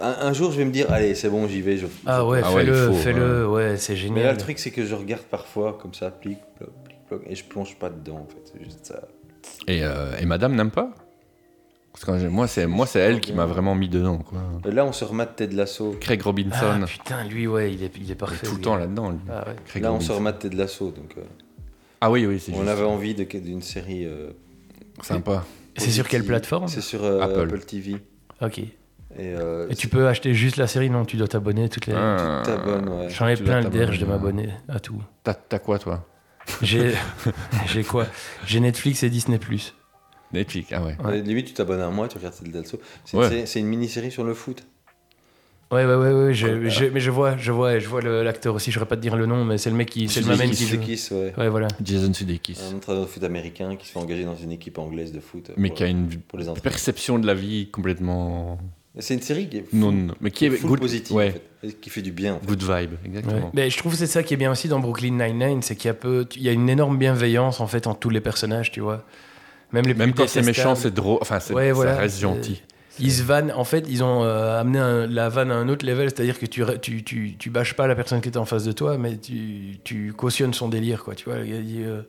un, un jour, je vais me dire allez, c'est bon, j'y vais. Je... Ah ouais, Ah ouais, fais-le, il faut, fais-le, ouais, c'est génial. Mais là, le truc, c'est que je regarde parfois comme ça, plic, ploc, plic, ploc, et je plonge pas dedans, en fait. C'est juste ça. et, euh, et madame n'aime pas Parce que quand j'ai- moi, c'est moi, c'est elle qui m'a vraiment mis dedans. Quoi. Et Euh, là, on se remate Ted Lasso. Craig Ah Robinson. putain, lui, ouais, il est, il est il est parfait. tout le lui. temps là-dedans. lui. Ah ouais. Craig là, on se Robinson. remate Ted Lasso, donc euh, Ah oui, oui, c'est on juste. avait envie de- d'une série. euh, Sympa. C'est sur quelle positive. plateforme C'est sur euh, Apple. Apple. TV. Ok. Et, euh, Et tu peux acheter juste la série Non, tu dois t'abonner toutes les. Ah. ta bonne, ouais. J'en ai tu plein dois le derge de t'abonner. m'abonner à tout. T'as t'as quoi, toi J'ai j'ai quoi J'ai Netflix et Disney Plus. Netflix, ah ouais. Ouais. Euh, Limite, tu t'abonnes à moi, tu regardes Ted Lasso. C'est Ouais. c'est- c'est une mini-série sur le foot. Ouais, ouais, ouais, ouais. je- je- mais je vois, je vois, je vois le- l'acteur aussi. J'aurais pas de dire le nom, mais c'est le mec qui, c'est le même qui. joue. Sudeikis, ouais. Ouais, voilà. Jason Sudeikis. Euh, Un entraîneur de foot américain qui se fait engager dans une équipe anglaise de foot. euh, mais pour- qui a une pour les entraîneurs. perception de la vie complètement C'est une série qui est full, non, non, mais qui est full good, positive, ouais, en fait, et qui fait du bien. en fait. good vibe, exactement. Ouais. Mais je trouve que c'est ça qui est bien aussi dans Brooklyn Nine-Nine, c'est qu'il y a peu, il y a une énorme bienveillance en fait en tous les personnages, tu vois. Même les plus Même quand c'est méchant, détestables. c'est drôle. Enfin, c'est- Ouais, voilà, ça reste c'est- gentil. Ils se vannent, en fait, ils ont euh, amené un- la vanne à un autre level, c'est-à-dire que tu, tu, tu, tu bâches pas la personne qui était en face de toi, mais tu, tu cautionnes son délire, quoi. Tu vois, il a dit, euh,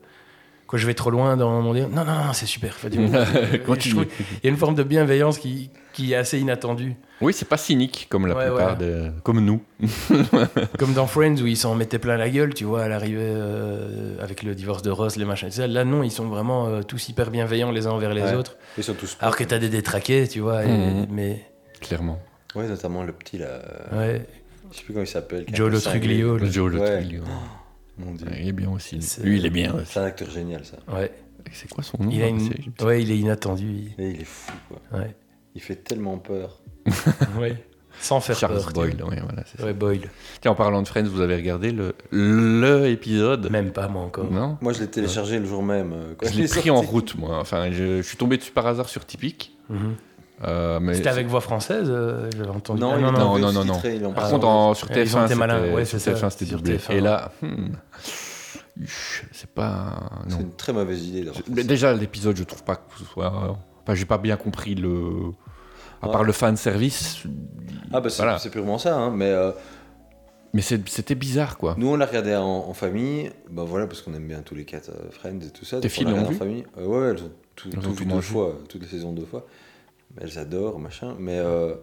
quoi, je vais trop loin dans mon délire. Non, non, non, c'est super. Enfin, tu vois, je trouve- Continue. Il y a une forme de bienveillance qui, qui est assez inattendue. Oui, c'est pas cynique comme la Ouais, plupart des. Comme nous. Comme dans Friends où ils s'en mettaient plein la gueule, tu vois, à l'arrivée euh, avec le divorce de Ross, les machins, et tout ça. Là, non, ils sont vraiment euh, tous hyper bienveillants les uns envers les Ouais. Mm, autres. Ils sont tous. Alors que t'as des détraqués, tu vois, et- Mhm. mais Clairement. Ouais, notamment le petit là. euh, ouais, Je sais plus comment il s'appelle. qui est un Joe peu Le cinglé. Truglio, là. Le Joe, le Ouais. Truglio. Mon dieu. Ouais, Il est bien aussi. Oh, C'est- Lui, il est bien. C'est un acteur génial ça. ouais. C'est quoi son nom Il a là une... C'est- Ouais, il est inattendu. Et il est fou quoi. il- Ouais. Il fait tellement peur. ouais. Sans faire Charles peur. tu vois. Boyle. ouais, voilà, c'est ça. Ouais, Boyle. Tiens, en parlant de Friends, vous avez regardé le, le épisode Même pas moi encore. Non Moi je l'ai téléchargé le jour même. euh, quand Je il l'ai est pris sorti. en route, moi. Enfin, je, je suis tombé dessus par hasard sur Typique. Mhm. Euh, mais C'était avec voix française, euh, j'avais entendu. Non, Ah, il non, était non. en non, VO non, non. sous-titré, il en Par parle. contre, en- sur Ils ont TF1, été malins, c'était Ah, ouais, sur c'est ça, TF1, c'était sur doublé. TF1, Et là, hmm, uch, c'est pas. C'est Non. une très mauvaise idée. d'avoir fait Mais ça. déjà, l'épisode, je trouve pas que ce soit. Enfin, j'ai pas bien compris le. À Ouais. part le fan service. Ah bah c'est voilà. c'est purement ça, hein, mais euh, Mais c'est- c'était bizarre, quoi. nous on l'a regardé en, en famille, bah voilà parce qu'on aime bien tous les quatre euh, Friends et tout ça. Tes donc on filles l'a l'ont regardé vu en famille. Euh, ouais, elles ont tout, Elles tout ont tout vu deux mangé. fois, euh, toutes les saisons deux fois. Elles adorent, machin, mais euh,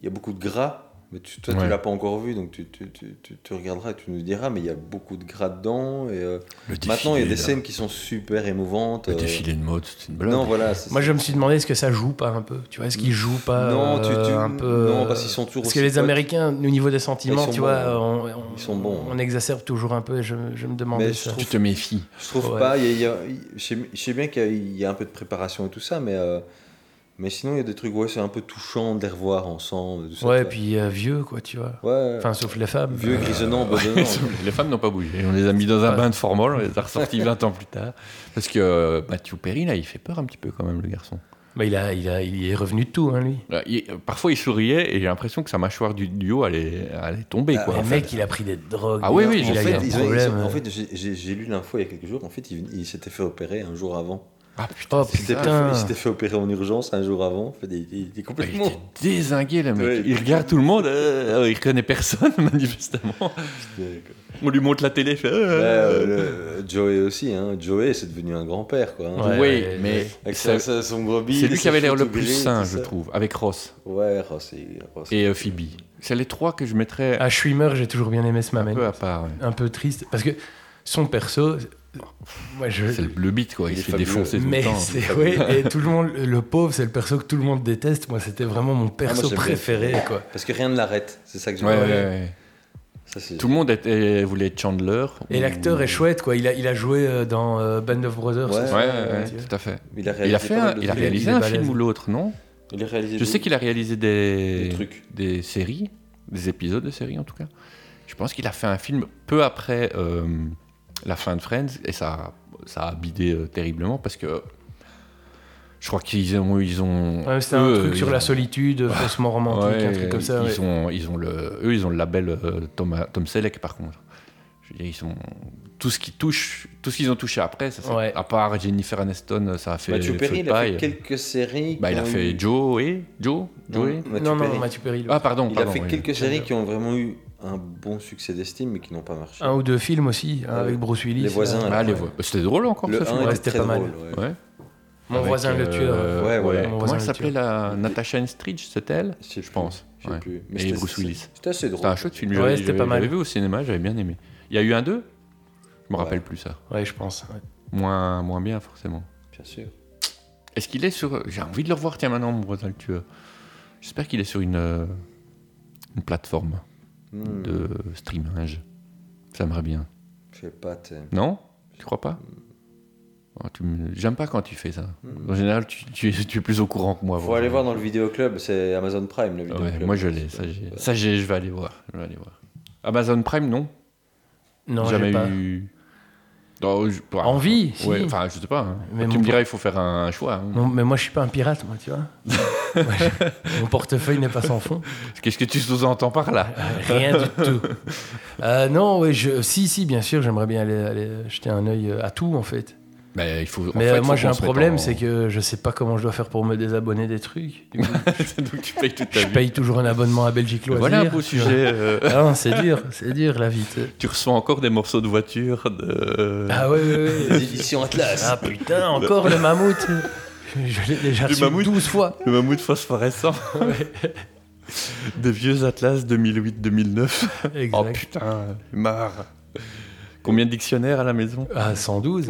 il y a beaucoup de gras. Mais tu, toi Ouais. tu l'as pas encore vu, donc tu, tu, tu, tu- tu regarderas et tu nous diras, mais il y a beaucoup de gras dedans. Et, euh, Le maintenant il y a des là. scènes qui sont super émouvantes. Le euh, défilé de mode, c'est une blague. Non, voilà. c'est- Moi, je me suis demandé est-ce que ça joue pas un peu. Tu vois, est-ce qu'ils jouent pas Non, tu- euh, tu- un peu. non, euh, parce qu'ils sont toujours Parce que aussi les potes. Américains, au niveau des Ils sentiments, sont tu bons, vois, hein. on, on- Ils sont bons, hein. on exacerbe toujours un peu. Et je, je me demandais Mais je ça. trouve- Tu te méfies. Je trouve Ouais. pas. il y a- il y a- il- je, sais, je sais bien qu'il y a- il y, a un peu de préparation et tout ça, mais, euh, mais sinon, il y a des trucs, ouais, c'est un peu touchant de les revoir ensemble. tout ça, Ouais, tu et puis euh, vieux, quoi, tu vois. vois. Ouais, Enfin, sauf les femmes. vieux, grisonnant, Les bedonnant. les femmes n'ont pas bougé. On les a mis dans un Ouais. bain de formol, on les a ressortis 20 ans plus tard. Parce que euh, Matthew Perry, là, il fait peur un petit peu quand même, le garçon. Bah, il, a, il, a, il est revenu de tout, hein, lui. Là, il- euh, parfois, il souriait et j'ai l'impression que sa mâchoire du duo allait, allait tomber. Ah, quoi, mais en le fait. mec, il a pris des drogues. Ah oui, oui, il en a fait, eu ils un ont- ils ont- problème. en fait, j'ai- j'ai j'ai lu l'info il y a quelques jours. En fait, il, il s'était fait opérer un jour avant. Ah putain, oh Il s'était putain. fait, il s'était fait opérer en urgence un jour avant. En fait, il, il- il est il complètement. était dézingué, le mec. Ouais. Il regarde tout le monde, euh, euh, il reconnaît personne, manifestement. On lui montre la télé, il fait. Ouais, euh, euh, le- Joey aussi, hein. Joey, c'est devenu un grand-père, quoi. hein. Ouais. oui, ouais, mais Avec ça- sa- sa- son gros bide, c'est lui ses qui avait l'air cheveux le tout plus gris, sain, tout je ça. trouve, avec Ross Ouais, oh, c'est. oh, c'est- et euh, Phoebe. C'est les trois que je mettrais Ah, Schwimmer, j'ai toujours bien aimé ce un mamène. peu à part. ouais. un peu triste parce que son perso moi je C'est le, le beat, quoi. Il, Il est se fait fabuleux. défoncer tout mais le temps. c'est ouais, et tout le monde le pauvre c'est le perso que tout le monde déteste moi c'était vraiment mon perso Ah, moi, j'aime préféré quoi Parce que rien ne l'arrête, c'est ça que Ouais, j'aime. ouais, ouais. Ça, c'est- Tout le monde était- voulait être Chandler. et l'acteur est chouette quoi il a il a joué euh, dans euh, Band of Brothers Ouais, c'est Ouais, ça, ouais, euh, ouais, tu vois. tout à fait. Il a réalisé, Il a, fait pas mal un- de il a trucs. réalisé Il est un balèze. film ou l'autre, non Il a réalisé Je sais qu'il a réalisé des, Des trucs. des séries, des épisodes de séries en tout cas. Je pense qu'il a fait un film peu après euh, la fin de Friends et ça, ça a bidé euh, terriblement parce que euh, je crois qu'ils ont, ils ont. Ouais, c'était eux, un truc ils sur la ont- solitude faussement romantique Euh, Ouais, un truc comme ça ils, ouais. ont, ils ont le, eux, ils ont le label euh, Tom, Tom Selleck par contre. Je veux dire, ils sont tout ce qui touche, tout ce qu'ils ont touché après, ça, ça- Ouais. à part Jennifer Aniston, ça a fait Mathieu feu Perry, de il a fait paille. quelques séries. Bah, qui il a ont fait eu- Joe et Joe, Non, Joey Mathieu non non Perry. Mathieu Perry le- Ah pardon, Il pardon, a fait oui. quelques séries qui ont vraiment eu un bon succès d'estime, mais qui n'ont pas marché. un ou deux films aussi hein, Ouais. avec Bruce Willis Les voisins, euh, là. Ah, les voix. Bah, C'était drôle oh, encore ce le 1 film. était c'était très pas mal. drôle. ouais. Ouais. mon Avec, voisin le euh, tueur Ouais, voilà. ouais. Comment Mon voisin elle le s'appelait la Natasha Henstridge, c'était elle Je sais plus, pense. je sais Ouais. plus. Et c'était- Bruce Willis. Ah, C'était assez drôle. C'était un chouette film. Ouais, j'avais- c'était j'avais- pas mal. J'avais vu au cinéma, j'avais bien aimé. Il y a eu un 2 Je me Ouais. rappelle plus ça. ouais je pense ouais. Moins, moins bien forcément. Bien sûr. Est-ce qu'il est sur. J'ai envie de le revoir, tiens, maintenant, mon voisin le tueur. J'espère qu'il est sur une, euh, une plateforme Hmm, de streamage. Ça m'aimerait bien. Je sais pas. t'es- Non Tu crois pas Oh, tu me- J'aime pas quand tu fais ça. En général, tu, tu es, tu es plus au courant que moi. Faut voilà. Ah aller voir dans le vidéoclub, c'est Amazon Prime le Ouais, vidéoclub. moi je l'ai, ça, j'ai- ça j'ai- je vais aller voir. je vais aller voir. Amazon Prime non, non j'ai jamais pas eu. Non, je- bah, envie si. ouais, enfin je sais pas. hein. Mais tu mon me diras il faut faire un, un choix. hein. Mon- mais moi, je suis pas un pirate, moi, tu vois. Moi, je- mon portefeuille n'est pas sans fond. Qu'est-ce que tu sous-entends par là Rien du tout. Euh, non, ouais, je, si, si, bien sûr, j'aimerais bien aller, aller jeter un œil euh, à tout, en fait. Mais il faut. en Mais fait, euh, faut moi j'ai qu'on un se mette problème, en- c'est que je sais pas comment je dois faire pour me désabonner des trucs. Du coup, Donc tu payes toute ta je vie. paye toujours un abonnement à Belgique Loisirs. Voilà un beau tu vois. sujet. euh, Ah non, c'est dur, c'est dur la vie. t'sais. tu reçois encore des morceaux de voiture. De... Ah ouais, ouais, ouais. Édition Atlas. Ah putain, encore le mammouth. Je l'ai déjà Du reçu mammouth. 12 fois. Le mammouth phosphorescent. des vieux Atlas 2008-2009. Exact. Oh putain, marre. Combien de dictionnaires à la maison Ah, 112.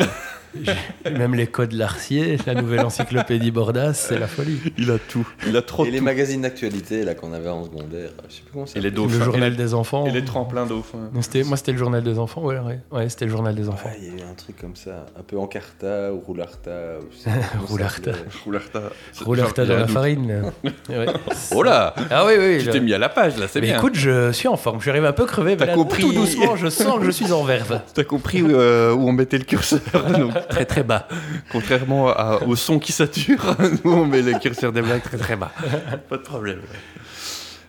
J'ai- Même les codes Larcier, la nouvelle encyclopédie Bordas, c'est la folie. Il a tout. Il a trop Et de les tout. magazines d'actualité là qu'on avait en secondaire, je sais plus comment ça. Et les Le dauphins. journal et, des enfants. les, et les tremplins dauphins. Non, c'était- moi, c'était le journal des enfants. Ouais, ouais. Ouais, c'était le journal des enfants. Ouais, il y a eu un truc comme ça, un peu encarta ou roularta. Ou je sais pas comment ça s'appelait. Roularta. Roularta. Roularta Il y dans a un la doute. farine. là. Ouais. Oh là Ah oui, oui. Tu là. t'es mis à la page là, c'est Mais bien. écoute, je suis en forme. Je suis arrivé un peu crevé, mais T'as là, compris. tout doucement, je sens que je suis en verve. T'as compris euh, où on mettait le curseur. donc, Très très bas. contrairement à- au son qui sature, nous on met le curseur des blagues très très bas. Pas de problème.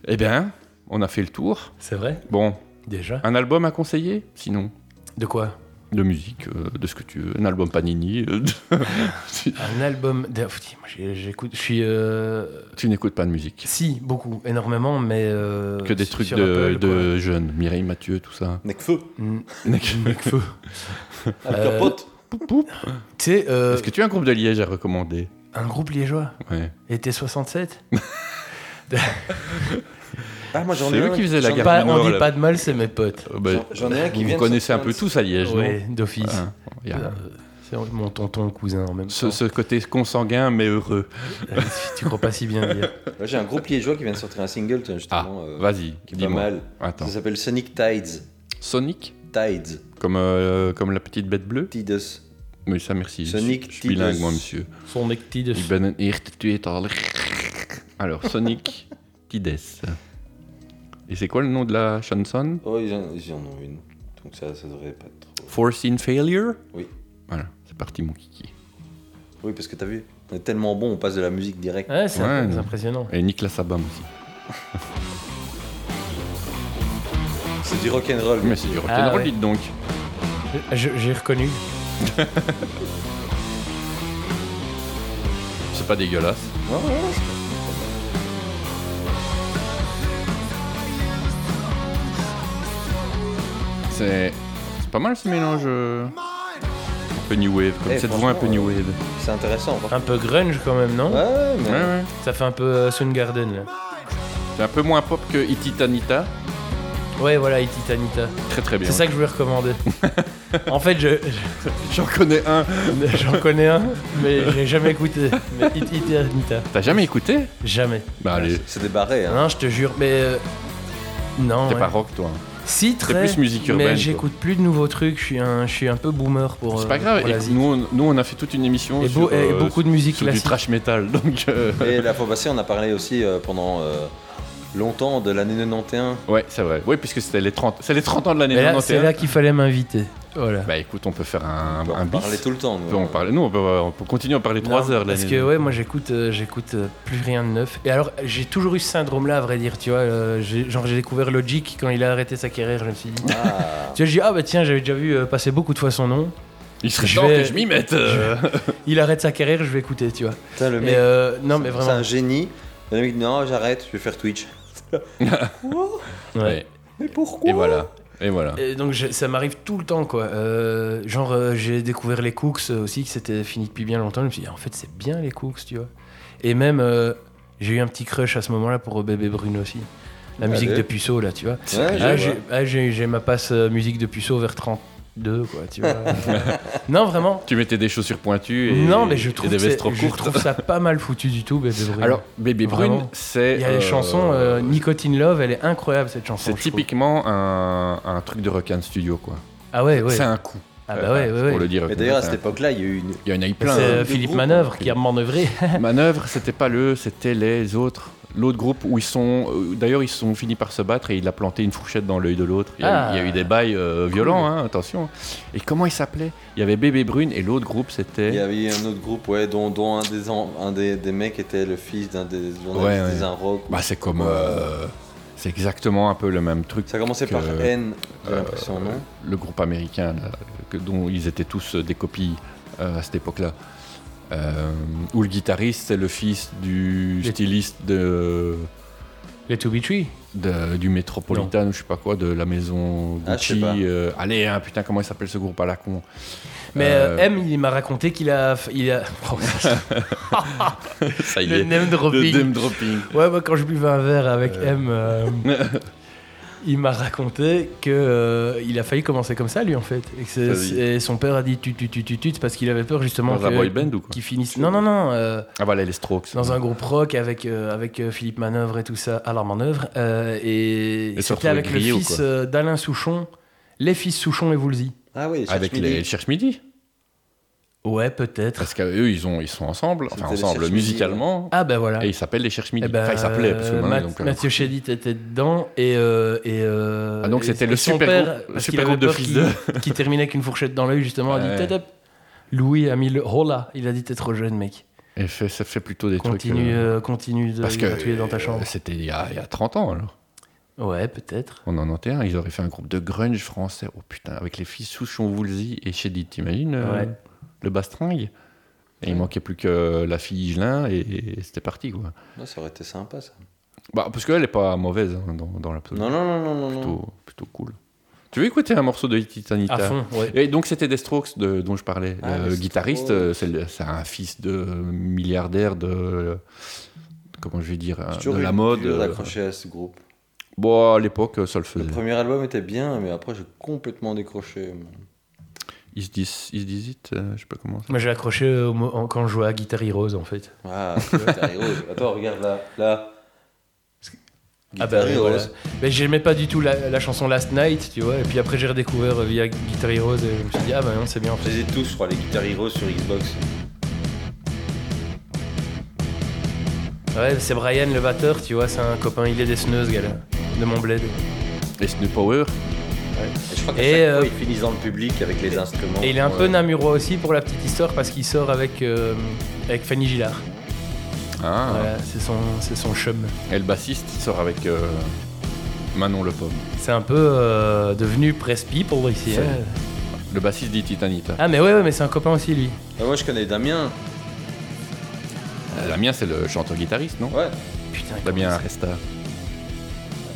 Eh bien, on a fait le tour. C'est vrai Bon, Déjà. un album à conseiller Sinon, De quoi de musique, euh, de ce que tu veux. Un album Panini. euh, tu Un album. de- Pff, moi, j'ai- J'écoute. Je suis. euh, tu n'écoutes pas de musique. Si, beaucoup, énormément, mais. euh, Que des sur trucs de, Apple, de jeunes. Mireille Mathieu, tout ça. Necfeu, quoi. Mm, Necfeu. avec Euh, un pote. Poup, poup. Tu sais, euh, Est-ce que tu as un groupe de Liège à recommander un groupe liégeois, ouais. était 67 Ah moi j'en C'est ai eux un. qui faisaient la j'en- guerre. Pas- du On Nord, dit là. pas de mal, c'est mes potes. Euh, bah, J'en- j'en ai un qui vous vient de connaissez un sortir peu un- tous à Liège, Ouais, non d'office. Hein, il y a Euh, c'est mon tonton, cousin en même ce, temps. ce côté consanguin mais heureux. Euh, si tu crois pas si bien dire. Ouais, J'ai un groupe liégeois qui vient de sortir un single tiens, Ah, justement. euh, vas-y, qui est pas dis-moi. mal. Attends. Ça s'appelle Sonic Tides. Sonic Tides. comme, euh, comme la petite bête bleue Tidus. Mais ça, merci. Sonic, je suis bilingue, Tidus. moi, monsieur. Son ecti de. Ik ben een echte tweetaler. Alors, Sonic Tides. Et c'est quoi le nom de la chanson Oh ils en, ils en ont une. Donc ça ça devrait pas être trop. Foreseen Failure Oui. Voilà, c'est parti, mon kiki. Oui parce que t'as vu, on est tellement bon, on passe de la musique direct. Ouais, c'est Ouais, non. impressionnant. Et Nicolas Sabam aussi. C'est du rock'n'roll. Mais c'est du Ah, rock'n'roll, ouais. dites donc. Je- J'ai reconnu. C'est pas dégueulasse. Ouais, ouais, ouais. C'est c'est pas mal ce mélange. euh, Un peu new wave, comme Eh, cette voix un peu franchement, new wave. C'est intéressant. par Un peu grunge quand même, non contre. Ouais, mais Ah. Ouais, ouais. Ça fait un peu euh, Soundgarden là. C'est un peu moins pop que Ititanita. Ouais, voilà, et Titanita. Très très bien. C'est ça que je voulais recommander. en fait, je, J'en connais un. je- j'en connais un, mais je l'ai jamais écouté. Mais It- It- Titanita, T'as jamais écouté jamais. Bah allez, c'est débarré. Hein. Non, je te jure, mais euh, non. t'es ouais. pas rock toi. Si très, plus musique urbaine, mais quoi. j'écoute plus de nouveaux trucs. Je suis un, je suis un peu boomer pour. C'est euh, pas grave, pour la et zik. nous, on, nous, on a fait toute une émission et, beau- sur, et euh, beaucoup de musique sur du classique. trash metal, donc euh, Et la fois passée, on a parlé aussi euh, pendant euh, longtemps de l'année 91. ouais c'est vrai, ouais puisque c'était les 30, c'est les 30 ans de l'année Mais là, c'est 91. là qu'il fallait m'inviter. Voilà. Bah écoute, on peut faire un, On un bis, parlait tout le temps. on Nous, peut en parler, nous on peut, on peut continuer à en parler 3 Non, heures Parce l'année. que ouais, moi j'écoute, euh, j'écoute euh, plus rien de neuf. Et alors j'ai toujours eu ce syndrome-là, à vrai dire. Tu vois, euh, j'ai- genre j'ai découvert Logic quand il a arrêté sa carrière. Je me suis dit. Ah, Tu vois, j'ai dit, ah bah tiens, j'avais déjà vu euh, passer beaucoup de fois son nom. Il serait Je temps que vais- je m'y mette euh. Il arrête sa carrière, je vais écouter, tu vois. putain, le Mais mec. euh, non, mais C'est vraiment. un génie. Le mec dit non, j'arrête, je vais faire Twitch. ouais. Ouais. Mais pourquoi Et voilà, et voilà. Et donc je- ça m'arrive tout le temps, quoi. Euh, genre euh, j'ai découvert les Cooks euh, aussi, que c'était fini depuis bien longtemps. Je me suis dit, en fait, c'est bien les Cooks, tu vois. Et même euh, j'ai eu un petit crush à ce moment-là pour euh, Bébé Brune aussi. La musique Allez. de Puceau, là, tu vois. Ouais, Ah, je j'ai- vois. ah, j'ai j'ai ma passe euh, musique de puceau vers 32, quoi, tu vois. Euh, non, vraiment. Tu mettais des chaussures pointues et, non, mais je et trouve, des que c'est- vestes trop je courtes. trouve ça pas mal foutu du tout, Bébé Brune. Alors, Bébé Brune, Vraiment. c'est... il y a les euh, chansons, euh, Nicotine Love, elle est incroyable cette chanson. C'est je trouve. typiquement un, un truc de Rock'n Studio, quoi. Ah ouais, ouais. C'est un coup. Ah Euh, bah ouais, ouais, ouais. Pour le dire. Mais d'ailleurs, à c'est un cette époque-là, il y a eu une. Il y en a eu C'est plein. euh, hein. Philippe groupes, Manœuvre qui a manœuvré. Manœuvre, c'était pas le, c'était les autres. L'autre groupe où ils sont. euh, D'ailleurs, ils sont finis par se battre et il a planté une fourchette dans l'œil de l'autre. Il, y a- Ah. il y a eu des bails euh, violents, hein, attention. Et comment ils s'appelaient Il y avait Bébé Brune et l'autre groupe, Il y c'était. avait un autre groupe, ouais, dont, dont un, des, en- un des, des mecs était le fils d'un des Ouais, journalistes ouais. des un rock. Bah, c'est comme. euh, c'est exactement un peu le même truc. Ça commençait par que- euh, N, j'ai l'impression, non le groupe américain là, que, dont ils étaient tous euh, des copies euh, à cette époque-là. Euh, où le guitariste, c'est le fils du Les- styliste de, Les To Be Tree de- du Metropolitan, ou je sais pas quoi, de la maison Ah, je sais Gucci. pas. euh, allez, hein, putain, comment il s'appelle ce groupe à la con Mais Euh, euh, M, il m'a raconté qu'il a. Il a... Oh, Ça y le est, name le dropping. name dropping. Ouais, moi, quand je buvais un verre avec M, euh, il m'a raconté que euh, il a failli commencer comme ça, lui, en fait. Et, que c'est- Vas-y. et son père a dit tu, tu, tu, tu, tu, parce qu'il avait peur, justement. Dans un Ben. que- boy band ou quoi Qu'il finisse. Non, non, non. euh, Ah voilà, les Strokes. dans un groupe rock avec, euh, avec euh, Philippe Manœuvre et tout ça, Alarme Manœuvre. euh, et Et se c'était retrouver avec le grillé ou fils quoi euh, d'Alain Souchon, les fils Souchon et Woolsey. Ah oui, Avec les les Cherche Midi. Ouais, peut-être. Parce qu'eux, ils, ont, ils sont ensemble, enfin C'était les ensemble Cherche Midi, musicalement. Ah, ben voilà. Et ils s'appellent les Cherche Midi. Eh ben, enfin, ils s'appelaient, parce que euh, maintenant, Math- ils ont plein de- Mathieu Chédid était dedans et. euh, et euh, Ah, donc et- c'était le et son super père, groupe- le parce super qu'il groupe avait de peur fils qu'il- Qui terminait avec une fourchette dans l'œil, justement, a Ouais. dit tête up. Louis a mis le hola. Il a dit t'es trop jeune, mec. Et fait- ça fait plutôt des trucs. Continue, euh, euh, continue de parce que gratuiter dans ta chambre. euh, c'était il y, a, il y a 30 ans alors. Ouais, peut-être. En 91, ils auraient fait un groupe de grunge français. Oh putain, avec les filles Souchon, Woolsey et Chédid, t'imagines euh, Ouais. Le bastringue Et il manquait plus que la fille Higelin et, et c'était parti quoi. ça aurait été sympa ça. Bah, parce qu'elle est pas mauvaise hein, dans, dans l'absolu. Non, non, non, non, non. non. Plutôt, plutôt cool. Tu veux écouter un morceau de Titanita À fond, ouais. Et donc c'était des Strokes de- dont je parlais. Ah, le les guitariste, Strokes. euh, c'est le- c'est un fils de euh, milliardaire de euh, comment je vais dire hein, C'est de toujours la eu mode. dur euh, d'accrocher à ce groupe. bon à l'époque euh, ça le Le Mm. faisait. premier album était bien, mais après j'ai complètement décroché. Ils se disent, ils se disent it, euh, je sais pas comment. Moi, j'ai accroché euh, au mo- en- quand je jouais à Guitar Heroes, en fait. Ah, Guitar Heroes. Attends, regarde là, là. Ah Guitar bah Heroes. voilà. Mais j'aimais pas du tout la, la chanson Last Night, tu vois. Et puis après j'ai redécouvert euh, via Guitar Heroes et je me suis dit ah bah non c'est bien en Je fait. les ai tous, je crois, les Guitar Heroes sur Xbox. Ouais c'est Brian le batteur, tu vois, c'est un copain, il est des sneuses gars de mon bled. Et Snow Power. Et je crois qu'à Et, chaque euh, fois, ils finissent dans le public avec les instruments. Et il est un Ouais. peu namurois aussi pour la petite histoire parce qu'il sort avec, euh, avec Fanny Gillard. Ah. Voilà, c'est son, c'est son chum. Et le bassiste il sort avec euh, Manon Le Pomme. C'est un peu euh, devenu press people ici. C'est- hein. Le bassiste dit Titanita. Ah mais ouais, ouais mais c'est un copain aussi lui. Ah, moi, je connais Damien. Damien c'est le chanteur guitariste non Ah. Ouais. Putain. Damien comment Aresta.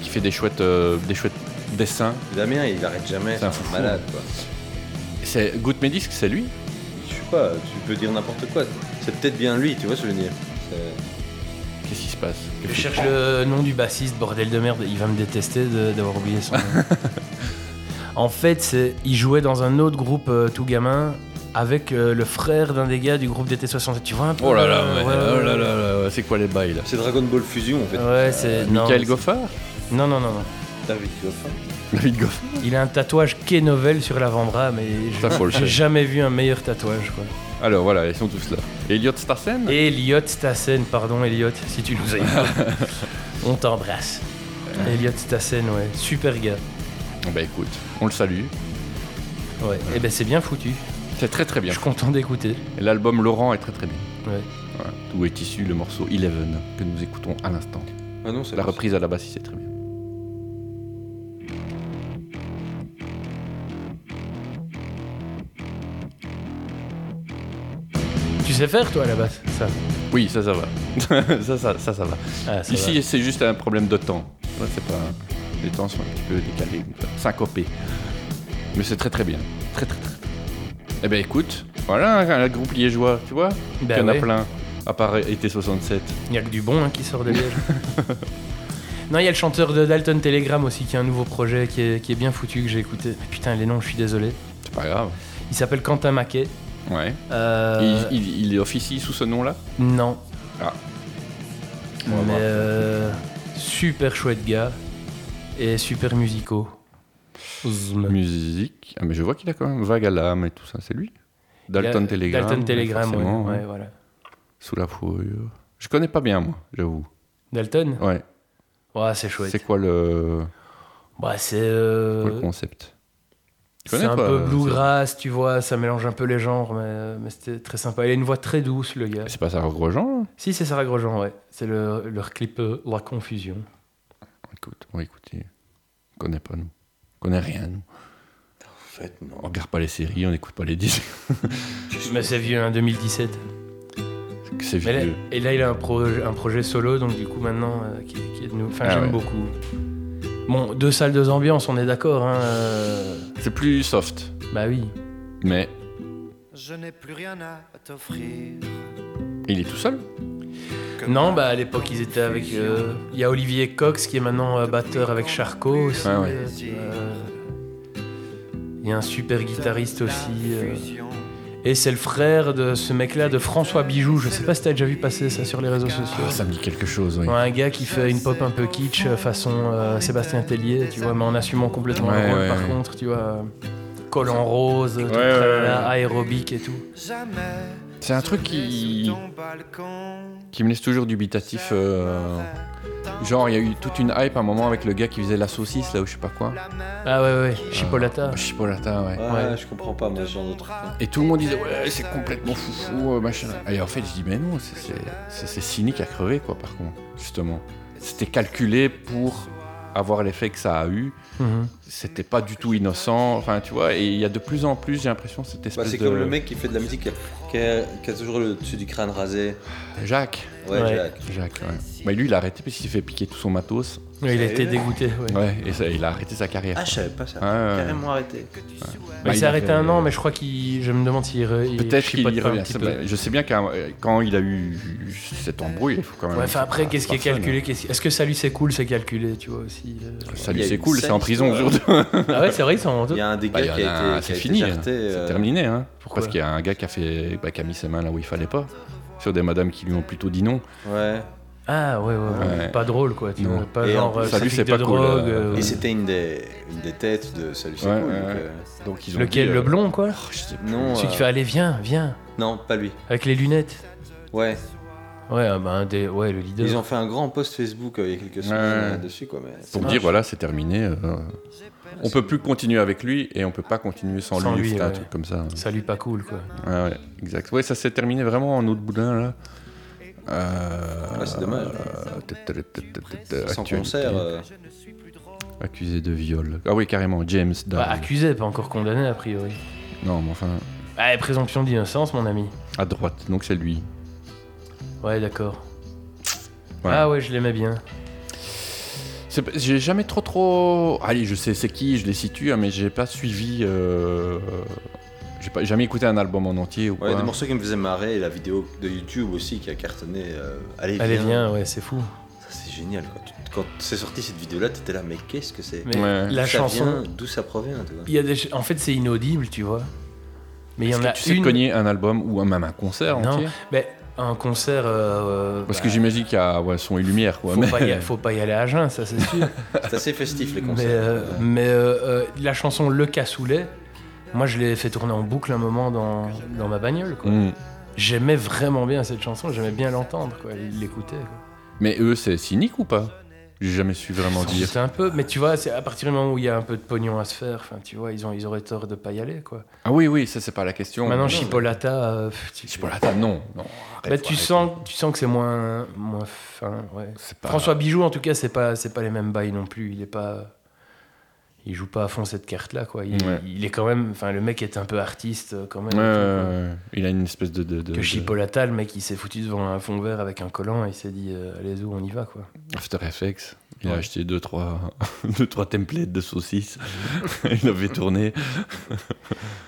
Qui fait des chouettes, euh, des chouettes dessins. Damien, il arrête jamais. C'est un foufou. malade, quoi. C'est Goûte mes disques, c'est lui. Je sais pas, tu peux dire n'importe quoi. C'est peut-être bien lui, tu vois ce que je veux dire. C'est- Qu'est-ce qui se passe Je cherche le nom du bassiste, bordel de merde, il va me détester de- d'avoir oublié son nom. en fait, c'est- il jouait dans un autre groupe euh, tout gamin avec euh, le frère d'un des gars du groupe DT67. Tu vois un peu Oh là là, euh, ouais, ouais, oh ouais, là là, là, c'est quoi les bails là C'est Dragon Ball Fusion, en fait. ouais. Ouais, c'est. non, Michael c'est- Goffard Non, non, non, non. David Goffin. David Goffard Il a un tatouage K-Novel sur l'avant-bras, mais Ça, faut le j'ai- j'ai faire. jamais vu un meilleur tatouage. Quoi. Alors voilà, ils sont tous là. Elliot Starsen Elliot Stassen, pardon Elliot, si tu nous écoutes, on t'embrasse. Elliot Stassen, ouais, super gars. Bah écoute, on le salue. Ouais. Et ben c'est bien foutu. C'est très très Je bien. suis content d'écouter. Et L'album Laurent est très très bien. Ouais. Voilà. D'où est issu le morceau Eleven que nous écoutons à l'instant. Ah non, c'est La reprise à la basse, c'est très bien. Tu sais faire toi à la basse Ça. Oui, ça ça va. ça, ça, ça ça va. Ah, ça Ici, c'est juste un problème de temps. Tu vois, C'est pas... Les temps sont un petit peu décalés, syncopés. Mais c'est très très bien. Très très très. très. Eh ben écoute, voilà un, un groupe liégeois, tu vois va. Il y Ben en a ouais, plein, à part été 67. Il n'y a que du bon hein, qui sort de Liège. non, il y a le chanteur de Dalton Telegram aussi qui a un nouveau projet qui est, qui est bien foutu que j'ai écouté. Mais putain, les noms, je suis désolé. C'est pas grave. Il s'appelle Quentin Maquet. Ouais. Euh, Il, il- il est officie sous ce nom-là Non. Ah. On va Mais voir. euh, super chouette gars et super musicaux. Zm. Musique. Ah, mais je vois qu'il a quand même vague à l'âme et tout ça, c'est lui Dalton Il y a- Telegram. Dalton Telegram, ouais, forcément, ouais, hein. voilà. Sous la fourrure. Je connais pas bien, moi, j'avoue. Dalton Ouais. Ouais, c'est chouette. C'est quoi le, Bah, c'est. quoi le euh, concept Tu C'est connais, un toi, peu euh, bluegrass, tu vois, ça mélange un peu les genres, mais, euh, mais c'était très sympa. Il a une voix très douce, le gars. C'est pas ça, hein gros genre Si, c'est Sarah Grosjean, ouais. C'est le- leur clip euh, La Confusion. Écoute, on va écouter. On connaît pas, nous. On connaît rien, nous. fait, non. On regarde pas les séries, on n'écoute pas les disques. Mais c'est vieux, hein, 2017. C'est Mais là- vieux. et là, il a un, proje- un projet solo, donc du coup, maintenant, euh, qui, qui est de nous. Enfin, Ah j'aime ouais. beaucoup. Bon, deux salles, deux ambiances, on est d'accord. Hein, euh, C'est plus soft, Bah oui. mais Je n'ai plus rien à t'offrir. il est tout seul. Non, bah à l'époque, ils étaient avec. euh, Il y a Olivier Cox qui est maintenant euh, batteur avec Charcot aussi. Ah ouais. euh, tu vois, euh, Il y a un super guitariste aussi. euh, Et c'est le frère de ce mec-là, de François Bijoux. Je sais pas si t'as déjà vu passer ça sur les réseaux sociaux. Ah, ça me dit quelque chose, oui. Ouais, un gars qui fait une pop un peu kitsch euh, façon euh, Sébastien Tellier, tu vois, mais en assumant complètement Ouais, le rôle ouais, par ouais. contre, tu vois. euh, Col en rose, tout Ouais, tralala, ouais, ouais. aérobique et tout. Jamais. C'est un truc qui, qui me laisse toujours dubitatif. euh, Genre, il y a eu toute une hype à un moment avec le gars qui faisait la saucisse, là, ou je sais pas quoi. Ah ouais, ouais, Chipolata. Chipolata, ouais. Ah, Ouais. je comprends pas, moi, ce genre de truc. Et tout le monde disait, ouais, c'est complètement foufou, euh, machin. Et en fait, je dis, mais non, c'est- c'est- c'est c'est cynique à crever, quoi, par contre, justement. C'était calculé pour avoir l'effet que ça a eu. Mhm. C'était pas du tout innocent, enfin, tu vois. Et il y a de plus en plus, j'ai l'impression, cette Bah, espèce c'est de. comme le mec qui fait de la musique qui a, qui a- qui a toujours le dessus du crâne rasé. Jacques. Ouais, Ouais. Jacques. Jacques, ouais. Mais lui, il a arrêté parce qu'il s'est fait piquer tout son matos. Ouais, il a Sérieux été dégoûté. ouais. Ouais, et ça, il a arrêté sa carrière. Ah, je savais pas ça. Ouais, ouais. Carrément arrêté. Mais Ah, il il s'est a arrêté fait- un an, mais je crois qu'il. Je me demande s'il. re- il Peut-être qu'il chipote y pas un revient. petit ça, peu. bah, Je sais bien qu'à quand il a eu cette embrouille, il faut quand même. Ouais, enfin après, qu'est-ce qui est personne. calculé qu'est-ce qui- Est-ce que ça lui c'est cool, c'est calculé, tu vois aussi euh. Ça Il y lui, a c'est eu cool, sept c'est en prison histoires. aujourd'hui. Ah ouais, c'est vrai, ils sont en Il y a un des gars Bah, il y qui en a a- été, qui c'est a été fini, hein. jarté, c'est euh, terminé. Hein. Pourquoi Parce qu'il y a un gars qui a, fait, bah, qui a mis ses mains là où il fallait pas, sur des madames qui lui ont plutôt dit non. Ouais. Ah ouais, ouais, ouais, Ouais. Pas drôle quoi, tu Non. vois. Pas Et en genre. plus, euh, ça, lui, trafic c'est de pas cool, drogue, euh, euh, Et c'était une des, une des têtes de Salut, c'est Ouais, cool, ouais, donc, ouais. euh, Donc ils ont Lequel dit, Le euh, blond quoi je sais plus. Non, Celui euh, qui fait Allez, viens, viens, non, pas lui. avec les lunettes. Ouais. Ouais, ah bah, un des... ouais le leader. Ils ont fait un grand post Facebook euh, il y a quelques semaines Ouais. euh, dessus, quoi. Mais Pour Ah, dire je- voilà, c'est terminé. euh, on peut plus continuer avec lui et on peut pas continuer sans, Sans lui, lui. c'était un ouais. truc comme ça. hein. Ça lui pas cool quoi. Ouais, Ah ouais, exact. Ouais, ça s'est terminé vraiment en autre boudin là. Euh, Ouais, Ah, c'est dommage. euh, tut, tut, tut, tut, tut, Sans actualité. concert. euh, Accusé de viol. Ah oui, carrément, James Down. Bah, accusé, pas encore condamné a priori. Non, mais enfin, Ah, et présomption d'innocence, mon ami. à droite, donc c'est lui. Ouais, d'accord. Ouais. Ah ouais, je l'aimais bien. C'est pas- J'ai jamais trop trop. Allez, je sais c'est qui, je les situe, hein, mais j'ai pas suivi. euh, J'ai pas jamais écouté un album en entier ou Ouais, quoi. des morceaux qui me faisaient marrer et la vidéo de YouTube aussi qui a cartonné. euh, Allez, viens. Allez, viens, ouais, c'est fou. Ça, c'est génial, quoi. Tu- Quand c'est sorti cette vidéo-là, t'étais là, mais qu'est-ce que c'est Mais Ouais. la D'où ça chanson, vient D'où ça provient, tu vois Il y a des ch- En fait, c'est inaudible, tu vois. Mais il y Est-ce en que a tu sais une. cogner un album ou un- même un concert Non, entier mais un concert. euh, euh, Parce bah, que j'imagine qu'il y a ouais, son et lumière, quoi. faut, mais- pas y a- faut pas y aller à jeun, ça c'est sûr. C'est assez festif, les mais concerts. euh, Ouais. mais euh, euh, la chanson Le Cassoulet, moi je l'ai fait tourner en boucle un moment dans, dans ma bagnole. Quoi. Mm. J'aimais vraiment bien cette chanson, j'aimais bien l'entendre, quoi, l'écouter. quoi. Mais eux, c'est cynique ou pas J'ai jamais su vraiment dire. C'est un peu, mais tu vois, c'est à partir du moment où il y a un peu de pognon à se faire, enfin, tu vois, ils, ont, ils auraient tort de pas y aller, quoi. Ah oui, oui, ça c'est pas la question. Maintenant, Non. Chipolata, euh, pff, tu, Chipolata, non. non arrête, Bah, tu arrête. sens, tu sens que c'est moins, moins fin, ouais. C'est pas- François Bijoux, en tout cas, c'est pas, c'est pas les mêmes bails non plus. Il est pas, il joue pas à fond cette carte-là, quoi. Il, Ouais. il est quand même, enfin, le mec est un peu artiste euh, quand même. et Ouais, ouais, tout, ouais. il a une espèce de. de, de- quoi. de- Que Chipolata, le mec, il s'est foutu devant un fond vert avec un collant et il s'est dit, euh, allez où on y va, quoi. After Effects. Il a Ouais. acheté deux trois, deux, trois templates de saucisses. il avait tourné.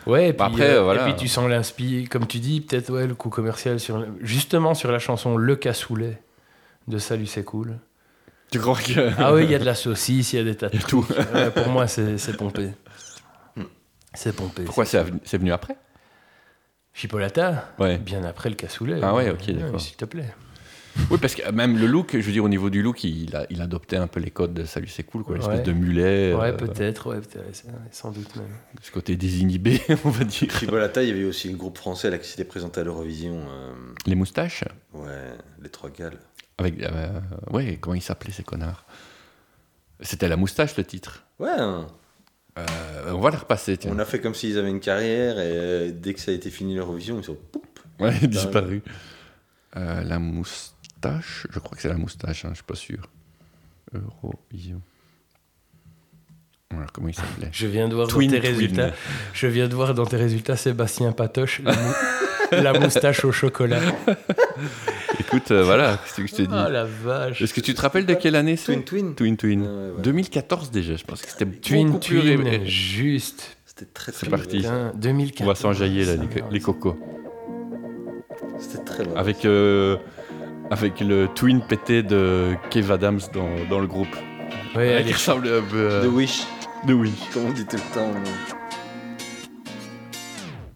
Ouais. Et puis, Bah, après, euh, euh, voilà. et puis tu sens l'inspire, comme tu dis, peut-être ouais, le coup commercial sur, le- justement sur la chanson Le Cassoulet de Salut c'est cool. Tu crois que. Ah oui, il y a de la saucisse, il y a des tas de Et tout. Ouais, pour moi, c'est c'est pompé. C'est pompé. Pourquoi c'est av- c'est venu après Chipolata Ouais. Bien après le cassoulet. hein. Ah ouais, ok, Ouais, d'accord. S'il te plaît. Oui, parce que euh, même le look, je veux dire, au niveau du look, il, a, il adoptait un peu les codes de Salut, c'est cool, quoi. L'espèce Ouais. de mulet. ouais, euh, peut-être, ouais, peut-être, ouais, sans doute même. ce côté désinhibé, on va dire. Chibolata, il y avait aussi le groupe français là, qui s'était présenté à l'Eurovision. euh, Les moustaches ouais, les trois gars. là. Avec. euh, ouais, comment ils s'appelaient ces connards C'était la moustache le titre. Ouais, hein. Euh, on va les repasser, tiens. on a fait comme s'ils avaient une carrière et euh, dès que ça a été fini l'Eurovision, ils sont poup, Ouais, disparu. Euh, la moustache, je crois que c'est la moustache, hein, je suis pas sûr. Eurovision. Ouais. alors comment il s'appelait Je viens de voir Twin, dans tes twin. résultats. Je viens de voir dans tes résultats Sébastien Patoche, la, mou- la moustache au chocolat. Écoute, euh, voilà, c'est ce que je te Oh dis. la vache. Est-ce que tu te rappelles de quelle année c'est Twin Twin Twin Twin. Ouais, ouais. 2014 déjà, je pense que c'était Twin beaucoup plus ré- Twin, juste. C'était très Eh. C'est très parti. mauvais. Putain, 2014. On va s'enjailler là, les, co- les cocos. C'était très mauvais. Avec, euh, avec le twin pété de Kev Adams dans, dans le groupe. Ouais, il allez. ressemble un peu. The euh, Wish, de oui. comme on dit tout le temps. mais-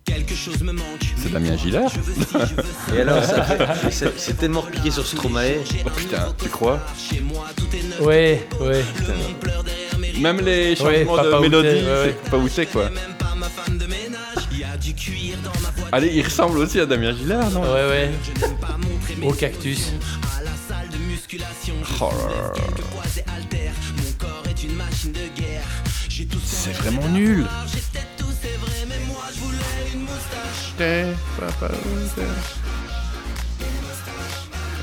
Quelque chose me manque. C'est Damien Gillard Je veux ci, je veux ça. Et alors, ça fait- c'est c'est tellement piqué sur Stromae. J'ai Oh un putain, nouveau tu crois cauchemar. Chez moi, tout est neuf. Ouais, ouais. Le monde pleure derrière mes rideaux. Même les changements Papa de Outé, mélodie, ouais, ouais. c'est pas où c'est quoi. Même pas ma femme de ménage. Il y a du cuir dans ma boîte. Allez, il ressemble aussi à Damien Gillard, non Ouais, ouais. Je n'aime pas montrer mes Au cactus. sensations. À la salle de musculation. Je Oh là là. soulève quelques poids et haltères. Mon corps est une machine de guerre. J'ai tout C'est son vraiment nul. art, J'ai peut-être tout, c'est vrai, mais moi je voulais une moustache.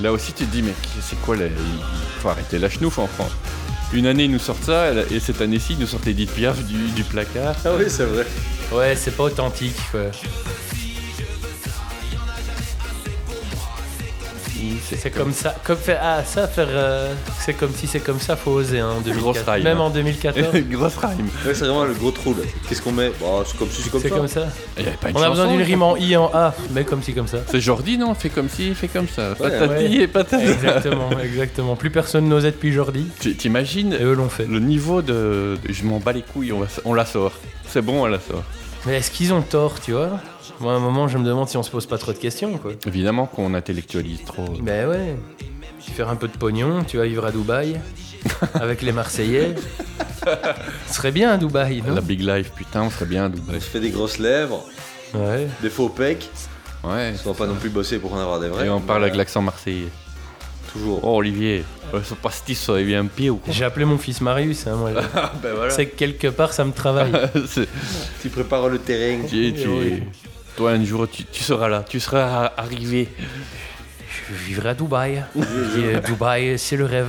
Là aussi, tu te dis, mais c'est quoi les. Faut arrêter la chenouf, enfant. Une année, ils nous sortent ça, et cette année-ci, ils nous sortent Edith Piaf du, du placard. Ah oui, c'est vrai. Ouais, c'est pas authentique, quoi. C'est comme ça, comme faire, ah, ça faire, euh, c'est comme si c'est comme ça, faut oser, hein, en 2014. raille, Même hein. en 2014, Grosse rime. Ouais, c'est vraiment le gros trou là. Qu'est-ce qu'on met Bah, C'est comme si, c'est comme c'est ça. comme ça. Il y avait pas une On a besoin chanson, d'une ça. rime en i et en a, mais comme si comme ça. C'est Jordi, non Fais comme ci, fais comme ça. Patati ouais. et patata. Exactement, exactement. Plus personne n'osait depuis Jordi, Tu- T'imagines euh, et eux l'ont fait. le niveau de. de- Je m'en bats les couilles, on, va- on la sort. C'est bon, on la sort. Mais est-ce qu'ils ont tort, tu vois Moi, à un moment, je me demande si on se pose pas trop de questions, quoi. Évidemment qu'on intellectualise trop. Ben ouais. Faire un peu de pognon, tu vas vivre à Dubaï avec les Marseillais. Ce serait bien à Dubaï, non La big life, putain, on serait bien à Dubaï. On se fait des grosses lèvres, Ouais. des faux pecs. Ouais. On va pas non plus bosser pour en avoir des vrais. Et on mais, parle avec euh, l'accent marseillais. Toujours. Oh Olivier, euh, ce pastis ça avait bien pied ou quoi J'ai appelé mon fils Marius. hein, moi. Ben voilà. C'est que quelque part, ça me travaille. C'est- Tu prépares le terrain. tu- tu- Oui. Toi un jour tu, tu seras là, tu seras a- arrivé. Je vivrai à Dubaï. Et, euh, Dubaï, c'est le rêve.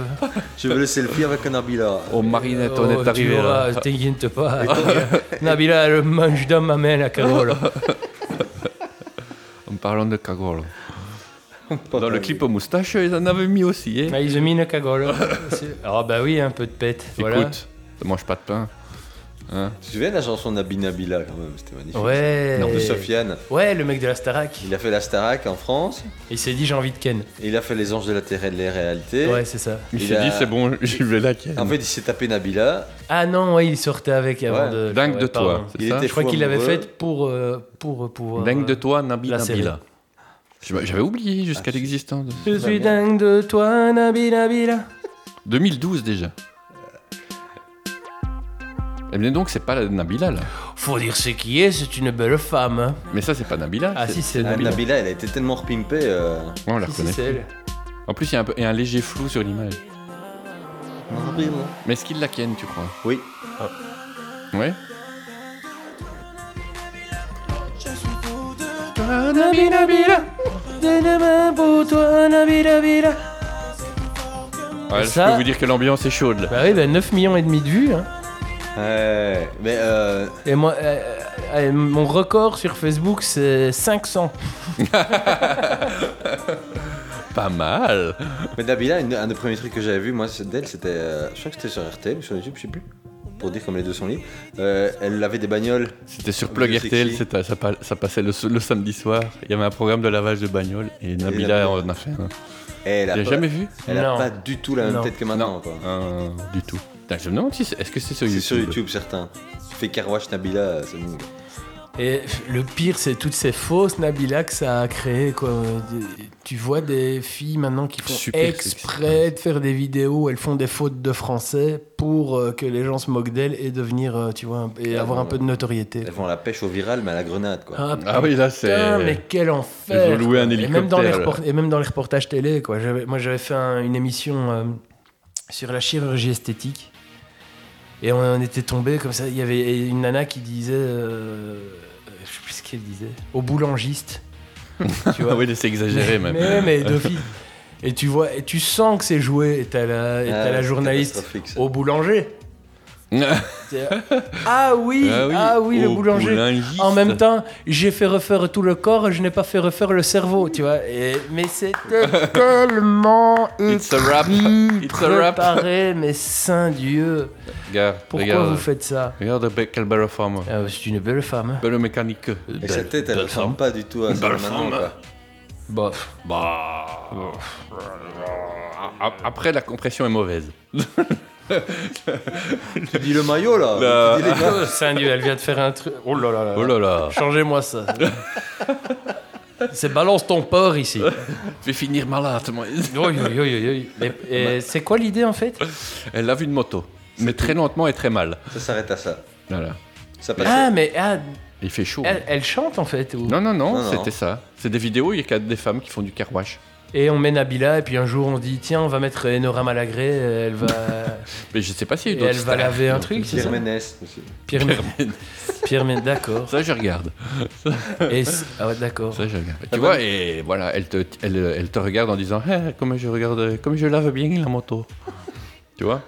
Je veux le selfie avec un abila. Oh Marinette, on Oh, est tu arrivé là. verras, T'inquiète pas. Nabila, le mange dans ma main la carole. En parlant de cagole. Dans le clip aux moustaches, ils en avaient mis aussi. hein. Ah, ils ont mis une cagole. C'est- Ah bah oui, un peu de pète. Voilà. Écoute, ne mange pas de pain. Tu te souviens de la chanson Nabi Nabila quand même C'était magnifique. Ouais. De Sofiane. Ouais, le mec de la Starac. Il a fait la Starac en France. Il s'est dit j'ai envie de Ken. et Il a fait les anges de la terre et de la réalité. Ouais, c'est ça. Il Il s'est a- dit c'est bon, j'y vais là. Ken. En fait, il s'est tapé Nabila. Ah non, ouais, il sortait avec avant Ouais. de. Dingue ouais, de pardon. toi, c'est Il ça était hein. Je crois fou qu'il l'avait amoureux. faite pour, euh, pour euh, pouvoir. Dingue de euh, toi, Nabi la série. Nabila. Ah, Je- J'avais oublié jusqu'à l'existence. de- Je suis dingue de toi, Nabi Nabila. 2012 déjà. Eh bien donc c'est pas la Nabila là. Faut dire ce qui est, c'est une belle femme. hein. Mais ça c'est pas Nabila. Ah si, c'est Ah, Nabila. Nabila, elle a été tellement repimpée. euh, Ouais, on la Si, si, reconnaît. c'est elle. En plus, il y a un, peu- il y a un léger flou sur l'image. Nabila. Mais est-ce qu'il la ken, tu crois Oui. Ouais Nabi Nabila. De demain pour toi, Nabi Nabila. Ouais, Bah, Ça- Je peux vous dire que l'ambiance est chaude là. Bah oui, bah 9 millions et demi de vues. hein. Ouais. Mais euh, Et moi, euh, euh, euh, mon record sur Facebook, c'est 500. Pas mal Mais Nabila, une- un des premiers trucs que j'avais vu, moi, c'est d'elle, c'était. euh, je crois que c'était sur RTL ou sur YouTube, je sais plus. Pour dire comme les deux sont libres. Euh, elle avait des bagnoles. C'était sur Plug Vieux RTL, sexy. c'était- ça, pa- ça passait le, le samedi soir. Il y avait un programme de lavage de bagnole et Nabila Nabila. en a fait un. Et elle Tu a, l'as pas, jamais vu elle a Non. pas du tout la même Non. tête que maintenant, quoi. Euh, Du tout. Putain, Je me demande si c'est- est-ce que c'est sur C'est YouTube sur YouTube, certains. Tu fais Carwash Nabila, c'est bon. Et le pire, c'est toutes ces fausses Nabila que ça a créé. Quoi. Des- Tu vois des filles maintenant qui font Super exprès de faire des vidéos, elles font des fautes de français pour euh, que les gens se moquent d'elles et devenir, euh, tu vois, un- et Elles avoir un vont- peu de notoriété. Elles font la pêche au viral, mais à la grenade, quoi. Ah, Ah oui, là Putain, mais c'est. quel enfer Ils ont loué un quoi. Et même dans les, hélicoptère, report- et même dans les reportages télé, quoi. J'avais- Moi, j'avais fait un- une émission euh, sur la chirurgie esthétique. Et on, on était tombé comme ça. Il y avait une nana qui disait... euh, je sais plus ce qu'elle disait. Au boulangiste. tu Ah vois. oui, c'est exagéré même. mais, mais Dophie. Et tu vois, et tu sens que c'est joué. Et t'as la, et t'as Ah, la c'est journaliste catastrophique, ça. au boulanger. Ah oui, ah oui, le au boulanger. boulangiste. En même temps, j'ai fait refaire tout le corps, je n'ai pas fait refaire le cerveau, tu vois. Et- mais c'était tellement It's a wrap. écrit, It's a wrap. préparé, mais saint Dieu. Regarde, Pourquoi regarde. vous faites ça Regarde Be- quelle belle femme. Euh, C'est une belle femme. Belle mécanique. Et sa tête, elle ressemble pas du tout à ça maintenant. quoi. Bof. Bah. a- Après, la compression est mauvaise. Tu dis le maillot là. Bah, Là. Tu dis les gars. saint Dieu, elle vient de faire un truc. Oh là là là. Oh là là. Changez-moi ça. C'est balance ton porc ici. Je vais finir malade, moi. Oui, oui, oui, oui. Et- et C'est quoi l'idée en fait Elle a vu une moto. Mais très lentement et très mal. Ça s'arrête à ça. Voilà. Ça passe. Ah, mais ah, Il fait chaud. elle, elle chante en fait. ou- Non, non, Non, non, non. c'était ça. C'est des vidéos, il y a des femmes qui font du carwash. Et on met Nabila, et puis un jour on dit tiens, on va mettre Enora Malagré, elle va, Mais je sais pas s'il y a et eu d'autres elle va stars. laver un truc, c'est Pierre ça Ménès aussi. Pierre Ménès. Pierre Ménès, d'accord. Ça, je regarde. Et c'est- ah ouais, d'accord. Ça, je regarde. Tu vois, et voilà, elle te, elle, elle te regarde en disant Hé, comme je regarde, comme je lave bien la moto. tu vois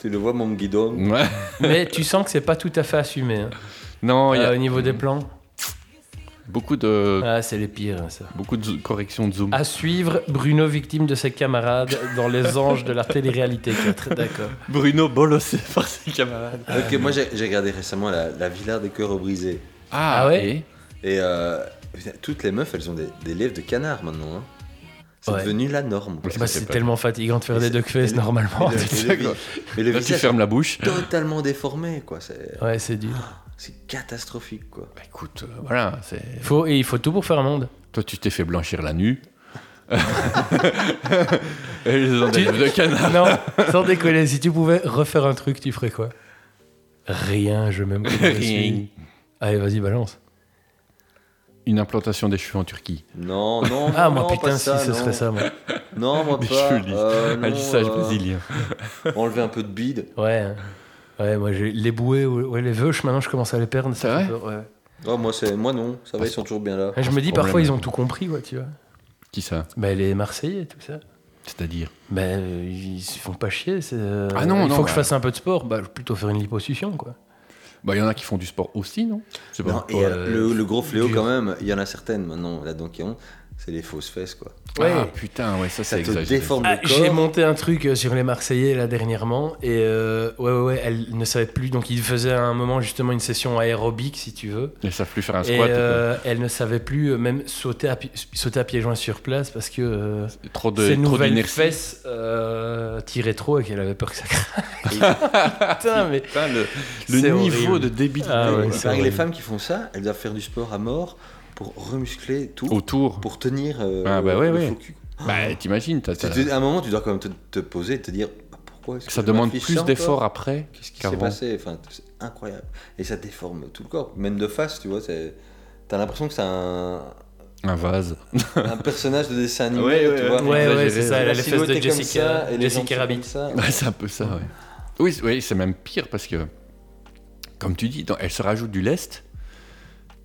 Tu le vois, mon guidon. Ouais. Mais tu sens que c'est pas tout à fait assumé. hein. Non, il y a Euh, au niveau des plans, beaucoup de, ah, c'est les pires, hein, ça. beaucoup de zo- corrections de zoom. À suivre, Bruno victime de ses camarades dans Les Anges de la télé-réalité 4. D'accord. Bruno bolossé par ses camarades. Ah. Ok, moi j'ai j'ai regardé récemment la, la Villa des cœurs brisés. Ah, Ah ouais et Et euh, putain, toutes les meufs, elles ont des, des lèvres de canard maintenant. hein. C'est Ouais. devenu la norme. quoi. Je Bah, sais c'est pas. tellement fatigant de faire des duckface normalement. Mais le- sais mais quoi. le, mais le Là, tu visage fermes la bouche. est totalement déformé, quoi. C'est Ouais, c'est dur. c'est catastrophique, quoi. Bah, écoute, euh, voilà, c'est. Faut, et il faut tout pour faire un monde. Toi, tu t'es fait blanchir la nu. Et ils ont des lèvres de canard. Non, sans déconner, si tu pouvais refaire un truc, tu ferais quoi Rien, je m'aime. comme je Rien. suis. Allez, vas-y, balance. Une implantation des cheveux en Turquie. Non, non. Ah, non, moi, non, putain, pas si, ça, ce non. serait ça, moi. Non, moi Des pas. cheveux lisses. euh, Ah, non, Alissage euh, brésilien. Enlever un peu de bide. Ouais. hein. Ouais, moi, j'ai les bouées, ouais, ouais, les veuches, maintenant, je commence à les perdre. ça C'est fait vrai Ah, peur, ouais. Oh, moi, c'est moi non. Ça va, ils sont toujours bien là. Ouais, Je me dis, problème, parfois, ils ont maintenant. tout compris, ouais, tu vois. Qui ça Bah, les Marseillais, tout ça. C'est-à-dire Bah, euh, ils se font pas chier. c'est, euh, Ah non, Il non, faut que je bah. fasse un peu de sport. Bah, je vais plutôt faire une liposuction, quoi. Bah, il y en a qui font du sport aussi, non Je sais Non, pas. et ouais, euh, le, le gros fléau, dur. quand même, il y en a certaines maintenant là-dedans qui ont. C'est les fausses fesses, quoi. Ah Ouais. putain, ouais, ça Ça c'est te exagéré. déforme Ah, le corps. J'ai monté un truc euh, sur les Marseillais là dernièrement et euh, ouais, ouais ouais elle ne savait plus donc il faisait à un moment justement une session aérobique si tu veux Ils savent plus faire un et squat. euh, elle ne savait plus euh, même sauter à, pi- sauter à pieds joints sur place parce que euh, Trop de ses trop nouvelles d'inertie. fesses euh, tiraient trop et qu'elle avait peur que ça craque. Putain mais Putain, le, le C'est niveau horrible. de débit. Ah ouais, Il paraît c'est que horrible. les femmes qui font ça, elles doivent faire du sport à mort pour remuscler tout, Autour. pour tenir euh, Ah, bah ouais, le ouais. faux cul. Bah, t'imagines, t'as- Tu t'as- te- à un moment, tu dois quand même te, te poser et te dire bah, pourquoi est-ce que ça je demande m'affiche plus ça encore d'efforts après Qu'est-ce qui s'est qu'avant. passé enfin, C'est incroyable. Et ça déforme tout le corps, même de face, tu vois. c'est- T'as l'impression que c'est un, Un vase. un personnage de dessin animé. Ouais, ouais, tu vois, ouais exagéré, ouais c'est ça ouais. elle a La les fesses silhouette est de comme Jessica ça, et les jambes sont Jessica comme Rabbit ça. Ouais, c'est un peu ça, ouais. Oui, c'est- oui, c'est même pire parce que, comme tu dis, dans- elles se rajoutent du lest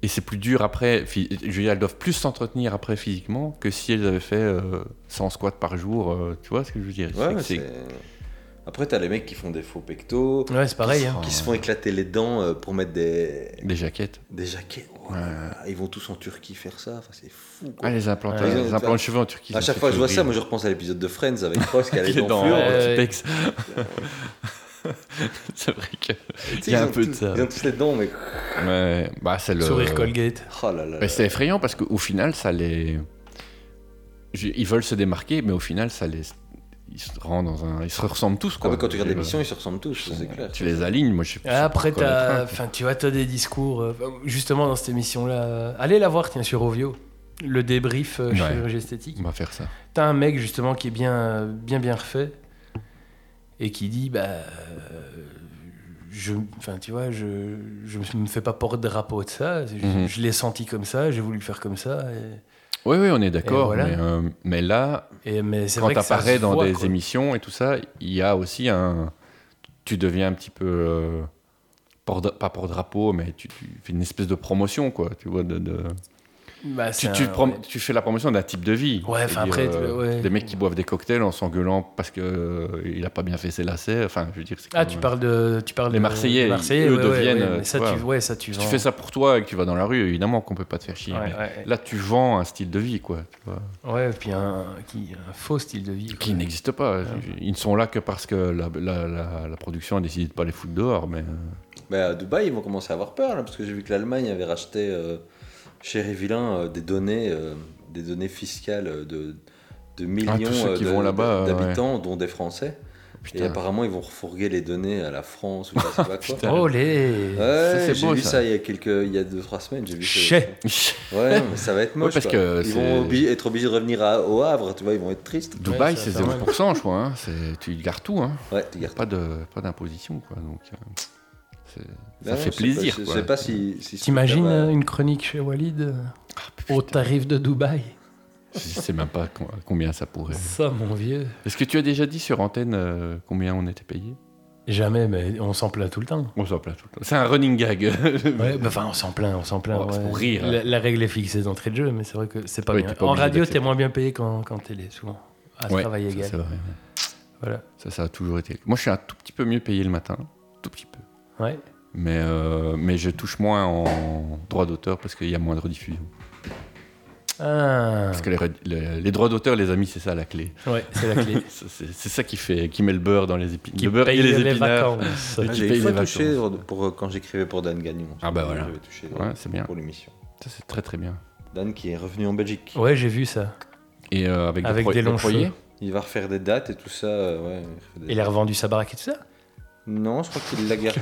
et c'est plus dur après. phy- Je veux dire, elles doivent plus s'entretenir après physiquement que si elles avaient fait euh, 100 squats par jour. euh, tu vois ce que je veux dire Ouais, C'est que ouais, c'est- c'est- Après, t'as les mecs qui font des faux pectos, qui ouais c'est pareil se- hein. qui se font éclater les dents euh, pour mettre des, Des jaquettes. des jaquets. Oh là là, Ils vont tous en Turquie faire ça, enfin, c'est fou. Quoi. Ah, les implants, Ouais. les implants de cheveux en Turquie. à ça, chaque c'est fois que je vois horrible. ça, moi je repense à l'épisode de Friends avec Ross qui a les Il est dents dans fluo. ouais. euh, ouais. Tipex. C'est vrai que. Tu sais, Il y a ils un ont peu de tous- ça. Ils ont tous les dents, mais. Ouais, bah, c'est le. sourire Colgate Oh là là. Mais c'est effrayant parce qu'au final, ça les. je- Ils veulent se démarquer, mais au final, ça les. Ils se rendent dans un. Ils se ressemblent tous, Ah, quoi. mais quand tu regardes Je- l'émission, ils se ressemblent tous, ça, c'est Ouais, clair. Tu les alignes, moi je sais plus. Ah, Après, pourquoi t'as- les trains. enfin, tu vois, t'as des discours, euh, justement dans cette émission-là. euh, Allez la voir, tiens, sur Ovio, le débrief euh, Ouais. chirurgie esthétique. On va faire ça. T'as un mec, justement, qui est bien, euh, bien, bien refait et qui dit, bah. euh, Je, enfin, tu vois, je je me fais pas porte-drapeau de ça. Je, Mhm. je l'ai senti comme ça, j'ai voulu le faire comme ça. Oui, oui, on est d'accord. Et voilà. mais, euh, mais là, Et, et- mais c'est quand vrai que ça t'apparais se dans voit, des quoi. émissions et tout ça, il y a aussi un. Tu deviens un petit peu. euh, porte- pas pour drapeau, mais tu, tu fais une espèce de promotion, quoi. Tu vois, de. de- Bah, Tu, c'est tu un- te prom- ouais. tu fais la promotion d'un type de vie. Ouais, Je enfin, veux dire, euh, après, ouais. Des mecs qui boivent des cocktails en s'engueulant parce que euh, il a pas bien fait ses lacets. Enfin, je veux dire, c'est Ah, quand tu même- parles de. Tu parles Les de- Marseillais, des Marseillais, eux ouais, ouais, deviennent, ouais, mais euh, ça, tu tu, vois, ouais, ça, tu Si vends. tu fais ça pour toi et que tu vas dans la rue, évidemment qu'on peut pas te faire chier. mais Ouais, ouais, Là, tu vends un style de vie, quoi. tu vois, ouais. Ouais, et puis un, qui, un faux style de vie. qui quoi. n'existe pas. euh, Ils ne sont là que parce que la, la- la- la production a décidé de pas les foutre dehors. Mais euh, Bah, à Dubaï, ils vont commencer à avoir peur, là, parce que j'ai vu que l'Allemagne avait racheté euh, chez Rivillain euh, des, données, euh, des données fiscales euh, de, de millions Ah, tous ceux euh, qui de- vont là-bas, de- euh, d'habitants, dont des Français. Et putain, apparemment, ils vont refourguer les données à la France ou je sais pas quoi. Putain. Oh Ouais, les Ça, c'est j'ai beau, vu ça. ça. il y a quelques, il y a deux trois semaines, j'ai vu. ça. Chez Ouais, mais ça va être moche. Ouais, parce quoi. que c'est- ils vont obli- être obligés de revenir à- au Havre, tu vois, ils vont être tristes. Dubaï, ça c'est fait mal. 0%, je crois. hein. C'est- Tu gardes tout. Hein. Ouais, tu gardes. Pas de pas d'imposition, quoi. Donc, euh, c'est- ça Non, fait je sais plaisir. pas, Je, quoi. je sais pas si. si T'imagines ça va- euh, une chronique chez Walid euh, bah. Ah, au putain, tarif de Dubaï Je sais même pas com- combien ça pourrait. Ça mon vieux Est-ce que tu as déjà dit sur antenne euh, combien on était payé Jamais mais on s'en plaint tout le temps. On s'en plaint tout le temps. C'est un running gag. Ouais, Oh, bah, enfin on s'en plaint, on s'en plaint. Ouais, c'est ouais. pour rire. La, la règle est fixée d'entrée de jeu mais c'est vrai que c'est pas Oui, bien. t'es pas en obligé radio t'es d'accepter. moins bien payé qu'en qu'en télé souvent. À Ouais, travail ça, égal. c'est vrai. Voilà. Ça, ça a toujours été. Moi, je suis un tout petit peu mieux payé le matin, tout petit peu. Ouais. Mais, euh, mais je touche moins en droits d'auteur parce qu'il y a moins de rediffusion. Ah. Parce que les, red- les- les droits d'auteur, les amis, c'est ça la clé. Ouais, c'est la clé. Ça, c'est c'est ça qui fait, qui met le beurre dans les épines. Qui Le beurre paye et les, épinards. vacances. Et Ah, qui J'ai paye une fois les touché pour, quand j'écrivais pour Dan Gagnon. Ah, bah voilà. J'avais touché Ouais, c'est bien. pour l'émission. Ça, c'est très très bien. Dan qui est revenu en Belgique. Ouais, j'ai vu ça. Et euh, avec, Avec pro- des longs proyers cheveux. Il va refaire des dates et tout ça. euh, ouais, il refait des- Il a revendu sa baraque et tout ça. Non, je crois qu'il l'a gardé.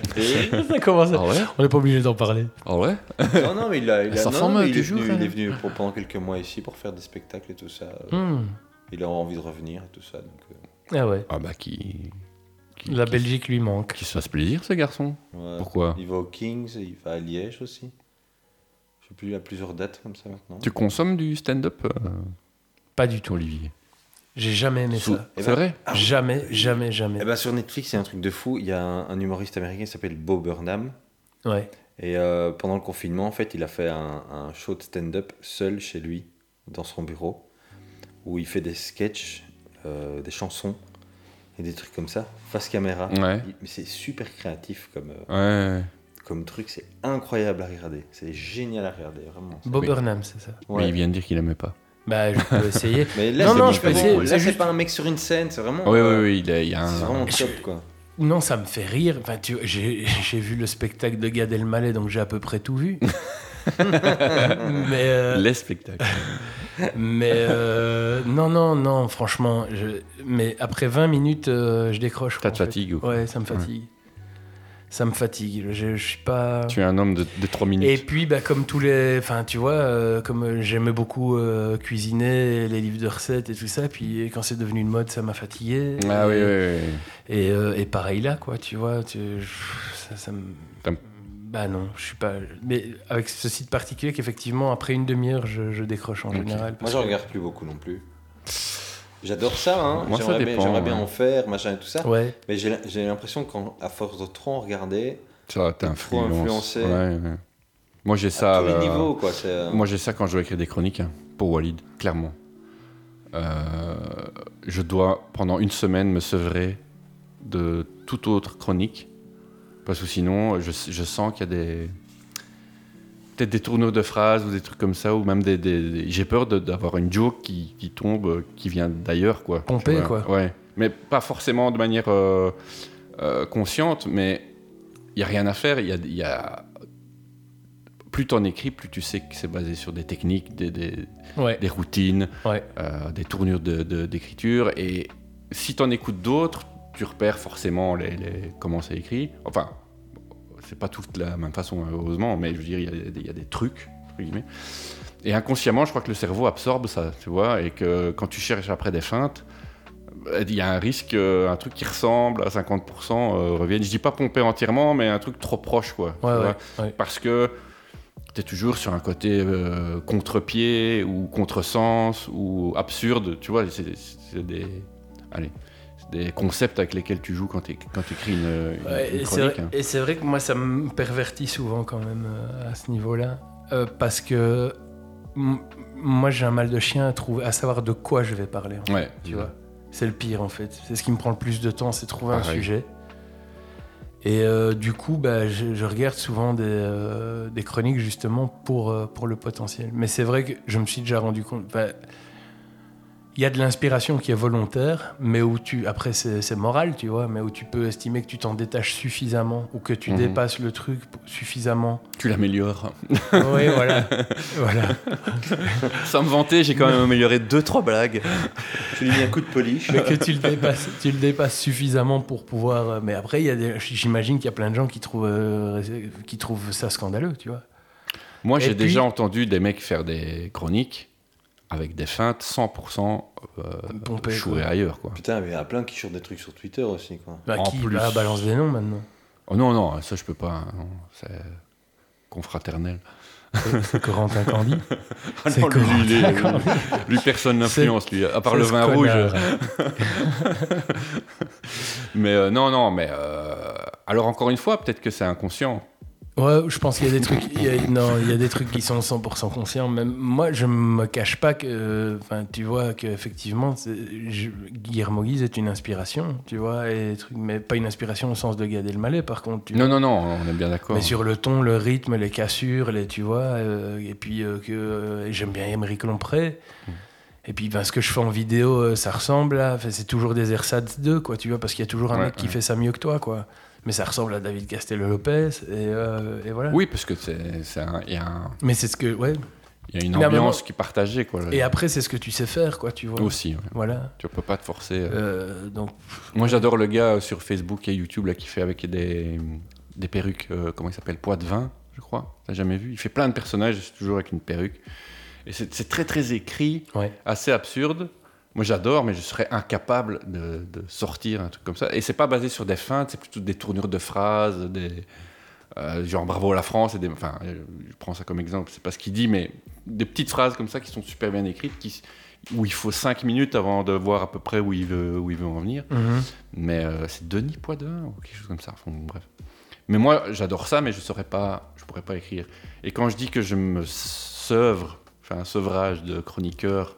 ça commence. Ah ouais On n'est pas obligé d'en parler. Ah ouais non, non, mais il a. Il a Ça non, forme, non, mais euh, il, est toujours, venu, hein. il est venu pour- pendant quelques mois ici pour faire des spectacles et tout ça. euh, Hmm. Il a envie de revenir et tout ça. Donc, euh, Ah ouais. Ah bah qui. qui- La qui- Belgique lui manque. Qui se fasse plaisir, ce garçon. ouais. Pourquoi Il va au Kings, et il va à Liège aussi. Je sais plus, il a plusieurs dates comme ça maintenant. Tu consommes du stand-up, euh, Pas du tout. Olivier J'ai jamais aimé Sous- ça. Eh C'est ben- vrai Jamais, jamais, jamais. Eh ben, sur Netflix, c'est un truc de fou. Il y a un, un humoriste américain qui s'appelle Bo Burnham. Ouais. Et euh, pendant le confinement, en fait, il a fait un, un show de stand-up seul chez lui, dans son bureau, où il fait des sketchs, euh, des chansons et des trucs comme ça, face caméra. Ouais. Il- mais c'est super créatif comme, euh, Ouais. comme truc, c'est incroyable à regarder. C'est génial à regarder, vraiment. Bob Oui. Burnham, c'est ça. Ouais. Mais il vient de dire qu'il aimait pas. Bah, je peux essayer. Mais là, Non, c'est non, bon, je peux vraiment, essayer, là, c'est c'est juste- pas un mec sur une scène, c'est vraiment. Oui, oui, euh, oui, il a- il y a C'est un. vraiment top, quoi. non, ça me fait rire. Enfin, tu... j'ai, j'ai vu le spectacle de Gad Elmaleh, donc j'ai à peu près tout vu. mais euh, Les spectacles. mais euh, non, non, non, franchement. Je... Mais après 20 minutes, euh, je décroche. T'as quoi, de en fait. fatigue ou quoi Ouais, ça me fatigue. Ça me fatigue. Je, je suis pas. Tu es un homme de, 3 minutes. Et puis, bah, comme tous les. Enfin, tu vois, euh, comme euh, j'aimais beaucoup euh, cuisiner, les livres de recettes et tout ça, puis quand c'est devenu une mode, ça m'a fatigué. Ah oui, Et- oui, oui. Et, euh, et pareil là, quoi, tu vois, tu- je- ça, ça me. T'aimes- Bah non, je suis pas. Mais avec ce site particulier qu'effectivement, après une demi-heure, je, je décroche en Ok. général. Moi, parce je que- regarde plus beaucoup non plus. J'adore ça, hein. Moi, ça J'aimerais bien, dépend, j'aimerais bien ouais. en faire, machin et tout ça. Ouais, Mais j'ai j'ai l'impression qu'à force de trop en regarder, Ça, t'es Trop influence. influencé. Ouais, ouais. Moi, j'ai à ça. tous les euh, niveaux, quoi. c'est, euh, Moi, j'ai ça quand je dois écrire des chroniques hein, pour Walid, clairement. Euh, je dois, pendant une semaine, me sevrer de toute autre chronique. Parce que sinon, je, je sens qu'il y a des. Peut-être des tournures de phrases ou des trucs comme ça, ou même des. des- des- j'ai peur de- d'avoir une joke qui, qui tombe, euh, qui vient d'ailleurs, quoi. Pompée, Tu vois. quoi. Ouais. Mais pas forcément de manière euh, euh, consciente, mais il n'y a rien à faire. Il y a, il y a- Plus t'en écris, plus tu sais que c'est basé sur des techniques, des, des- ouais, des routines, ouais. euh, des tournures de- de- d'écriture. et si t'en écoutes d'autres, tu repères forcément les, les- comment c'est écrit. Enfin, c'est pas toute la même façon, hein, heureusement, mais je veux dire, il y a des- il y, a des trucs, entre guillemets. Et inconsciemment, je crois que le cerveau absorbe ça, tu vois, et que quand tu cherches après des feintes, bah, il y a un risque, euh, un truc qui ressemble à 50% euh, revienne. Je dis pas pomper entièrement, mais un truc trop proche, quoi. tu Ouais, vois ouais, ouais. parce que tu es toujours sur un côté euh, contre-pied ou contresens ou absurde, tu vois, c'est c'est des allez, c'est des concepts avec lesquels tu joues quand tu quand écris une, une- Ouais, une et c'est chronique. vrai- hein. Et c'est vrai que moi, ça me pervertit souvent quand même euh, à ce niveau-là. Euh, parce que m- moi, j'ai un mal de chien à, trouver, à savoir de quoi je vais parler. en fait, hein. Ouais, tu vois. C'est le pire, en fait. C'est ce qui me prend le plus de temps, c'est trouver un Pareil. sujet. Et euh, du coup, bah, je, je regarde souvent des, euh, des chroniques justement pour, euh, pour le potentiel. Mais c'est vrai que je me suis déjà rendu compte. bah, Il y a de l'inspiration qui est volontaire, mais où tu. Après, c'est c'est moral, tu vois, mais où tu peux estimer que tu t'en détaches suffisamment ou que tu Mhm. dépasses le truc suffisamment. Tu l'améliores. oui, voilà. voilà. Sans me vanter, j'ai quand même amélioré 2-3 blagues. Je lui ai mis un coup de polish. Mais que tu le dépasses, tu le dépasses suffisamment pour pouvoir. euh, Mais après, il y a des- j'imagine qu'il y a plein de gens qui trouvent, euh, qui trouvent ça scandaleux, tu vois. Moi, Et j'ai puis- déjà entendu des mecs faire des chroniques avec des feintes 100% euh, Pompées, chouées quoi. ailleurs, quoi. Putain, mais il y en a plein qui churent des trucs sur Twitter aussi, quoi. Bah, En qui plus. bah, balance des noms maintenant Oh non, non, ça, je peux pas. hein, non, c'est confraternel. C'est Corentin Candy. Ah C'est non, lui, Corentin lui, il est- Candy. Lui, personne n'influence, lui, à part C'est le ce vin rouge. connard. Mais euh, non, non, mais... euh, Alors, encore une fois, peut-être que c'est inconscient. Ouais, je pense qu'il y a des trucs. il y a- non, il y a des trucs qui sont 100% conscients. Même moi, je me cache pas que. Enfin, tu vois qu'effectivement, c'est- je- Guillermo Guise est une inspiration, tu vois, et des trucs- mais pas une inspiration au sens de Gad Elmaleh, par contre. Tu Non, non, non, on est bien d'accord. Mais sur le ton, le rythme, les cassures, les, tu vois, euh, et puis euh, que euh, j'aime bien Émeric Lompré. Hmm. Et puis ben, ce que je fais en vidéo, euh, ça ressemble à. enfin, C'est toujours des ersatz 2, quoi, tu vois, parce qu'il y a toujours un Ouais, mec qui ouais. fait ça mieux que toi, quoi. Mais ça ressemble à David Castello-Lopez, et, euh, et voilà. Oui, parce que c'est, c'est un- il y, a un- Mais c'est ce que. Ouais. il y a une Mais à un ambiance moment- qui est partagée, quoi. Et après, c'est ce que tu sais faire, quoi, tu vois. Aussi, ouais. Voilà. tu peux pas te forcer. euh. Euh, donc, Moi, j'adore le gars euh, sur Facebook et YouTube là, qui fait avec des, des perruques, euh, comment il s'appelle Poids de vin, je crois. T'as jamais vu Il fait plein de personnages, c'est toujours avec une perruque. Et c'est c'est très, très écrit, Ouais. assez absurde. Moi, j'adore, mais je serais incapable de, de sortir un truc comme ça. Et c'est pas basé sur des feintes, c'est plutôt des tournures de phrases, des. euh, genre bravo à la France, et des, enfin, euh, je prends ça comme exemple, c'est pas ce qu'il dit, mais des petites phrases comme ça qui sont super bien écrites, qui, où il faut 5 minutes avant de voir à peu près où il veut, où il veut en venir. mhm. Mais euh, c'est Denis Poidin ou quelque chose comme ça. Enfin, bon, bref. Mais moi, j'adore ça, mais je saurais pas, je pourrais pas écrire. Et quand je dis que je me sevre, enfin un sevrage de chroniqueur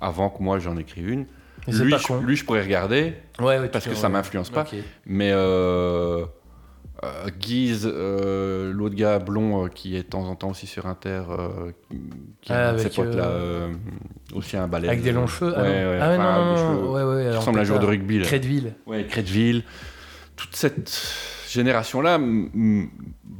avant que moi j'en écrive une, Mais c'est lui, pas je, con. lui, je pourrais regarder Ouais, ouais, tu parce peux- que ça m'influence pas. Ok. Mais euh, euh, Guise, euh, l'autre gars blond euh, qui est de temps en temps aussi sur Inter, euh, qui Ah, a ses avec, potes là, euh, euh, aussi un balai. Avec des longs cheveux Ah, Euh, Ouais, ouais, non. Ah, ouais, enfin, non, des non, non, cheveux ouais, ouais, qui alors, ressemble à un joueur de putain, rugby. là. Crédville. Ouais, Crèteville, toute cette génération-là mm, mm,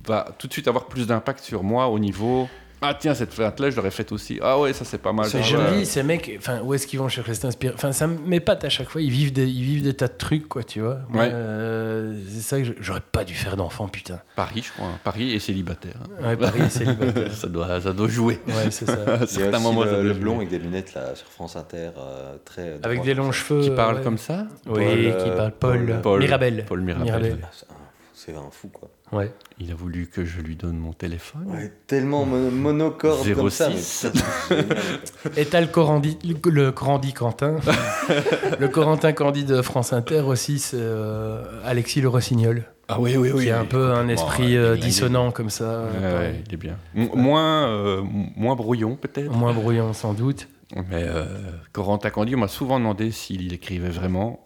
va tout de suite avoir plus d'impact sur moi au niveau. Ah tiens, cette feinte-là, je l'aurais faite aussi. Ah ouais, ça c'est pas mal. C'est Ah je ouais. me dis, ces mecs, enfin, où est-ce qu'ils vont chercher cette inspiration Enfin, ça m'épate à chaque fois. Ils vivent des, ils vivent des tas de trucs, quoi, tu vois. Moi, Ouais. euh, c'est ça que je- j'aurais pas dû faire d'enfant, putain. Paris, je crois. hein. Paris et célibataire. hein. Ouais, Paris est célibataire. ça, doit, ça doit jouer. Ouais, c'est ça. À Il y a certains aussi moments, ça le, doit le jouer. blond avec des lunettes là sur France Inter, euh, très. droit, Avec des longs comme ça. cheveux. Qui parle ouais. comme ça Oui, Paul, qui euh, parle. Paul. Paul- Mirabel. Paul Mirabel. Ah, c'est un- C'est un fou quoi. Ouais. Il a voulu que je lui donne mon téléphone. Ouais, tellement mono- monocorde comme ça. mais 06. putain, c'est génial. Et t'as le Corandi, le, le Corandi Quentin. le Corentin Candide de France Inter aussi, c'est euh, Alexis le Rossignol. Ah oui, oui, qui a un peu un complètement, esprit euh, euh, il est- dissonant comme ça. Ouais, euh, ouais, il est bien. Mo- Moins, euh, moins brouillon peut-être. Moins brouillant, sans doute. Mais euh, Corentin Candy, on m'a souvent demandé s'il écrivait vraiment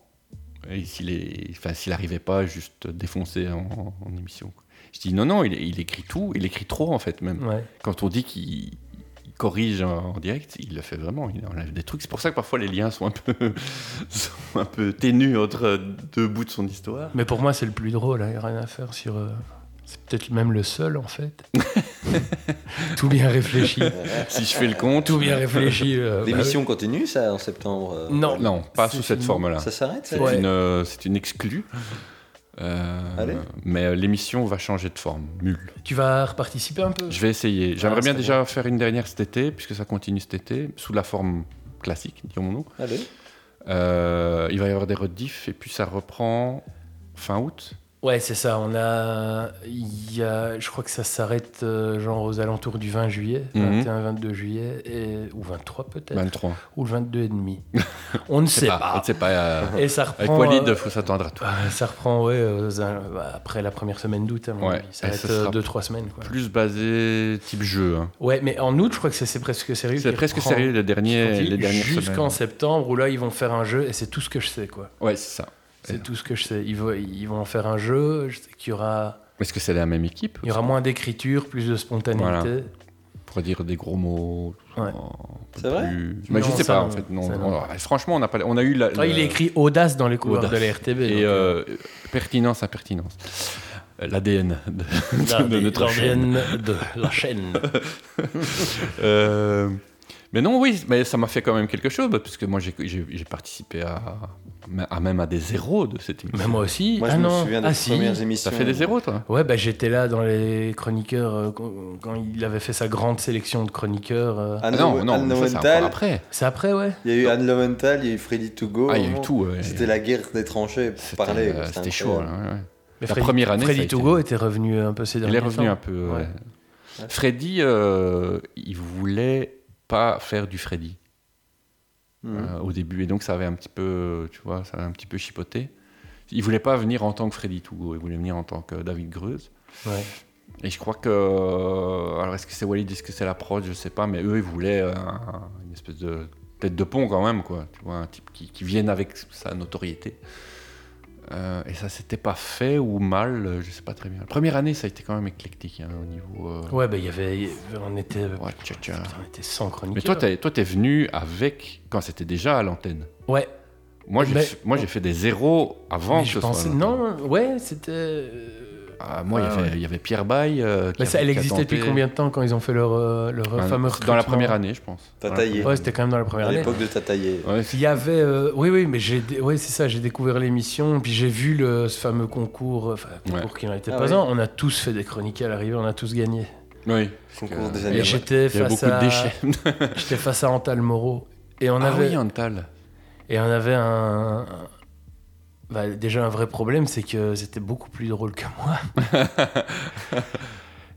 et s'il est- enfin, s'il n'arrivait pas à juste défoncer en, en émission. quoi. Je dis non, non, il, il écrit tout, il écrit trop en fait même. Ouais. Quand on dit qu'il il corrige en, en direct, il le fait vraiment, il enlève des trucs. C'est pour ça que parfois les liens sont un peu, sont un peu ténus entre deux bouts de son histoire. Mais pour moi, c'est le plus drôle. hein. Il n'y a rien à faire sur. euh, C'est peut-être même le seul, en fait. Tout bien réfléchi. Si je fais le compte, Tout bien réfléchi. euh, bah, L'émission continue ça en septembre. euh, Non. Non, pas C'est sous cette fini. forme-là. Ça s'arrête ça C'est Ouais. une, euh, c'est une exclue. Euh, Allez. mais euh, l'émission va changer de forme. Mule. Tu vas reparticiper un peu Je vais essayer. J'aimerais Ah, bien c'est déjà faire une dernière cet été, puisque ça continue cet été, sous la forme classique, dirons-nous. Allez. Euh, il va y avoir des rediffs, et puis ça reprend fin août. Ouais, c'est ça. On a, il y a, je crois que ça s'arrête euh, genre aux alentours du 20 juillet, Mhm. 21-22 juillet, et, ou 23 peut-être, 23. ou le 22 et demi. On ne sait C'est pas. pas. C'est pas. euh, Et ça avec reprend. Walid, euh, faut s'attendre à tout. bah, ça reprend ouais aux- bah, après la première semaine d'août. à mon Ouais, avis. Ça et va ce être euh, sera deux trois semaines. Quoi. Plus basé type jeu. hein. Ouais, mais en août, je crois que c'est- c'est presque sérieux. C'est qui presque reprend. sérieux les derniers, Ils ont dit les dernières semaines. Jusqu'en septembre où là ils vont faire un jeu et c'est tout ce que je sais quoi. Ouais, c'est ça. Et- C'est tout ce que je sais. Ils vont, ils vont en faire un jeu. Je sais qu'il y aura, Est-ce que c'est la même équipe il y aura moins d'écriture, plus de spontanéité. Pour dire des gros mots. Ouais. genre, un peu C'est vrai plus- Mais je Non, sais ça, pas non. en fait. Non, Ça, on- non. ouais, franchement, on a, pas, on a eu la. Ah, il la- est écrit audace dans les couloirs Audace. de la RTB. donc, Et euh, euh, pertinence, impertinence. Euh, L'ADN de, la- de notre la- chaîne. euh, de la chaîne. Euh, mais non, oui, mais ça m'a fait quand même quelque chose, bah, puisque moi j'ai- j'ai j'ai participé à, à même à des zéros de cette émission. Mais moi aussi. Moi, je ah me non. souviens des ah si. premières émissions. T'as fait des zéros, toi Ouais, bah, j'étais là dans les chroniqueurs euh, quand, quand il avait fait sa grande sélection de chroniqueurs. euh. Ah Anne Ah non, Lo- non, Anne ça, c'est Lowenthal, encore après. C'est après, ouais. Il y a eu Anne Lowenthal, il y a eu Freddy Togo. Ah, il y a eu tout. ouais. oh, C'était la guerre des tranchées C'était, pour parler. euh, quoi, C'était chaud. incroyable. ouais, ouais. La Mais Freddy- première année, ça a Freddy été- Togo était revenu un peu ces Il derniers est temps. revenu hein. un peu. ouais. Ouais. Ouais. Freddy, euh, il voulait pas faire du Freddy Mhm. euh, au début, et donc ça avait un petit peu, tu vois, ça avait un petit peu chipoté. Il voulait pas venir en tant que Freddy Togo, il voulait venir en tant que David Greuze. Ouais. Et je crois que. euh, Alors, est-ce que c'est Walid, est-ce que c'est la prod, je sais pas, mais eux, ils voulaient euh, un- une espèce de tête de pont quand même, quoi. Tu vois, un type qui, qui vienne avec sa notoriété. Euh, et ça s'était pas fait ou mal, euh, je sais pas très bien. La première année, ça a été quand même éclectique hein, au niveau. euh, Ouais, bah, il y avait. On était. ouais, tcha, tcha. Putain, on était sans chroniqueurs. Ah. Mais toi, t'es, toi, t'es venu avec. quand c'était déjà à l'antenne. Ouais. Moi, j'ai, Mais- fait, moi, j'ai fait des zéros avant mais que je ce soit à pensais. l'antenne. Non, ouais, c'était. euh, Ah, moi, il y Ah, avait- ouais. il y avait Pierre Baille. euh, qui Mais ça, avait- elle qui a existait depuis tenté- combien de temps quand ils ont fait leur, euh, leur Ah, fameux Dans la recrutement première année, je pense. T'as Dans la taillé. Ouais, c'était quand même dans la première À année. l'époque de Tataillé. Ouais, Il y avait, euh, oui, oui, mais j'ai, dé- ouais, c'est ça, j'ai découvert l'émission, puis j'ai vu le, ce fameux concours, euh, enfin, concours qui n'en était Ah pas ouais. un. On a tous fait des chroniques à l'arrivée, on a tous gagné. Oui. Concours des Et années. j'étais Il y a face beaucoup à, de déchets. Ah j'étais face à Antal Moreau, et on avait, Antal. et on avait un, un- bah, déjà un vrai problème, c'est que c'était beaucoup plus drôle que moi.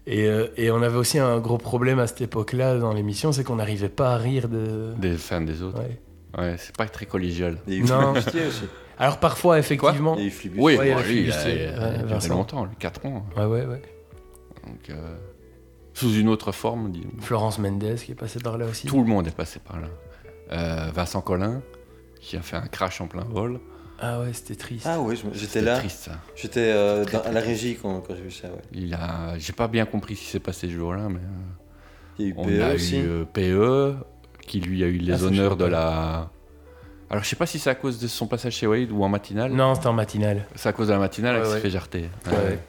Et, euh, et on avait aussi un gros problème à cette époque-là dans l'émission, c'est qu'on n'arrivait pas à rire de. Des fans des autres. Ouais. Ouais, c'est pas très collégial. Il y a eu Non. Flibustier aussi. Alors parfois, effectivement. Il y a eu Flibus. Oui, Ouais, bon, il y a lui, il a, Flibustier, il a ouais, duré Vincent. longtemps, 4 ans. Ouais, ouais, ouais. Donc, euh, sous une autre forme, disons. Florence Mendes qui est passée par là aussi. Tout le monde est passé par là. Euh, Vincent Collin, qui a fait un crash en plein vol. Ah ouais, c'était triste. Ah oui, je me- j'étais C'était là. triste, ça. J'étais euh, dans- à la régie quand, quand j'ai vu ça. Ouais. Il a... J'ai pas bien compris ce qui s'est passé ce jour-là, mais euh, Il y a eu on PE a E aussi. eu euh, PE, qui lui a eu Ah, les ça, je honneurs sais de pas. la... Alors, je sais pas si c'est à cause de son passage chez Wade ou en matinale. Non, c'était en matinale. C'est à cause de la matinale Ouais, qu'il s'est ouais. fait jarter. Euh, Ouais, ouais.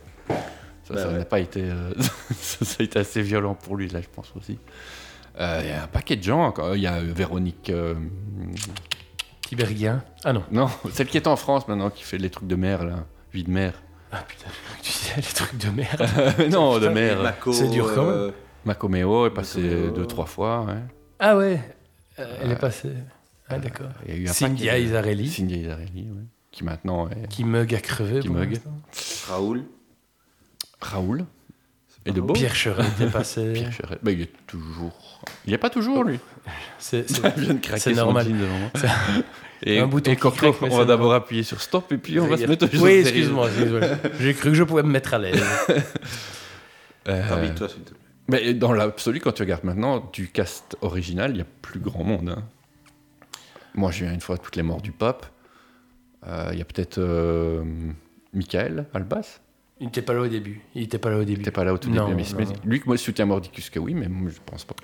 Ça, Bah ça ouais. n'a pas été. euh, ça, ça a été assez violent pour lui, là, je pense aussi. Euh, Il y a un paquet de gens. quoi. Il y a Véronique. euh, Tiberghien. Ah non. non, celle qui est en France maintenant, qui fait les trucs de mer, là. Vie de mer. Ah putain, tu disais les trucs de merde. non, de Et mer. Mako, C'est dur quand euh, Macoméo est passé Macoméo. deux, trois fois. ouais. Ah ouais, euh, elle est passée. Ah d'accord. Il y a eu un Cynthia paquet de- Isarelli Cynthia Isarelli, ouais. Qui maintenant est qui mug a crevé. Qui pour mug. l'instant. Raoul. Raoul. Et de Beau. Ah, Pierre Cheret était passé. Pierre Chérel. Bah, il est toujours. Il n'y est pas toujours, lui. C'est c'est- Ça vient de craquer c'est son normal. jean devant moi. C'est- Et, Un bouton et qui Coco, craque, mais on c'est va d'abord appuyer sur stop et puis on va se mettre au jeu Oui, de série. excuse-moi. excuse-moi. J'ai cru que je pouvais me mettre à l'aise. Euh, Rhabille-toi, s'il te plaît. mais dans l'absolu, quand tu regardes maintenant, du cast original, il y a plus grand monde. hein. Moi, j'ai eu une fois toutes les morts du pape. Euh, Il y a peut-être euh, Michael Albas. Il n'était pas là au début. Il n'était pas là au Il début. n'était pas là au tout Non, début, mais il se met- non, non. lui que moi je soutiens Mordicus que oui, mais moi, je pense pas.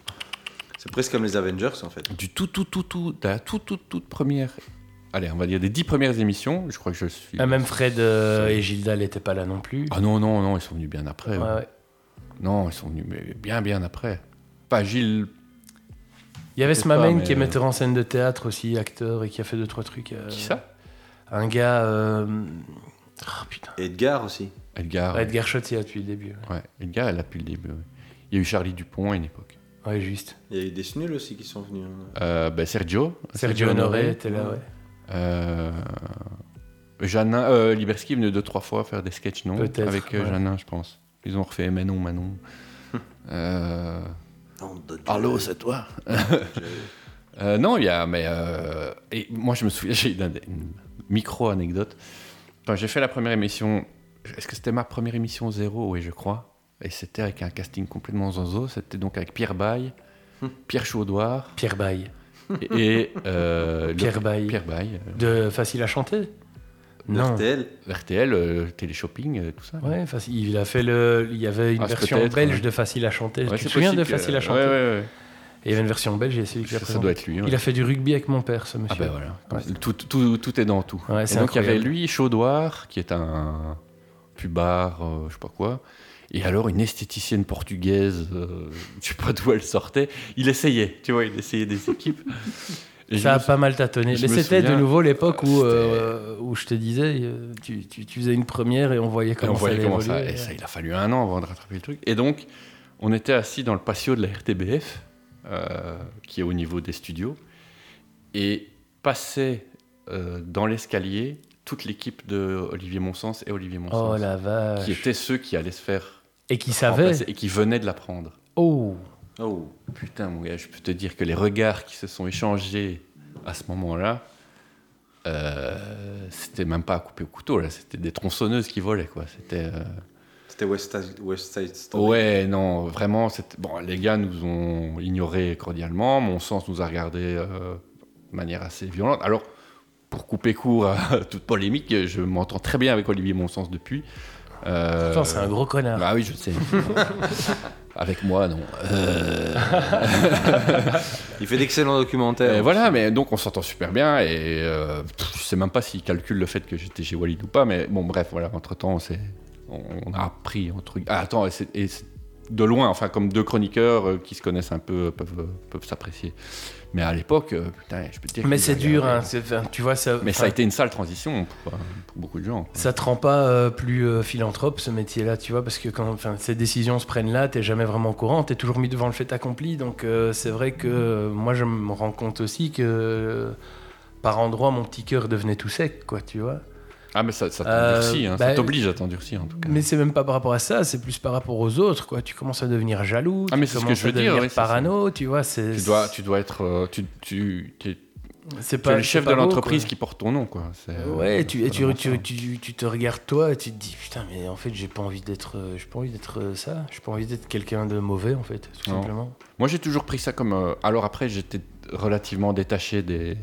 C'est presque comme les Avengers en fait. Du tout, tout, tout, tout, de la toute, toute, toute première. Allez, on va dire des dix premières émissions. Je crois que je suis. Ah, même Fred euh, et Gilda n'étaient pas là non plus. Ah non, non, non, ils sont venus bien après. Ouais, ouais. ouais. Non, ils sont venus mais bien, bien après. Pas Gilles. Il y avait Peut-être ce Mamen pas, mais- euh, qui est metteur en scène de théâtre aussi, acteur, et qui a fait deux trois trucs. euh, Qui ça Un gars. euh, ah, putain. Et Edgar aussi. Edgar. Edgar Schott, il y a depuis le début. ouais. Ouais, Edgar, elle a depuis le début. ouais. Il y a eu Charlie Dupont à une époque. Ouais, juste. Il y a eu des Snuls aussi qui sont venus. hein. Euh, ben, Sergio. Sergio Honoré était là, ouais. Euh, Janin, euh, Liberski est venu deux, trois fois faire des sketchs, non Peut-être, Avec euh, ouais. Janin, je pense. Ils ont refait Manon, Manon. euh... Allô, c'est toi Non, il y a. Mais, euh, et moi, je me souviens, j'ai une, une micro-anecdote. Quand j'ai fait la première émission, est-ce que c'était ma première émission zéro Oui, je crois. Et c'était avec un casting complètement zonzo. C'était donc avec Pierre Baille, Pierre Chaudoir Pierre Baille. et. euh, le- Pierre Baille. Pierre Baille. euh, De Facile à chanter Non. RTL. RTL, euh, télé-shopping, euh, tout ça. Ouais, facile- il a fait le. Il y avait une Ah, c'est version peut-être, belge ouais. de Facile à chanter. Ouais, tu c'est te souviens de possible que- Facile à chanter ouais, ouais, Et il y avait une version belge et c'est lui ouais. qui l'a Ça, ça présenté. doit être lui. hein. ouais. Il a fait du rugby avec mon père, ce Ah monsieur. ben voilà, comme Ouais. ça, tout, tout- tout est dans tout. Ouais, et c'est donc il y avait incroyable. lui, Chaudoir, qui est un pubard, euh, je sais pas quoi, et alors une esthéticienne portugaise, euh, je sais pas d'où elle sortait, il essayait, tu vois, il essayait des équipes. Et je Ça me a pas mal tâtonné. je Mais me c'était de souviens, nouveau l'époque où, c'était- euh, où je te disais, euh, tu, tu- tu faisais une première et on voyait Et comment on voyait ça comment allait ça, évoluer. et ça, Il a fallu un an avant de rattraper le truc. Et donc, on était assis dans le patio de la RTBF, euh, qui est au niveau des studios, et passait euh, dans l'escalier toute l'équipe de Olivier Monsens et Olivier Oh Monsens, la vache. qui étaient ceux qui allaient se faire Et qui savait. remplacer et qui venaient de l'apprendre. Oh Oh. Putain, mon gars, je peux te dire que les regards qui se sont échangés à ce moment-là, euh, c'était même pas à couper au couteau, là, c'était des tronçonneuses qui volaient, quoi. C'était. euh, C'était West Side, West Side Story. Ouais, non, vraiment, c'est- bon, les gars nous ont ignorés cordialement, mon sens nous a regardés euh, de manière assez violente. Alors, pour couper court à toute polémique, je m'entends très bien avec Olivier Monsens depuis. Euh, Putain, c'est un gros connard. Bah oui, je sais. avec moi, non. Euh, Il fait d'excellents documentaires. et voilà, mais donc on s'entend super bien et euh, pff, je sais même pas s'il calcule le fait que j'étais chez Walid ou pas, mais bon, bref, voilà, entre-temps, on, s'est- on, on a appris un truc. Ah, attends, et c'est- et c'est de loin, enfin, comme deux chroniqueurs euh, qui se connaissent un peu euh, peuvent, euh, peuvent s'apprécier. Mais à l'époque, euh, putain, je peux te dire. Mais que c'est j'ai dur, hein, regardé. c'est- enfin, tu vois, ça, Mais ça enfin, a été une sale transition pour, euh, pour beaucoup de gens. ça te rend pas euh, plus euh, philanthrope ce métier-là, tu vois, parce que quand enfin, ces décisions se prennent là, t'es jamais vraiment au courant, t'es toujours mis devant le fait accompli, donc euh, c'est vrai que euh, moi je me rends compte aussi que euh, par endroits mon petit cœur devenait tout sec, quoi, tu vois. Ah, mais ça, ça Euh, t'endurcit, hein, bah, ça t'oblige à t'endurcir en tout cas. Mais c'est même pas par rapport à ça, c'est plus par rapport aux autres, quoi. Tu commences à devenir jaloux, Ah, mais c'est tu ce que commences je veux à dire, devenir oui, c'est ça. parano, tu vois, c'est tu, dois, tu dois être. euh, tu, tu, tu- tu c'est es pas le c'est chef pas de beau, l'entreprise quoi. qui porte ton nom, quoi. C'est, euh, Ouais, et tu, et c'est tu, vraiment ça. tu, tu- tu te regardes toi et tu te dis putain mais en fait j'ai pas envie d'être euh, j'ai pas envie d'être euh, ça, j'ai pas envie d'être quelqu'un de mauvais en fait, tout Non. simplement. Moi, j'ai toujours pris ça comme. euh, alors après, j'étais relativement détaché des.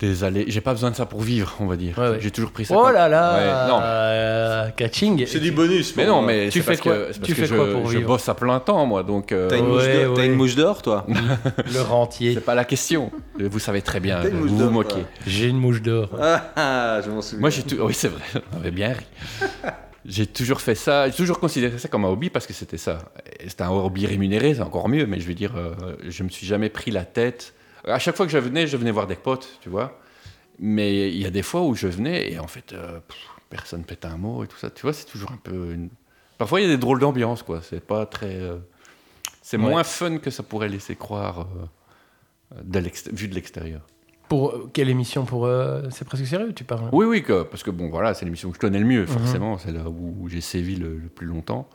Des allées. J'ai pas besoin de ça pour vivre, on va dire. Ouais, ouais. J'ai toujours pris ça. Oh comme- là là Ouais, non, mais- euh, Catching C'est du bonus. Mais non, mais Oh. Tu c'est fais parce quoi- que, c'est parce tu que fais je, quoi pour je vivre bosse à plein temps, moi, donc euh, T'as une, mouche Ouais, d'or- t'as une ouais. mouche d'or, toi le rentier. c'est pas la question. Vous savez très bien, T'as une mouche vous vous d'or, moquez. toi. J'ai une mouche d'or. Ah, ah, je m'en souviens. Moi, j'ai tout. Oui, c'est vrai, on avait bien ri. J'ai toujours fait ça, j'ai toujours considéré ça comme un hobby parce que c'était ça. Et C'était un hobby rémunéré, c'est encore mieux, mais je veux dire, euh, je me suis jamais pris la tête. À chaque fois que je venais, je venais voir des potes, tu vois. Mais il y a des fois où je venais et en fait, euh, pff, personne pète un mot et tout ça. Tu vois, c'est toujours un peu. une- Parfois, il y a des drôles d'ambiance, quoi. C'est pas très. euh, C'est Ouais. moins fun que ça pourrait laisser croire euh, de l'exté- vu de l'extérieur. Pour euh, quelle émission pour euh, c'est presque sérieux tu parles. Oui, oui, que- parce que bon, voilà, c'est l'émission que je connais le Mhm. mieux, forcément, c'est là où j'ai sévi le, le plus longtemps.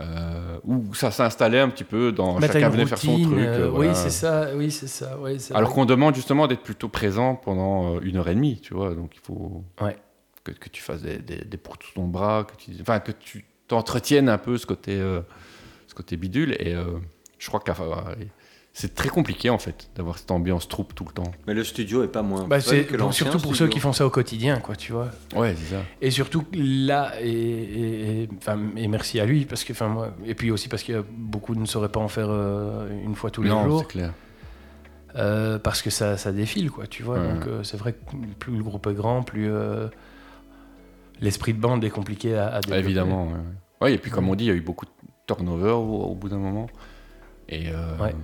Euh, où ça s'installait un petit peu dans Bah, t'as chacun une venait faire son routine, truc. euh, euh, Oui, voilà. c'est ça, oui, c'est ça, oui, c'est Alors vrai. qu'on demande justement d'être plutôt présent pendant euh, une heure et demie, tu vois, donc il faut Ouais. que, que tu fasses des, des, des pour tout ton bras, que tu, enfin, que tu t'entretiennes un peu ce côté, euh, ce côté bidule. Et euh, je crois que euh, c'est très compliqué en fait d'avoir cette ambiance troupe tout le temps. Mais le studio est pas moins. Bah, fun c'est que pour- l'ancien surtout pour studio. ceux qui font ça au quotidien quoi, tu vois. Ouais, c'est ça. Et surtout que là, et, et- et- enfin, et merci à lui, parce que, enfin, moi, et puis aussi parce que beaucoup ne sauraient pas en faire euh, une fois tous les non, jours, c'est clair. euh, parce que ça, ça défile, quoi, tu vois. Ouais. Donc euh, c'est vrai que plus le groupe est grand, plus euh, l'esprit de bande est compliqué à, à développer. Bah, Évidemment. ouais, ouais. Ouais, et puis comme on dit, il y a eu beaucoup de turnover au, au bout d'un moment. Et euh, Ouais.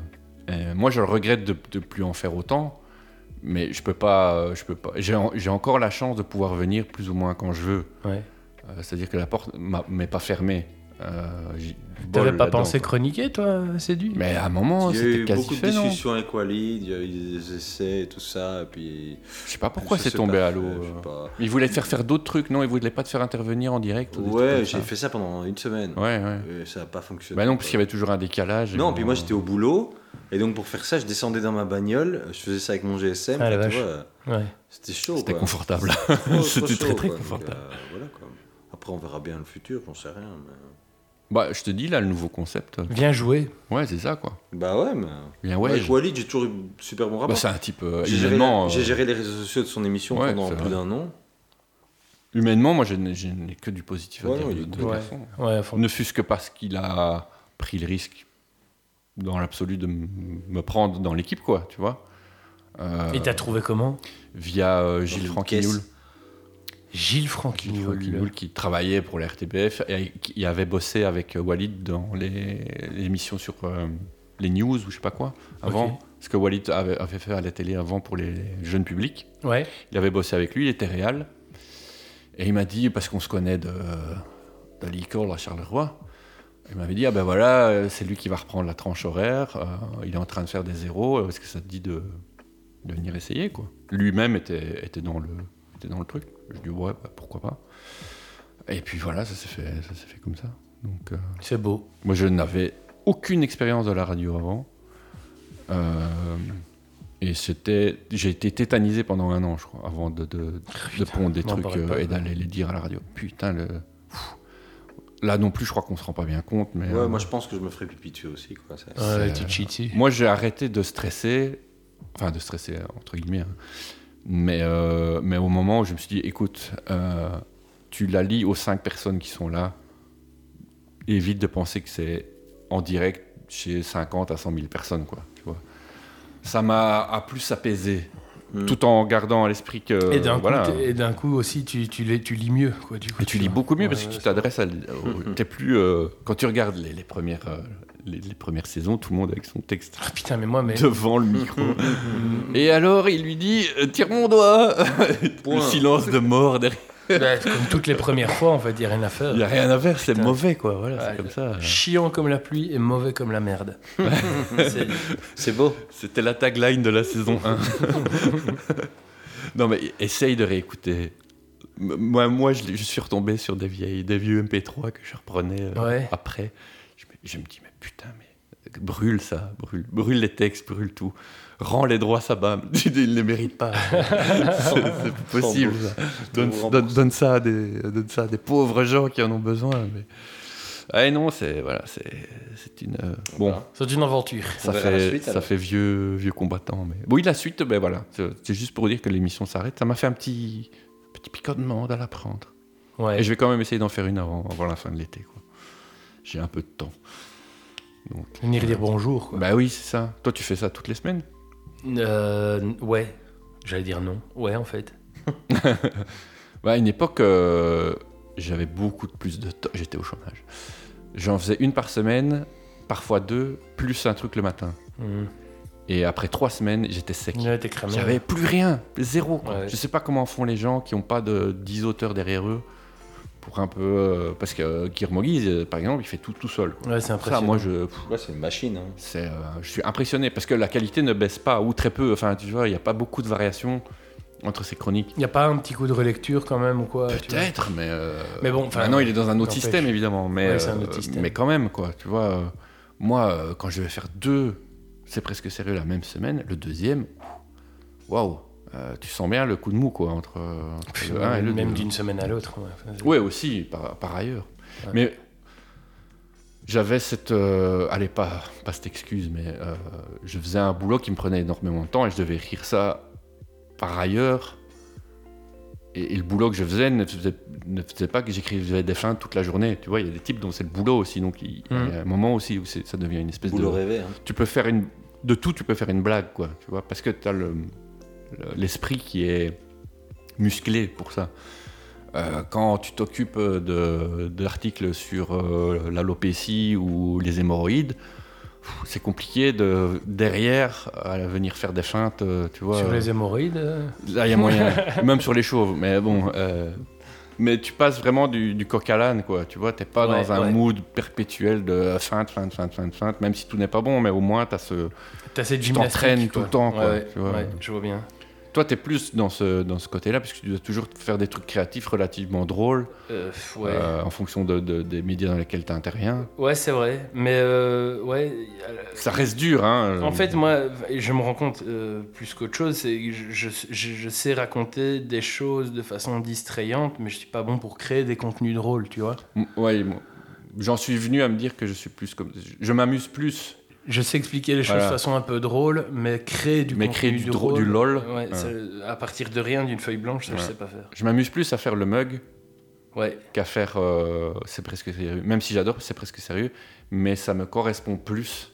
euh, moi, je le regrette de, de plus en faire autant, mais je peux pas. euh, Je peux pas. J'ai en- j'ai encore la chance de pouvoir venir plus ou moins quand je veux. Ouais. Euh, C'est-à-dire que la porte m'a- m'est pas fermée. Euh, j'ai du bol T'avais pas là-dedans, pensé quoi. chroniquer, toi, Sédu Mais à un moment, Il y a eu Oh, c'était quasi beaucoup de fait, non discussions avec Walid, il y a eu des essais et tout ça, et puis... Je sais pas pourquoi ça c'est s'est tombé pas à fait, l'eau. je sais euh. pas. Ils voulaient te faire faire d'autres trucs, non Ils voulaient pas te faire intervenir en direct ou des trucs Ouais, comme j'ai ça. fait ça pendant une semaine. Ouais, ouais. Et ça n'a pas fonctionné. Bah non, quoi. parce qu'il y avait toujours un décalage. et Non, bon, puis moi euh, j'étais au boulot, et donc pour faire ça, je descendais dans ma bagnole, je faisais ça avec mon GSM. Ah, la enfin, tu vache. vois, Ouais. C'était chaud. C'était quoi. euh, confortable. Trop, trop C'était très, chaud, très quoi. Donc, confortable. euh, voilà, quoi. Après, on verra bien le futur, j'en sais rien. mais- Bah, je te dis là, le nouveau concept. euh, Viens jouer. Ouais, c'est ça, quoi. Bah ouais, mais. Bien, ouais. Avec je- Walid, j'ai toujours eu un super bon Bah, rapport. c'est un type. euh, j'ai, géré humainement, la- euh, j'ai géré les réseaux sociaux de son émission Ouais, pendant c'est plus vrai. d'un an. humainement, moi, je n'ai je n'ai que du positif à Ouais, dire non, de- il- de ce ouais. garçon. Ouais, à fond. Ne fût-ce que parce qu'il a pris le risque, dans l'absolu, de m- me prendre dans l'équipe, quoi, tu vois. Euh, Et t'as trouvé comment Via euh, Gilles une Franquignoul. caisse. Gilles Gilles Franquignoul, Franquignoul. qui travaillait pour la RTBF et qui avait bossé avec euh, Walid dans les, les émissions sur euh, les news ou je sais pas quoi avant. Ok. Ce que Walid avait, avait fait à la télé avant pour les jeunes publics. Ouais. Il avait bossé avec lui, il était réel. Et il m'a dit, parce qu'on se connaît de, euh, de l'Icole à Charleroi, il m'avait dit, ah ben voilà, euh, c'est lui qui va reprendre la tranche horaire, euh, il est en train de faire des zéros, euh, est-ce que ça te dit de, de venir essayer quoi Lui-même était, était, dans le, était dans le truc. Je dis, ouais, bah, pourquoi pas. Et puis voilà, ça s'est fait, ça s'est fait comme ça. Donc, euh, C'est beau. moi, je n'avais aucune expérience de la radio avant. Euh, et c'était. J'ai été tétanisé pendant un an, je crois, avant de, de, de pondre des m'en trucs parle euh, pas. et d'aller les dire à la radio. Putain, le. pfff. Là non plus, je crois qu'on se rend pas bien compte, mais. Ouais, euh, moi je pense que je me ferais pipi dessus aussi. Quoi. ça- Ouais, C'est- tu cheates. moi, j'ai arrêté de stresser, enfin de stresser euh, entre guillemets, hein. mais, euh, mais au moment où je me suis dit, écoute, euh, tu la lis aux cinq personnes qui sont là, évite de penser que c'est en direct chez 50 à 100 000 personnes, quoi. Tu vois. Ça m'a a plus apaisé, Mm. tout en gardant à l'esprit que... Et d'un Euh, voilà. coup, t'es- et d'un coup aussi, tu, tu, lis, tu lis mieux. Quoi, du coup, Et tu lis vois. beaucoup mieux Ouais, parce que ouais, tu t'adresses à. au- T'es plus. euh, quand tu regardes les, les premières, euh, les, les premières saisons, tout le monde avec son texte c'est- Putain, mais moi, mais. devant le micro. Et alors, il lui dit euh, Tire mon doigt Point. Le silence de mort derrière. Bah, comme toutes les premières fois, en fait, il n'y a rien à faire. Il n'y a rien à faire, c'est Putain. mauvais, quoi. Voilà, Ouais. c'est comme ça. Chiant comme la pluie et mauvais comme la merde. C'est- C'est beau. C'était la tagline de la saison 1. non, mais essaye de réécouter. M- Moi, moi je, l'ai- je suis retombé sur des, vieilles, des vieux MP3 que je reprenais euh, Ouais. après. Je me, je me dis, mais putain, mais brûle ça, brûle, brûle les textes, brûle tout. Rends les droits, ça bam. Ils ne les méritent pas. c'est c'est possible. ça. Donne, Rembourse. donne- donne ça à des, donne ça à des pauvres gens qui en ont besoin. Mais... Ah et non, c'est voilà, c'est c'est une. euh, bon. C'est une aventure. Ça On verra la fait, suite, ça alors. fait vieux, vieux combattant. Mais... Oui, la suite, ben voilà. C'est c'est juste pour dire que l'émission s'arrête. Ça m'a fait un petit, petit picotement à la prendre. Ouais. Et je vais quand même essayer d'en faire une avant, avant la fin de l'été. quoi. J'ai un peu de temps. Donc, Venir dire bonjour, quoi. Bah oui, c'est ça. Toi, tu fais ça toutes les semaines Euh, ouais. J'allais dire non. Ouais, en fait. Bah, À une époque, euh, j'avais beaucoup de plus de temps. J'étais au chômage. J'en faisais une par semaine, parfois deux, plus un truc le matin. Hmm. Et après trois semaines, j'étais sec. Ouais, t'es cramé. J'avais plus rien, zéro. quoi. Ah Ouais. Je sais pas comment font les gens qui n'ont pas de 10 auteurs derrière eux pour un peu. euh, parce que euh, Kirmogis, euh, par exemple, il fait tout tout seul. quoi. Ouais, c'est Ça, impressionnant. moi, je, pff, Là, c'est une machine. hein. c'est, euh, je suis impressionné parce que la qualité ne baisse pas ou très peu. Enfin, tu vois, il n'y a pas beaucoup de variations entre ces chroniques. Il n'y a pas un petit coup de relecture quand même ou quoi tu vois Peut-être, mais. euh, Mais bon, enfin, maintenant, il est dans un autre n'empêche. système, évidemment. Mais, Ouais, c'est un euh, autre système. mais quand même, quoi. Tu vois, euh, moi, euh, quand je vais faire deux, c'est presque sérieux la même semaine, le deuxième, waouh, euh, tu sens bien le coup de mou, quoi, entre, euh, entre Pff, le un et le Même deux. d'une semaine à l'autre. ouais. Enfin, c'est- Ouais, aussi, par, par ailleurs. Euh, Ouais. Mais j'avais cette. euh, allez, pas, pas cette excuse, mais euh, je faisais un boulot qui me prenait énormément de temps et je devais écrire ça par ailleurs. Et, et le boulot que je faisais ne faisait, ne faisait pas que j'écrivais des fins toute la journée. Tu vois, il y a des types dont c'est le boulot aussi. Donc il il y a un moment aussi où c'est- ça devient une espèce Boulot de rêvé. hein. tu peux faire une de tout tu peux faire une blague quoi tu vois parce que tu as l'esprit qui est musclé pour ça Euh, quand tu t'occupes de d'articles sur euh, l'alopécie ou les hémorroïdes pff, c'est compliqué de derrière euh, venir faire des feintes euh, tu vois Ah, Sur les hémorroïdes. euh, là il y a moyen même sur les chauves mais bon euh, mais tu passes vraiment du, du coq à l'âne, quoi. Tu vois, t'es pas Ouais, dans un ouais. mood perpétuel de feinte, feinte, feinte, feinte, feinte, même si tout n'est pas bon, mais au moins t'as ce. T'as cette Tu gymnastique. t'entraînes quoi. tout le temps, quoi, Ouais, ouais, tu vois. ouais, je vois bien. Toi, t'es plus dans ce, dans ce côté-là, puisque tu dois toujours faire des trucs créatifs relativement drôles, Euh, pff, ouais. euh, en fonction de, de- des médias dans lesquels t'interviens. Ouais, c'est vrai. Mais euh, ouais. euh, Ça reste dur, hein. En fait, moi, je me rends compte euh, plus qu'autre chose, c'est que je, je, je- je sais raconter des choses de façon distrayante, mais je suis pas bon pour créer des contenus drôles, tu vois. M- Ouais, moi, j'en suis venu à me dire que je suis plus comme. Je m'amuse plus. Je sais expliquer les choses Voilà. de façon un peu drôle, mais créer du Mais contenu créer du dro- drôle, du lol, ouais, ouais. c'est- à partir de rien, d'une feuille blanche, ça je Ouais. sais pas faire. Je m'amuse plus à faire le mug Ouais, qu'à faire. euh, c'est presque sérieux. Même si j'adore, c'est presque sérieux. Mais ça me correspond plus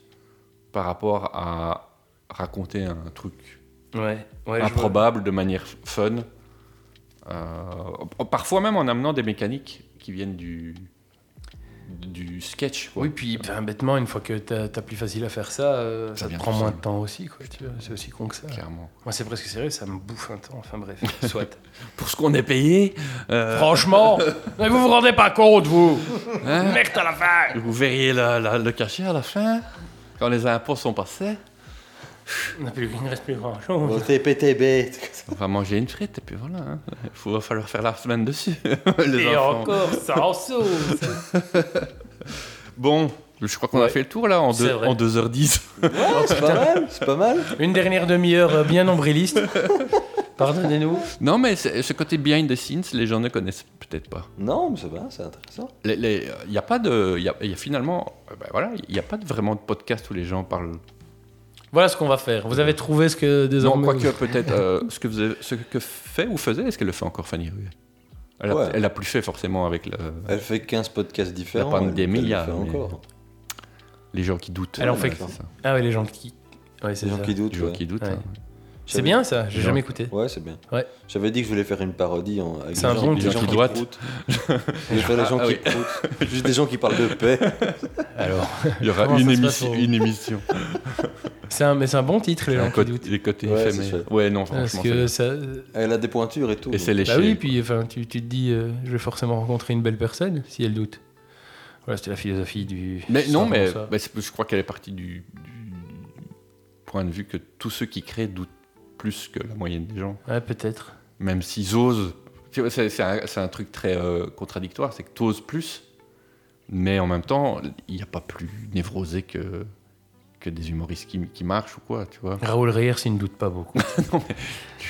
par rapport à raconter un truc ouais, ouais. je improbable de manière fun. Euh, parfois même en amenant des mécaniques qui viennent du, du sketch. vois. quoi. Oui, puis ben, bêtement, une fois que t'as t'as plus facile à faire ça, euh, Ça ça, te vient prend tout moins seul. de temps aussi, quoi. Tu vois, c'est aussi con que ça. Clairement. Moi, c'est presque sérieux, ça me bouffe un temps. Enfin bref, soit. Pour ce qu'on est payé, euh, Franchement, mais vous vous rendez pas compte, vous Merde à la fin hein, vous verriez la- la- le cachet à la fin, quand les impôts sont passés. On n'a plus, il ne reste plus grand chose. Votez PTB. On va manger une frite et puis voilà. hein. Il va falloir faire la semaine dessus. les Et enfants. encore, ça en sauce Bon, je crois qu'on a Ouais. fait le tour là en, C'est deux, vrai. en 2h10. c'est pas mal, c'est pas mal. Une dernière demi-heure euh, bien nombriliste. Pardonnez-nous. non, mais c'est- ce côté behind the scenes, les gens ne connaissent peut-être pas. Non, mais c'est bien, c'est intéressant. Il n'y a pas de. Il y a, y a finalement. euh, ben voilà, il n'y a pas de- vraiment de podcast où les gens parlent. Voilà ce qu'on va faire. Vous avez trouvé ce que Non, désormais... quoique peut-être euh, ce, que faisait- ce que fait ou faisait, est-ce qu'elle le fait encore Fanny Ruet elle, a- Ouais. elle a plus fait forcément avec le- Elle fait 15 podcasts différents. La pandémie, elle- elle il y a- fait mais- encore. les gens qui doutent. Elle en fait- c'est ça. Ah ouais, les gens qui... Ouais, c'est Des gens ça. qui doutent. Les gens ouais. qui doutent. Ouais. hein. C'est bien ça, j'ai Les gens jamais écouté. Ouais, c'est bien. Ouais. J'avais dit que je voulais faire une parodie en, avec C'est un bon des petit gens qui droite. proutent. Je vais faire les gens Ah, qui oui. proutent. Juste des gens qui parlent de paix. Alors, Il y aura Comment une, ça se passe émission- au- une émission. c'est un, mais c'est un bon titre, les gens Un qui côté- doutent. les côtés Ouais, c'est éphémères. chouette. Ouais, non, Parce franchement. que c'est- ça... Elle a des pointures et tout. Et c'est donc. léché. Bah oui, puis enfin, tu, tu te dis, euh, je vais forcément rencontrer une belle personne si elle doute. Voilà, c'était la philosophie du... Mais non, Sans mais ça. bah, c'est- je crois qu'elle est partie du, du point de vue que tous ceux qui créent doutent plus que la moyenne des gens, Ouais, peut-être. même s'ils osent. Tu vois, C'est c'est un, c'est un truc très euh, contradictoire, c'est que tu oses plus, mais en même temps, il n'y a pas plus névrosé que, que des humoristes qui, qui marchent ou quoi, tu vois. Raoul Reyers, il ne doute pas beaucoup.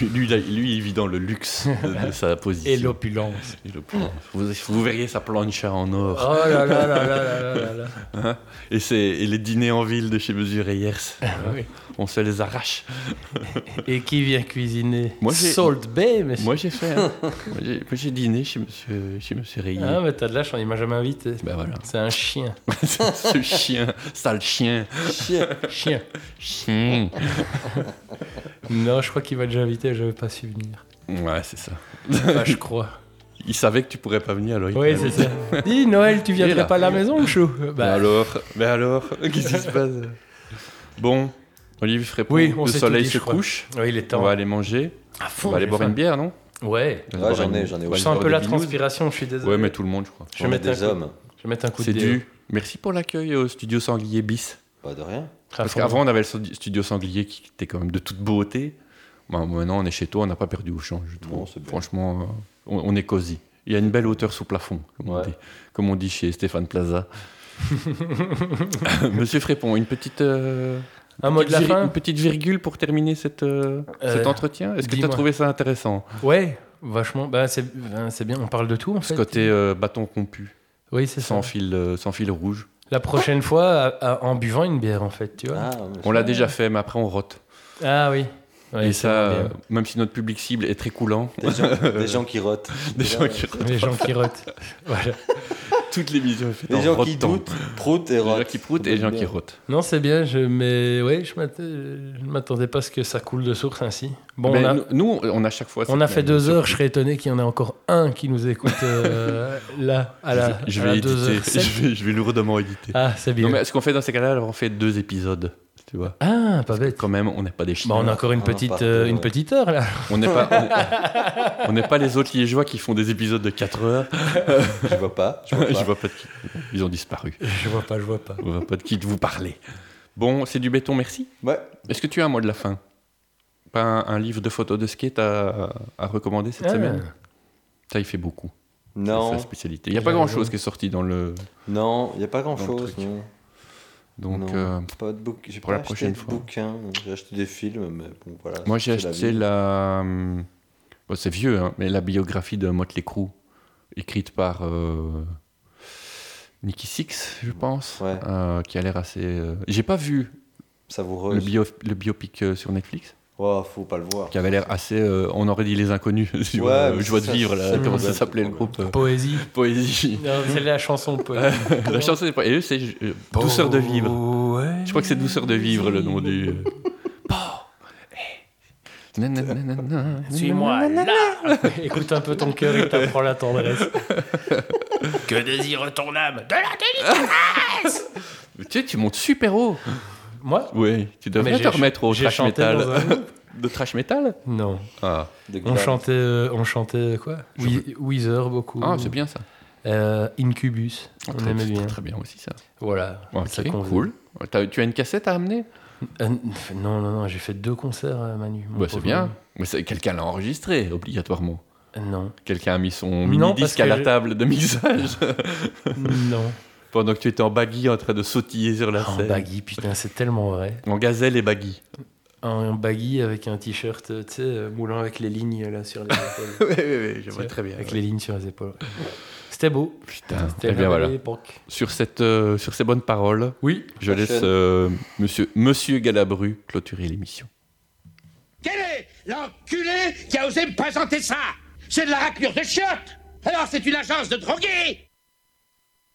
Lui, lui, il a- lui, il vit dans le luxe de, de sa position. Et l'opulence. Et l'opulence. vous, vous verriez sa plancha en Oh or. là là là là là là là. Et, c'est- et les dîners en ville de chez Mesure Ayers, Ah on se les arrache. Et qui vient cuisiner Moi, j'ai- Salt Bay, mais Moi j'ai fait. hein. Moi, j'ai- moi, j'ai dîné chez Monsieur, chez monsieur Rayet. Ah, mais t'as de la chance, il m'a jamais invité. Ben voilà. C'est un chien. Ce chien, sale chien. Chien. Chien. Chien. Non, je crois qu'il va déjà inviter, je vais pas su venir. Hmm. Ouais, c'est ça. Enfin, je crois. Il savait que tu pourrais pas venir, Ah alors. il Oui, t'a c'est invité. ça. Dis, Noël, tu Il est là. viendrais pas à la maison, le chou Mais Bah, alors Mais alors Qu'est-ce qui se passe Bon, Olivier Frépon, Oui, on le s'est tout soleil dit, se je crois. couche. ouais, il est On temps. va aller manger. À fond, on va aller j'ai boire faim. une bière, non Ouais. On va Ouais, boire j'en une- ai, j'en ai. Ouais, Je aussi. sens un boire peu Bah, des la binous. transpiration, je suis désolé. Ouais, mais tout le monde, je crois. Je On vais est mettre un des coup- hommes. Je vais mettre un coup de C'est dé. euh, dû. Merci pour l'accueil au studio Sanglier bis. Pas de rien. À Parce fond. qu'avant, on avait le stu- studio sanglier qui était quand même de toute beauté. Bah, maintenant, on est chez toi, on n'a pas perdu au champ, je trouve. Non, c'est bien. Franchement, euh, on, on est cosy. Il y a une belle hauteur sous plafond, comme, on, Ouais. dit, comme on dit chez Stéphane Plaza. Monsieur Frépon, une petite, euh, Un mot de petite la vir- fin une petite virgule pour terminer cette, euh, Euh, cet entretien. Est-ce que tu as dis-moi. trouvé ça intéressant Ouais, vachement. Bah, c'est ben, c'est bien, on parle de tout en Ce fait. côté euh, bâton rompu, Oui, c'est ça. sans fil, euh, sans fil rouge. La prochaine fois, à- à- en buvant une bière en fait, tu vois. Ah, On l'a déjà fait, mais après on rote. Ah, oui. Ouais, Et c'est ça, vraiment euh, bien. même si notre public cible est très coulant, Des gens, des gens qui rotent. des gens qui Les gens qui rotent. Voilà. Toutes les missions Des gens qui doutent, proutent et Les gens rotent. qui proutent et les gens qui Bien. rotent. Non, c'est bien, je... mais ouais, je m'att- je ne m'attendais pas à ce que ça coule de source ainsi. Bon, Mais on a, nous- Nous, on a chaque fois. on cette a fait même deux heures, je surprise. serais étonné qu'il y en ait encore un qui nous écoute euh, là, à la, Je à la vais 2 éditer. heures sept. Je vais, je vais lourdement éditer. Ah, c'est bien. Non, mais ce qu'on fait dans ces cas-là, alors on fait deux épisodes. tu vois. Ah, pas bête. Quand même, on n'est pas des Bah, Chinois. on a encore une Ah, petite, pardon, euh, ouais. une petite heure là. on n'est pas, on n'est pas les autres liégeois qui font des épisodes de 4 heures. Je vois pas. Je vois pas. Je vois pas de qui. Ils ont disparu. Je vois pas, je vois pas. Je vois pas de qui vous parler. Bon, c'est du béton, merci. Ouais. Est-ce que tu as un mot de la fin Pas un, un livre de photos de skate à, à recommander cette Ah. semaine Ça, il fait beaucoup. C'est Non, sa spécialité. Il n'y a pas grand-chose qui est sorti dans le. non, il n'y a pas grand Dans le chose. truc. Non. Donc, Non, euh, pas de bouc- J'ai pour pas la acheté prochaine de fois. bouquins. J'ai acheté des films, mais bon, voilà. moi, j'ai c'est acheté vie. la. hum, bon, c'est vieux, hein, mais la biographie de Motley Crue, écrite par euh, Nicky Six, je pense, Ouais. euh, qui a l'air assez. euh, J'ai pas vu le, Savoureuse. bio, le biopic euh, sur Netflix, Oh, faut pas le voir. qui avait l'air assez. euh, on aurait dit les inconnus. sur, Ouais, euh, mais joie c'est de ça, vivre, là, c'est comment ça ça le s'appelait le problème. groupe euh, Poésie. Poésie. Non, C'est la chanson poésie. La chanson c'est pas. Et eux, c'est euh, Douceur de vivre. Je crois que c'est Douceur de vivre le nom du. euh. Eh. Nananana. Suis-moi là Écoute un peu ton cœur et t'apprends la tendresse. que désire ton âme De la télé Tu sais, tu montes super haut. Moi Oui, tu devrais Mais te j'ai- remettre au j'ai trash chanté dans un metal. De trash metal Non. Ah, De On Glam. chantait, euh, on chantait quoi Je We- Weezer beaucoup. Ah, c'est bien ça. Euh, Incubus. Ah, On très, aimait très, bien. très bien aussi ça. Voilà. Ok, ça qu'on faisait. cool. T'as- tu as une cassette à amener Euh, non, non, non, j'ai fait deux concerts, euh, Manu. mon bah, C'est pauvre. bien. Mais c'est- quelqu'un l'a enregistré, obligatoirement. Euh, Non. Quelqu'un a mis son Non, parce mini-disque que à la je- table de mixage non. pendant que tu étais en baggy en train de sautiller sur la En scène. Ah, baggy, putain, c'est tellement vrai. En gazelle et baggy. En baggy avec un t-shirt, euh, tu sais, euh, moulant avec les lignes là sur les épaules. Oui, oui, oui, je vois très bien. avec les lignes sur les épaules. C'était beau. Putain, eh C'était la belle bien voilà. époque. Sur, cette, euh, sur ces bonnes paroles, Oui. je Prochaine. laisse euh, monsieur, monsieur Galabru clôturer l'émission. Quel est l'enculé qui a osé me présenter ça C'est de la raclure de chiottes Alors c'est une agence de drogués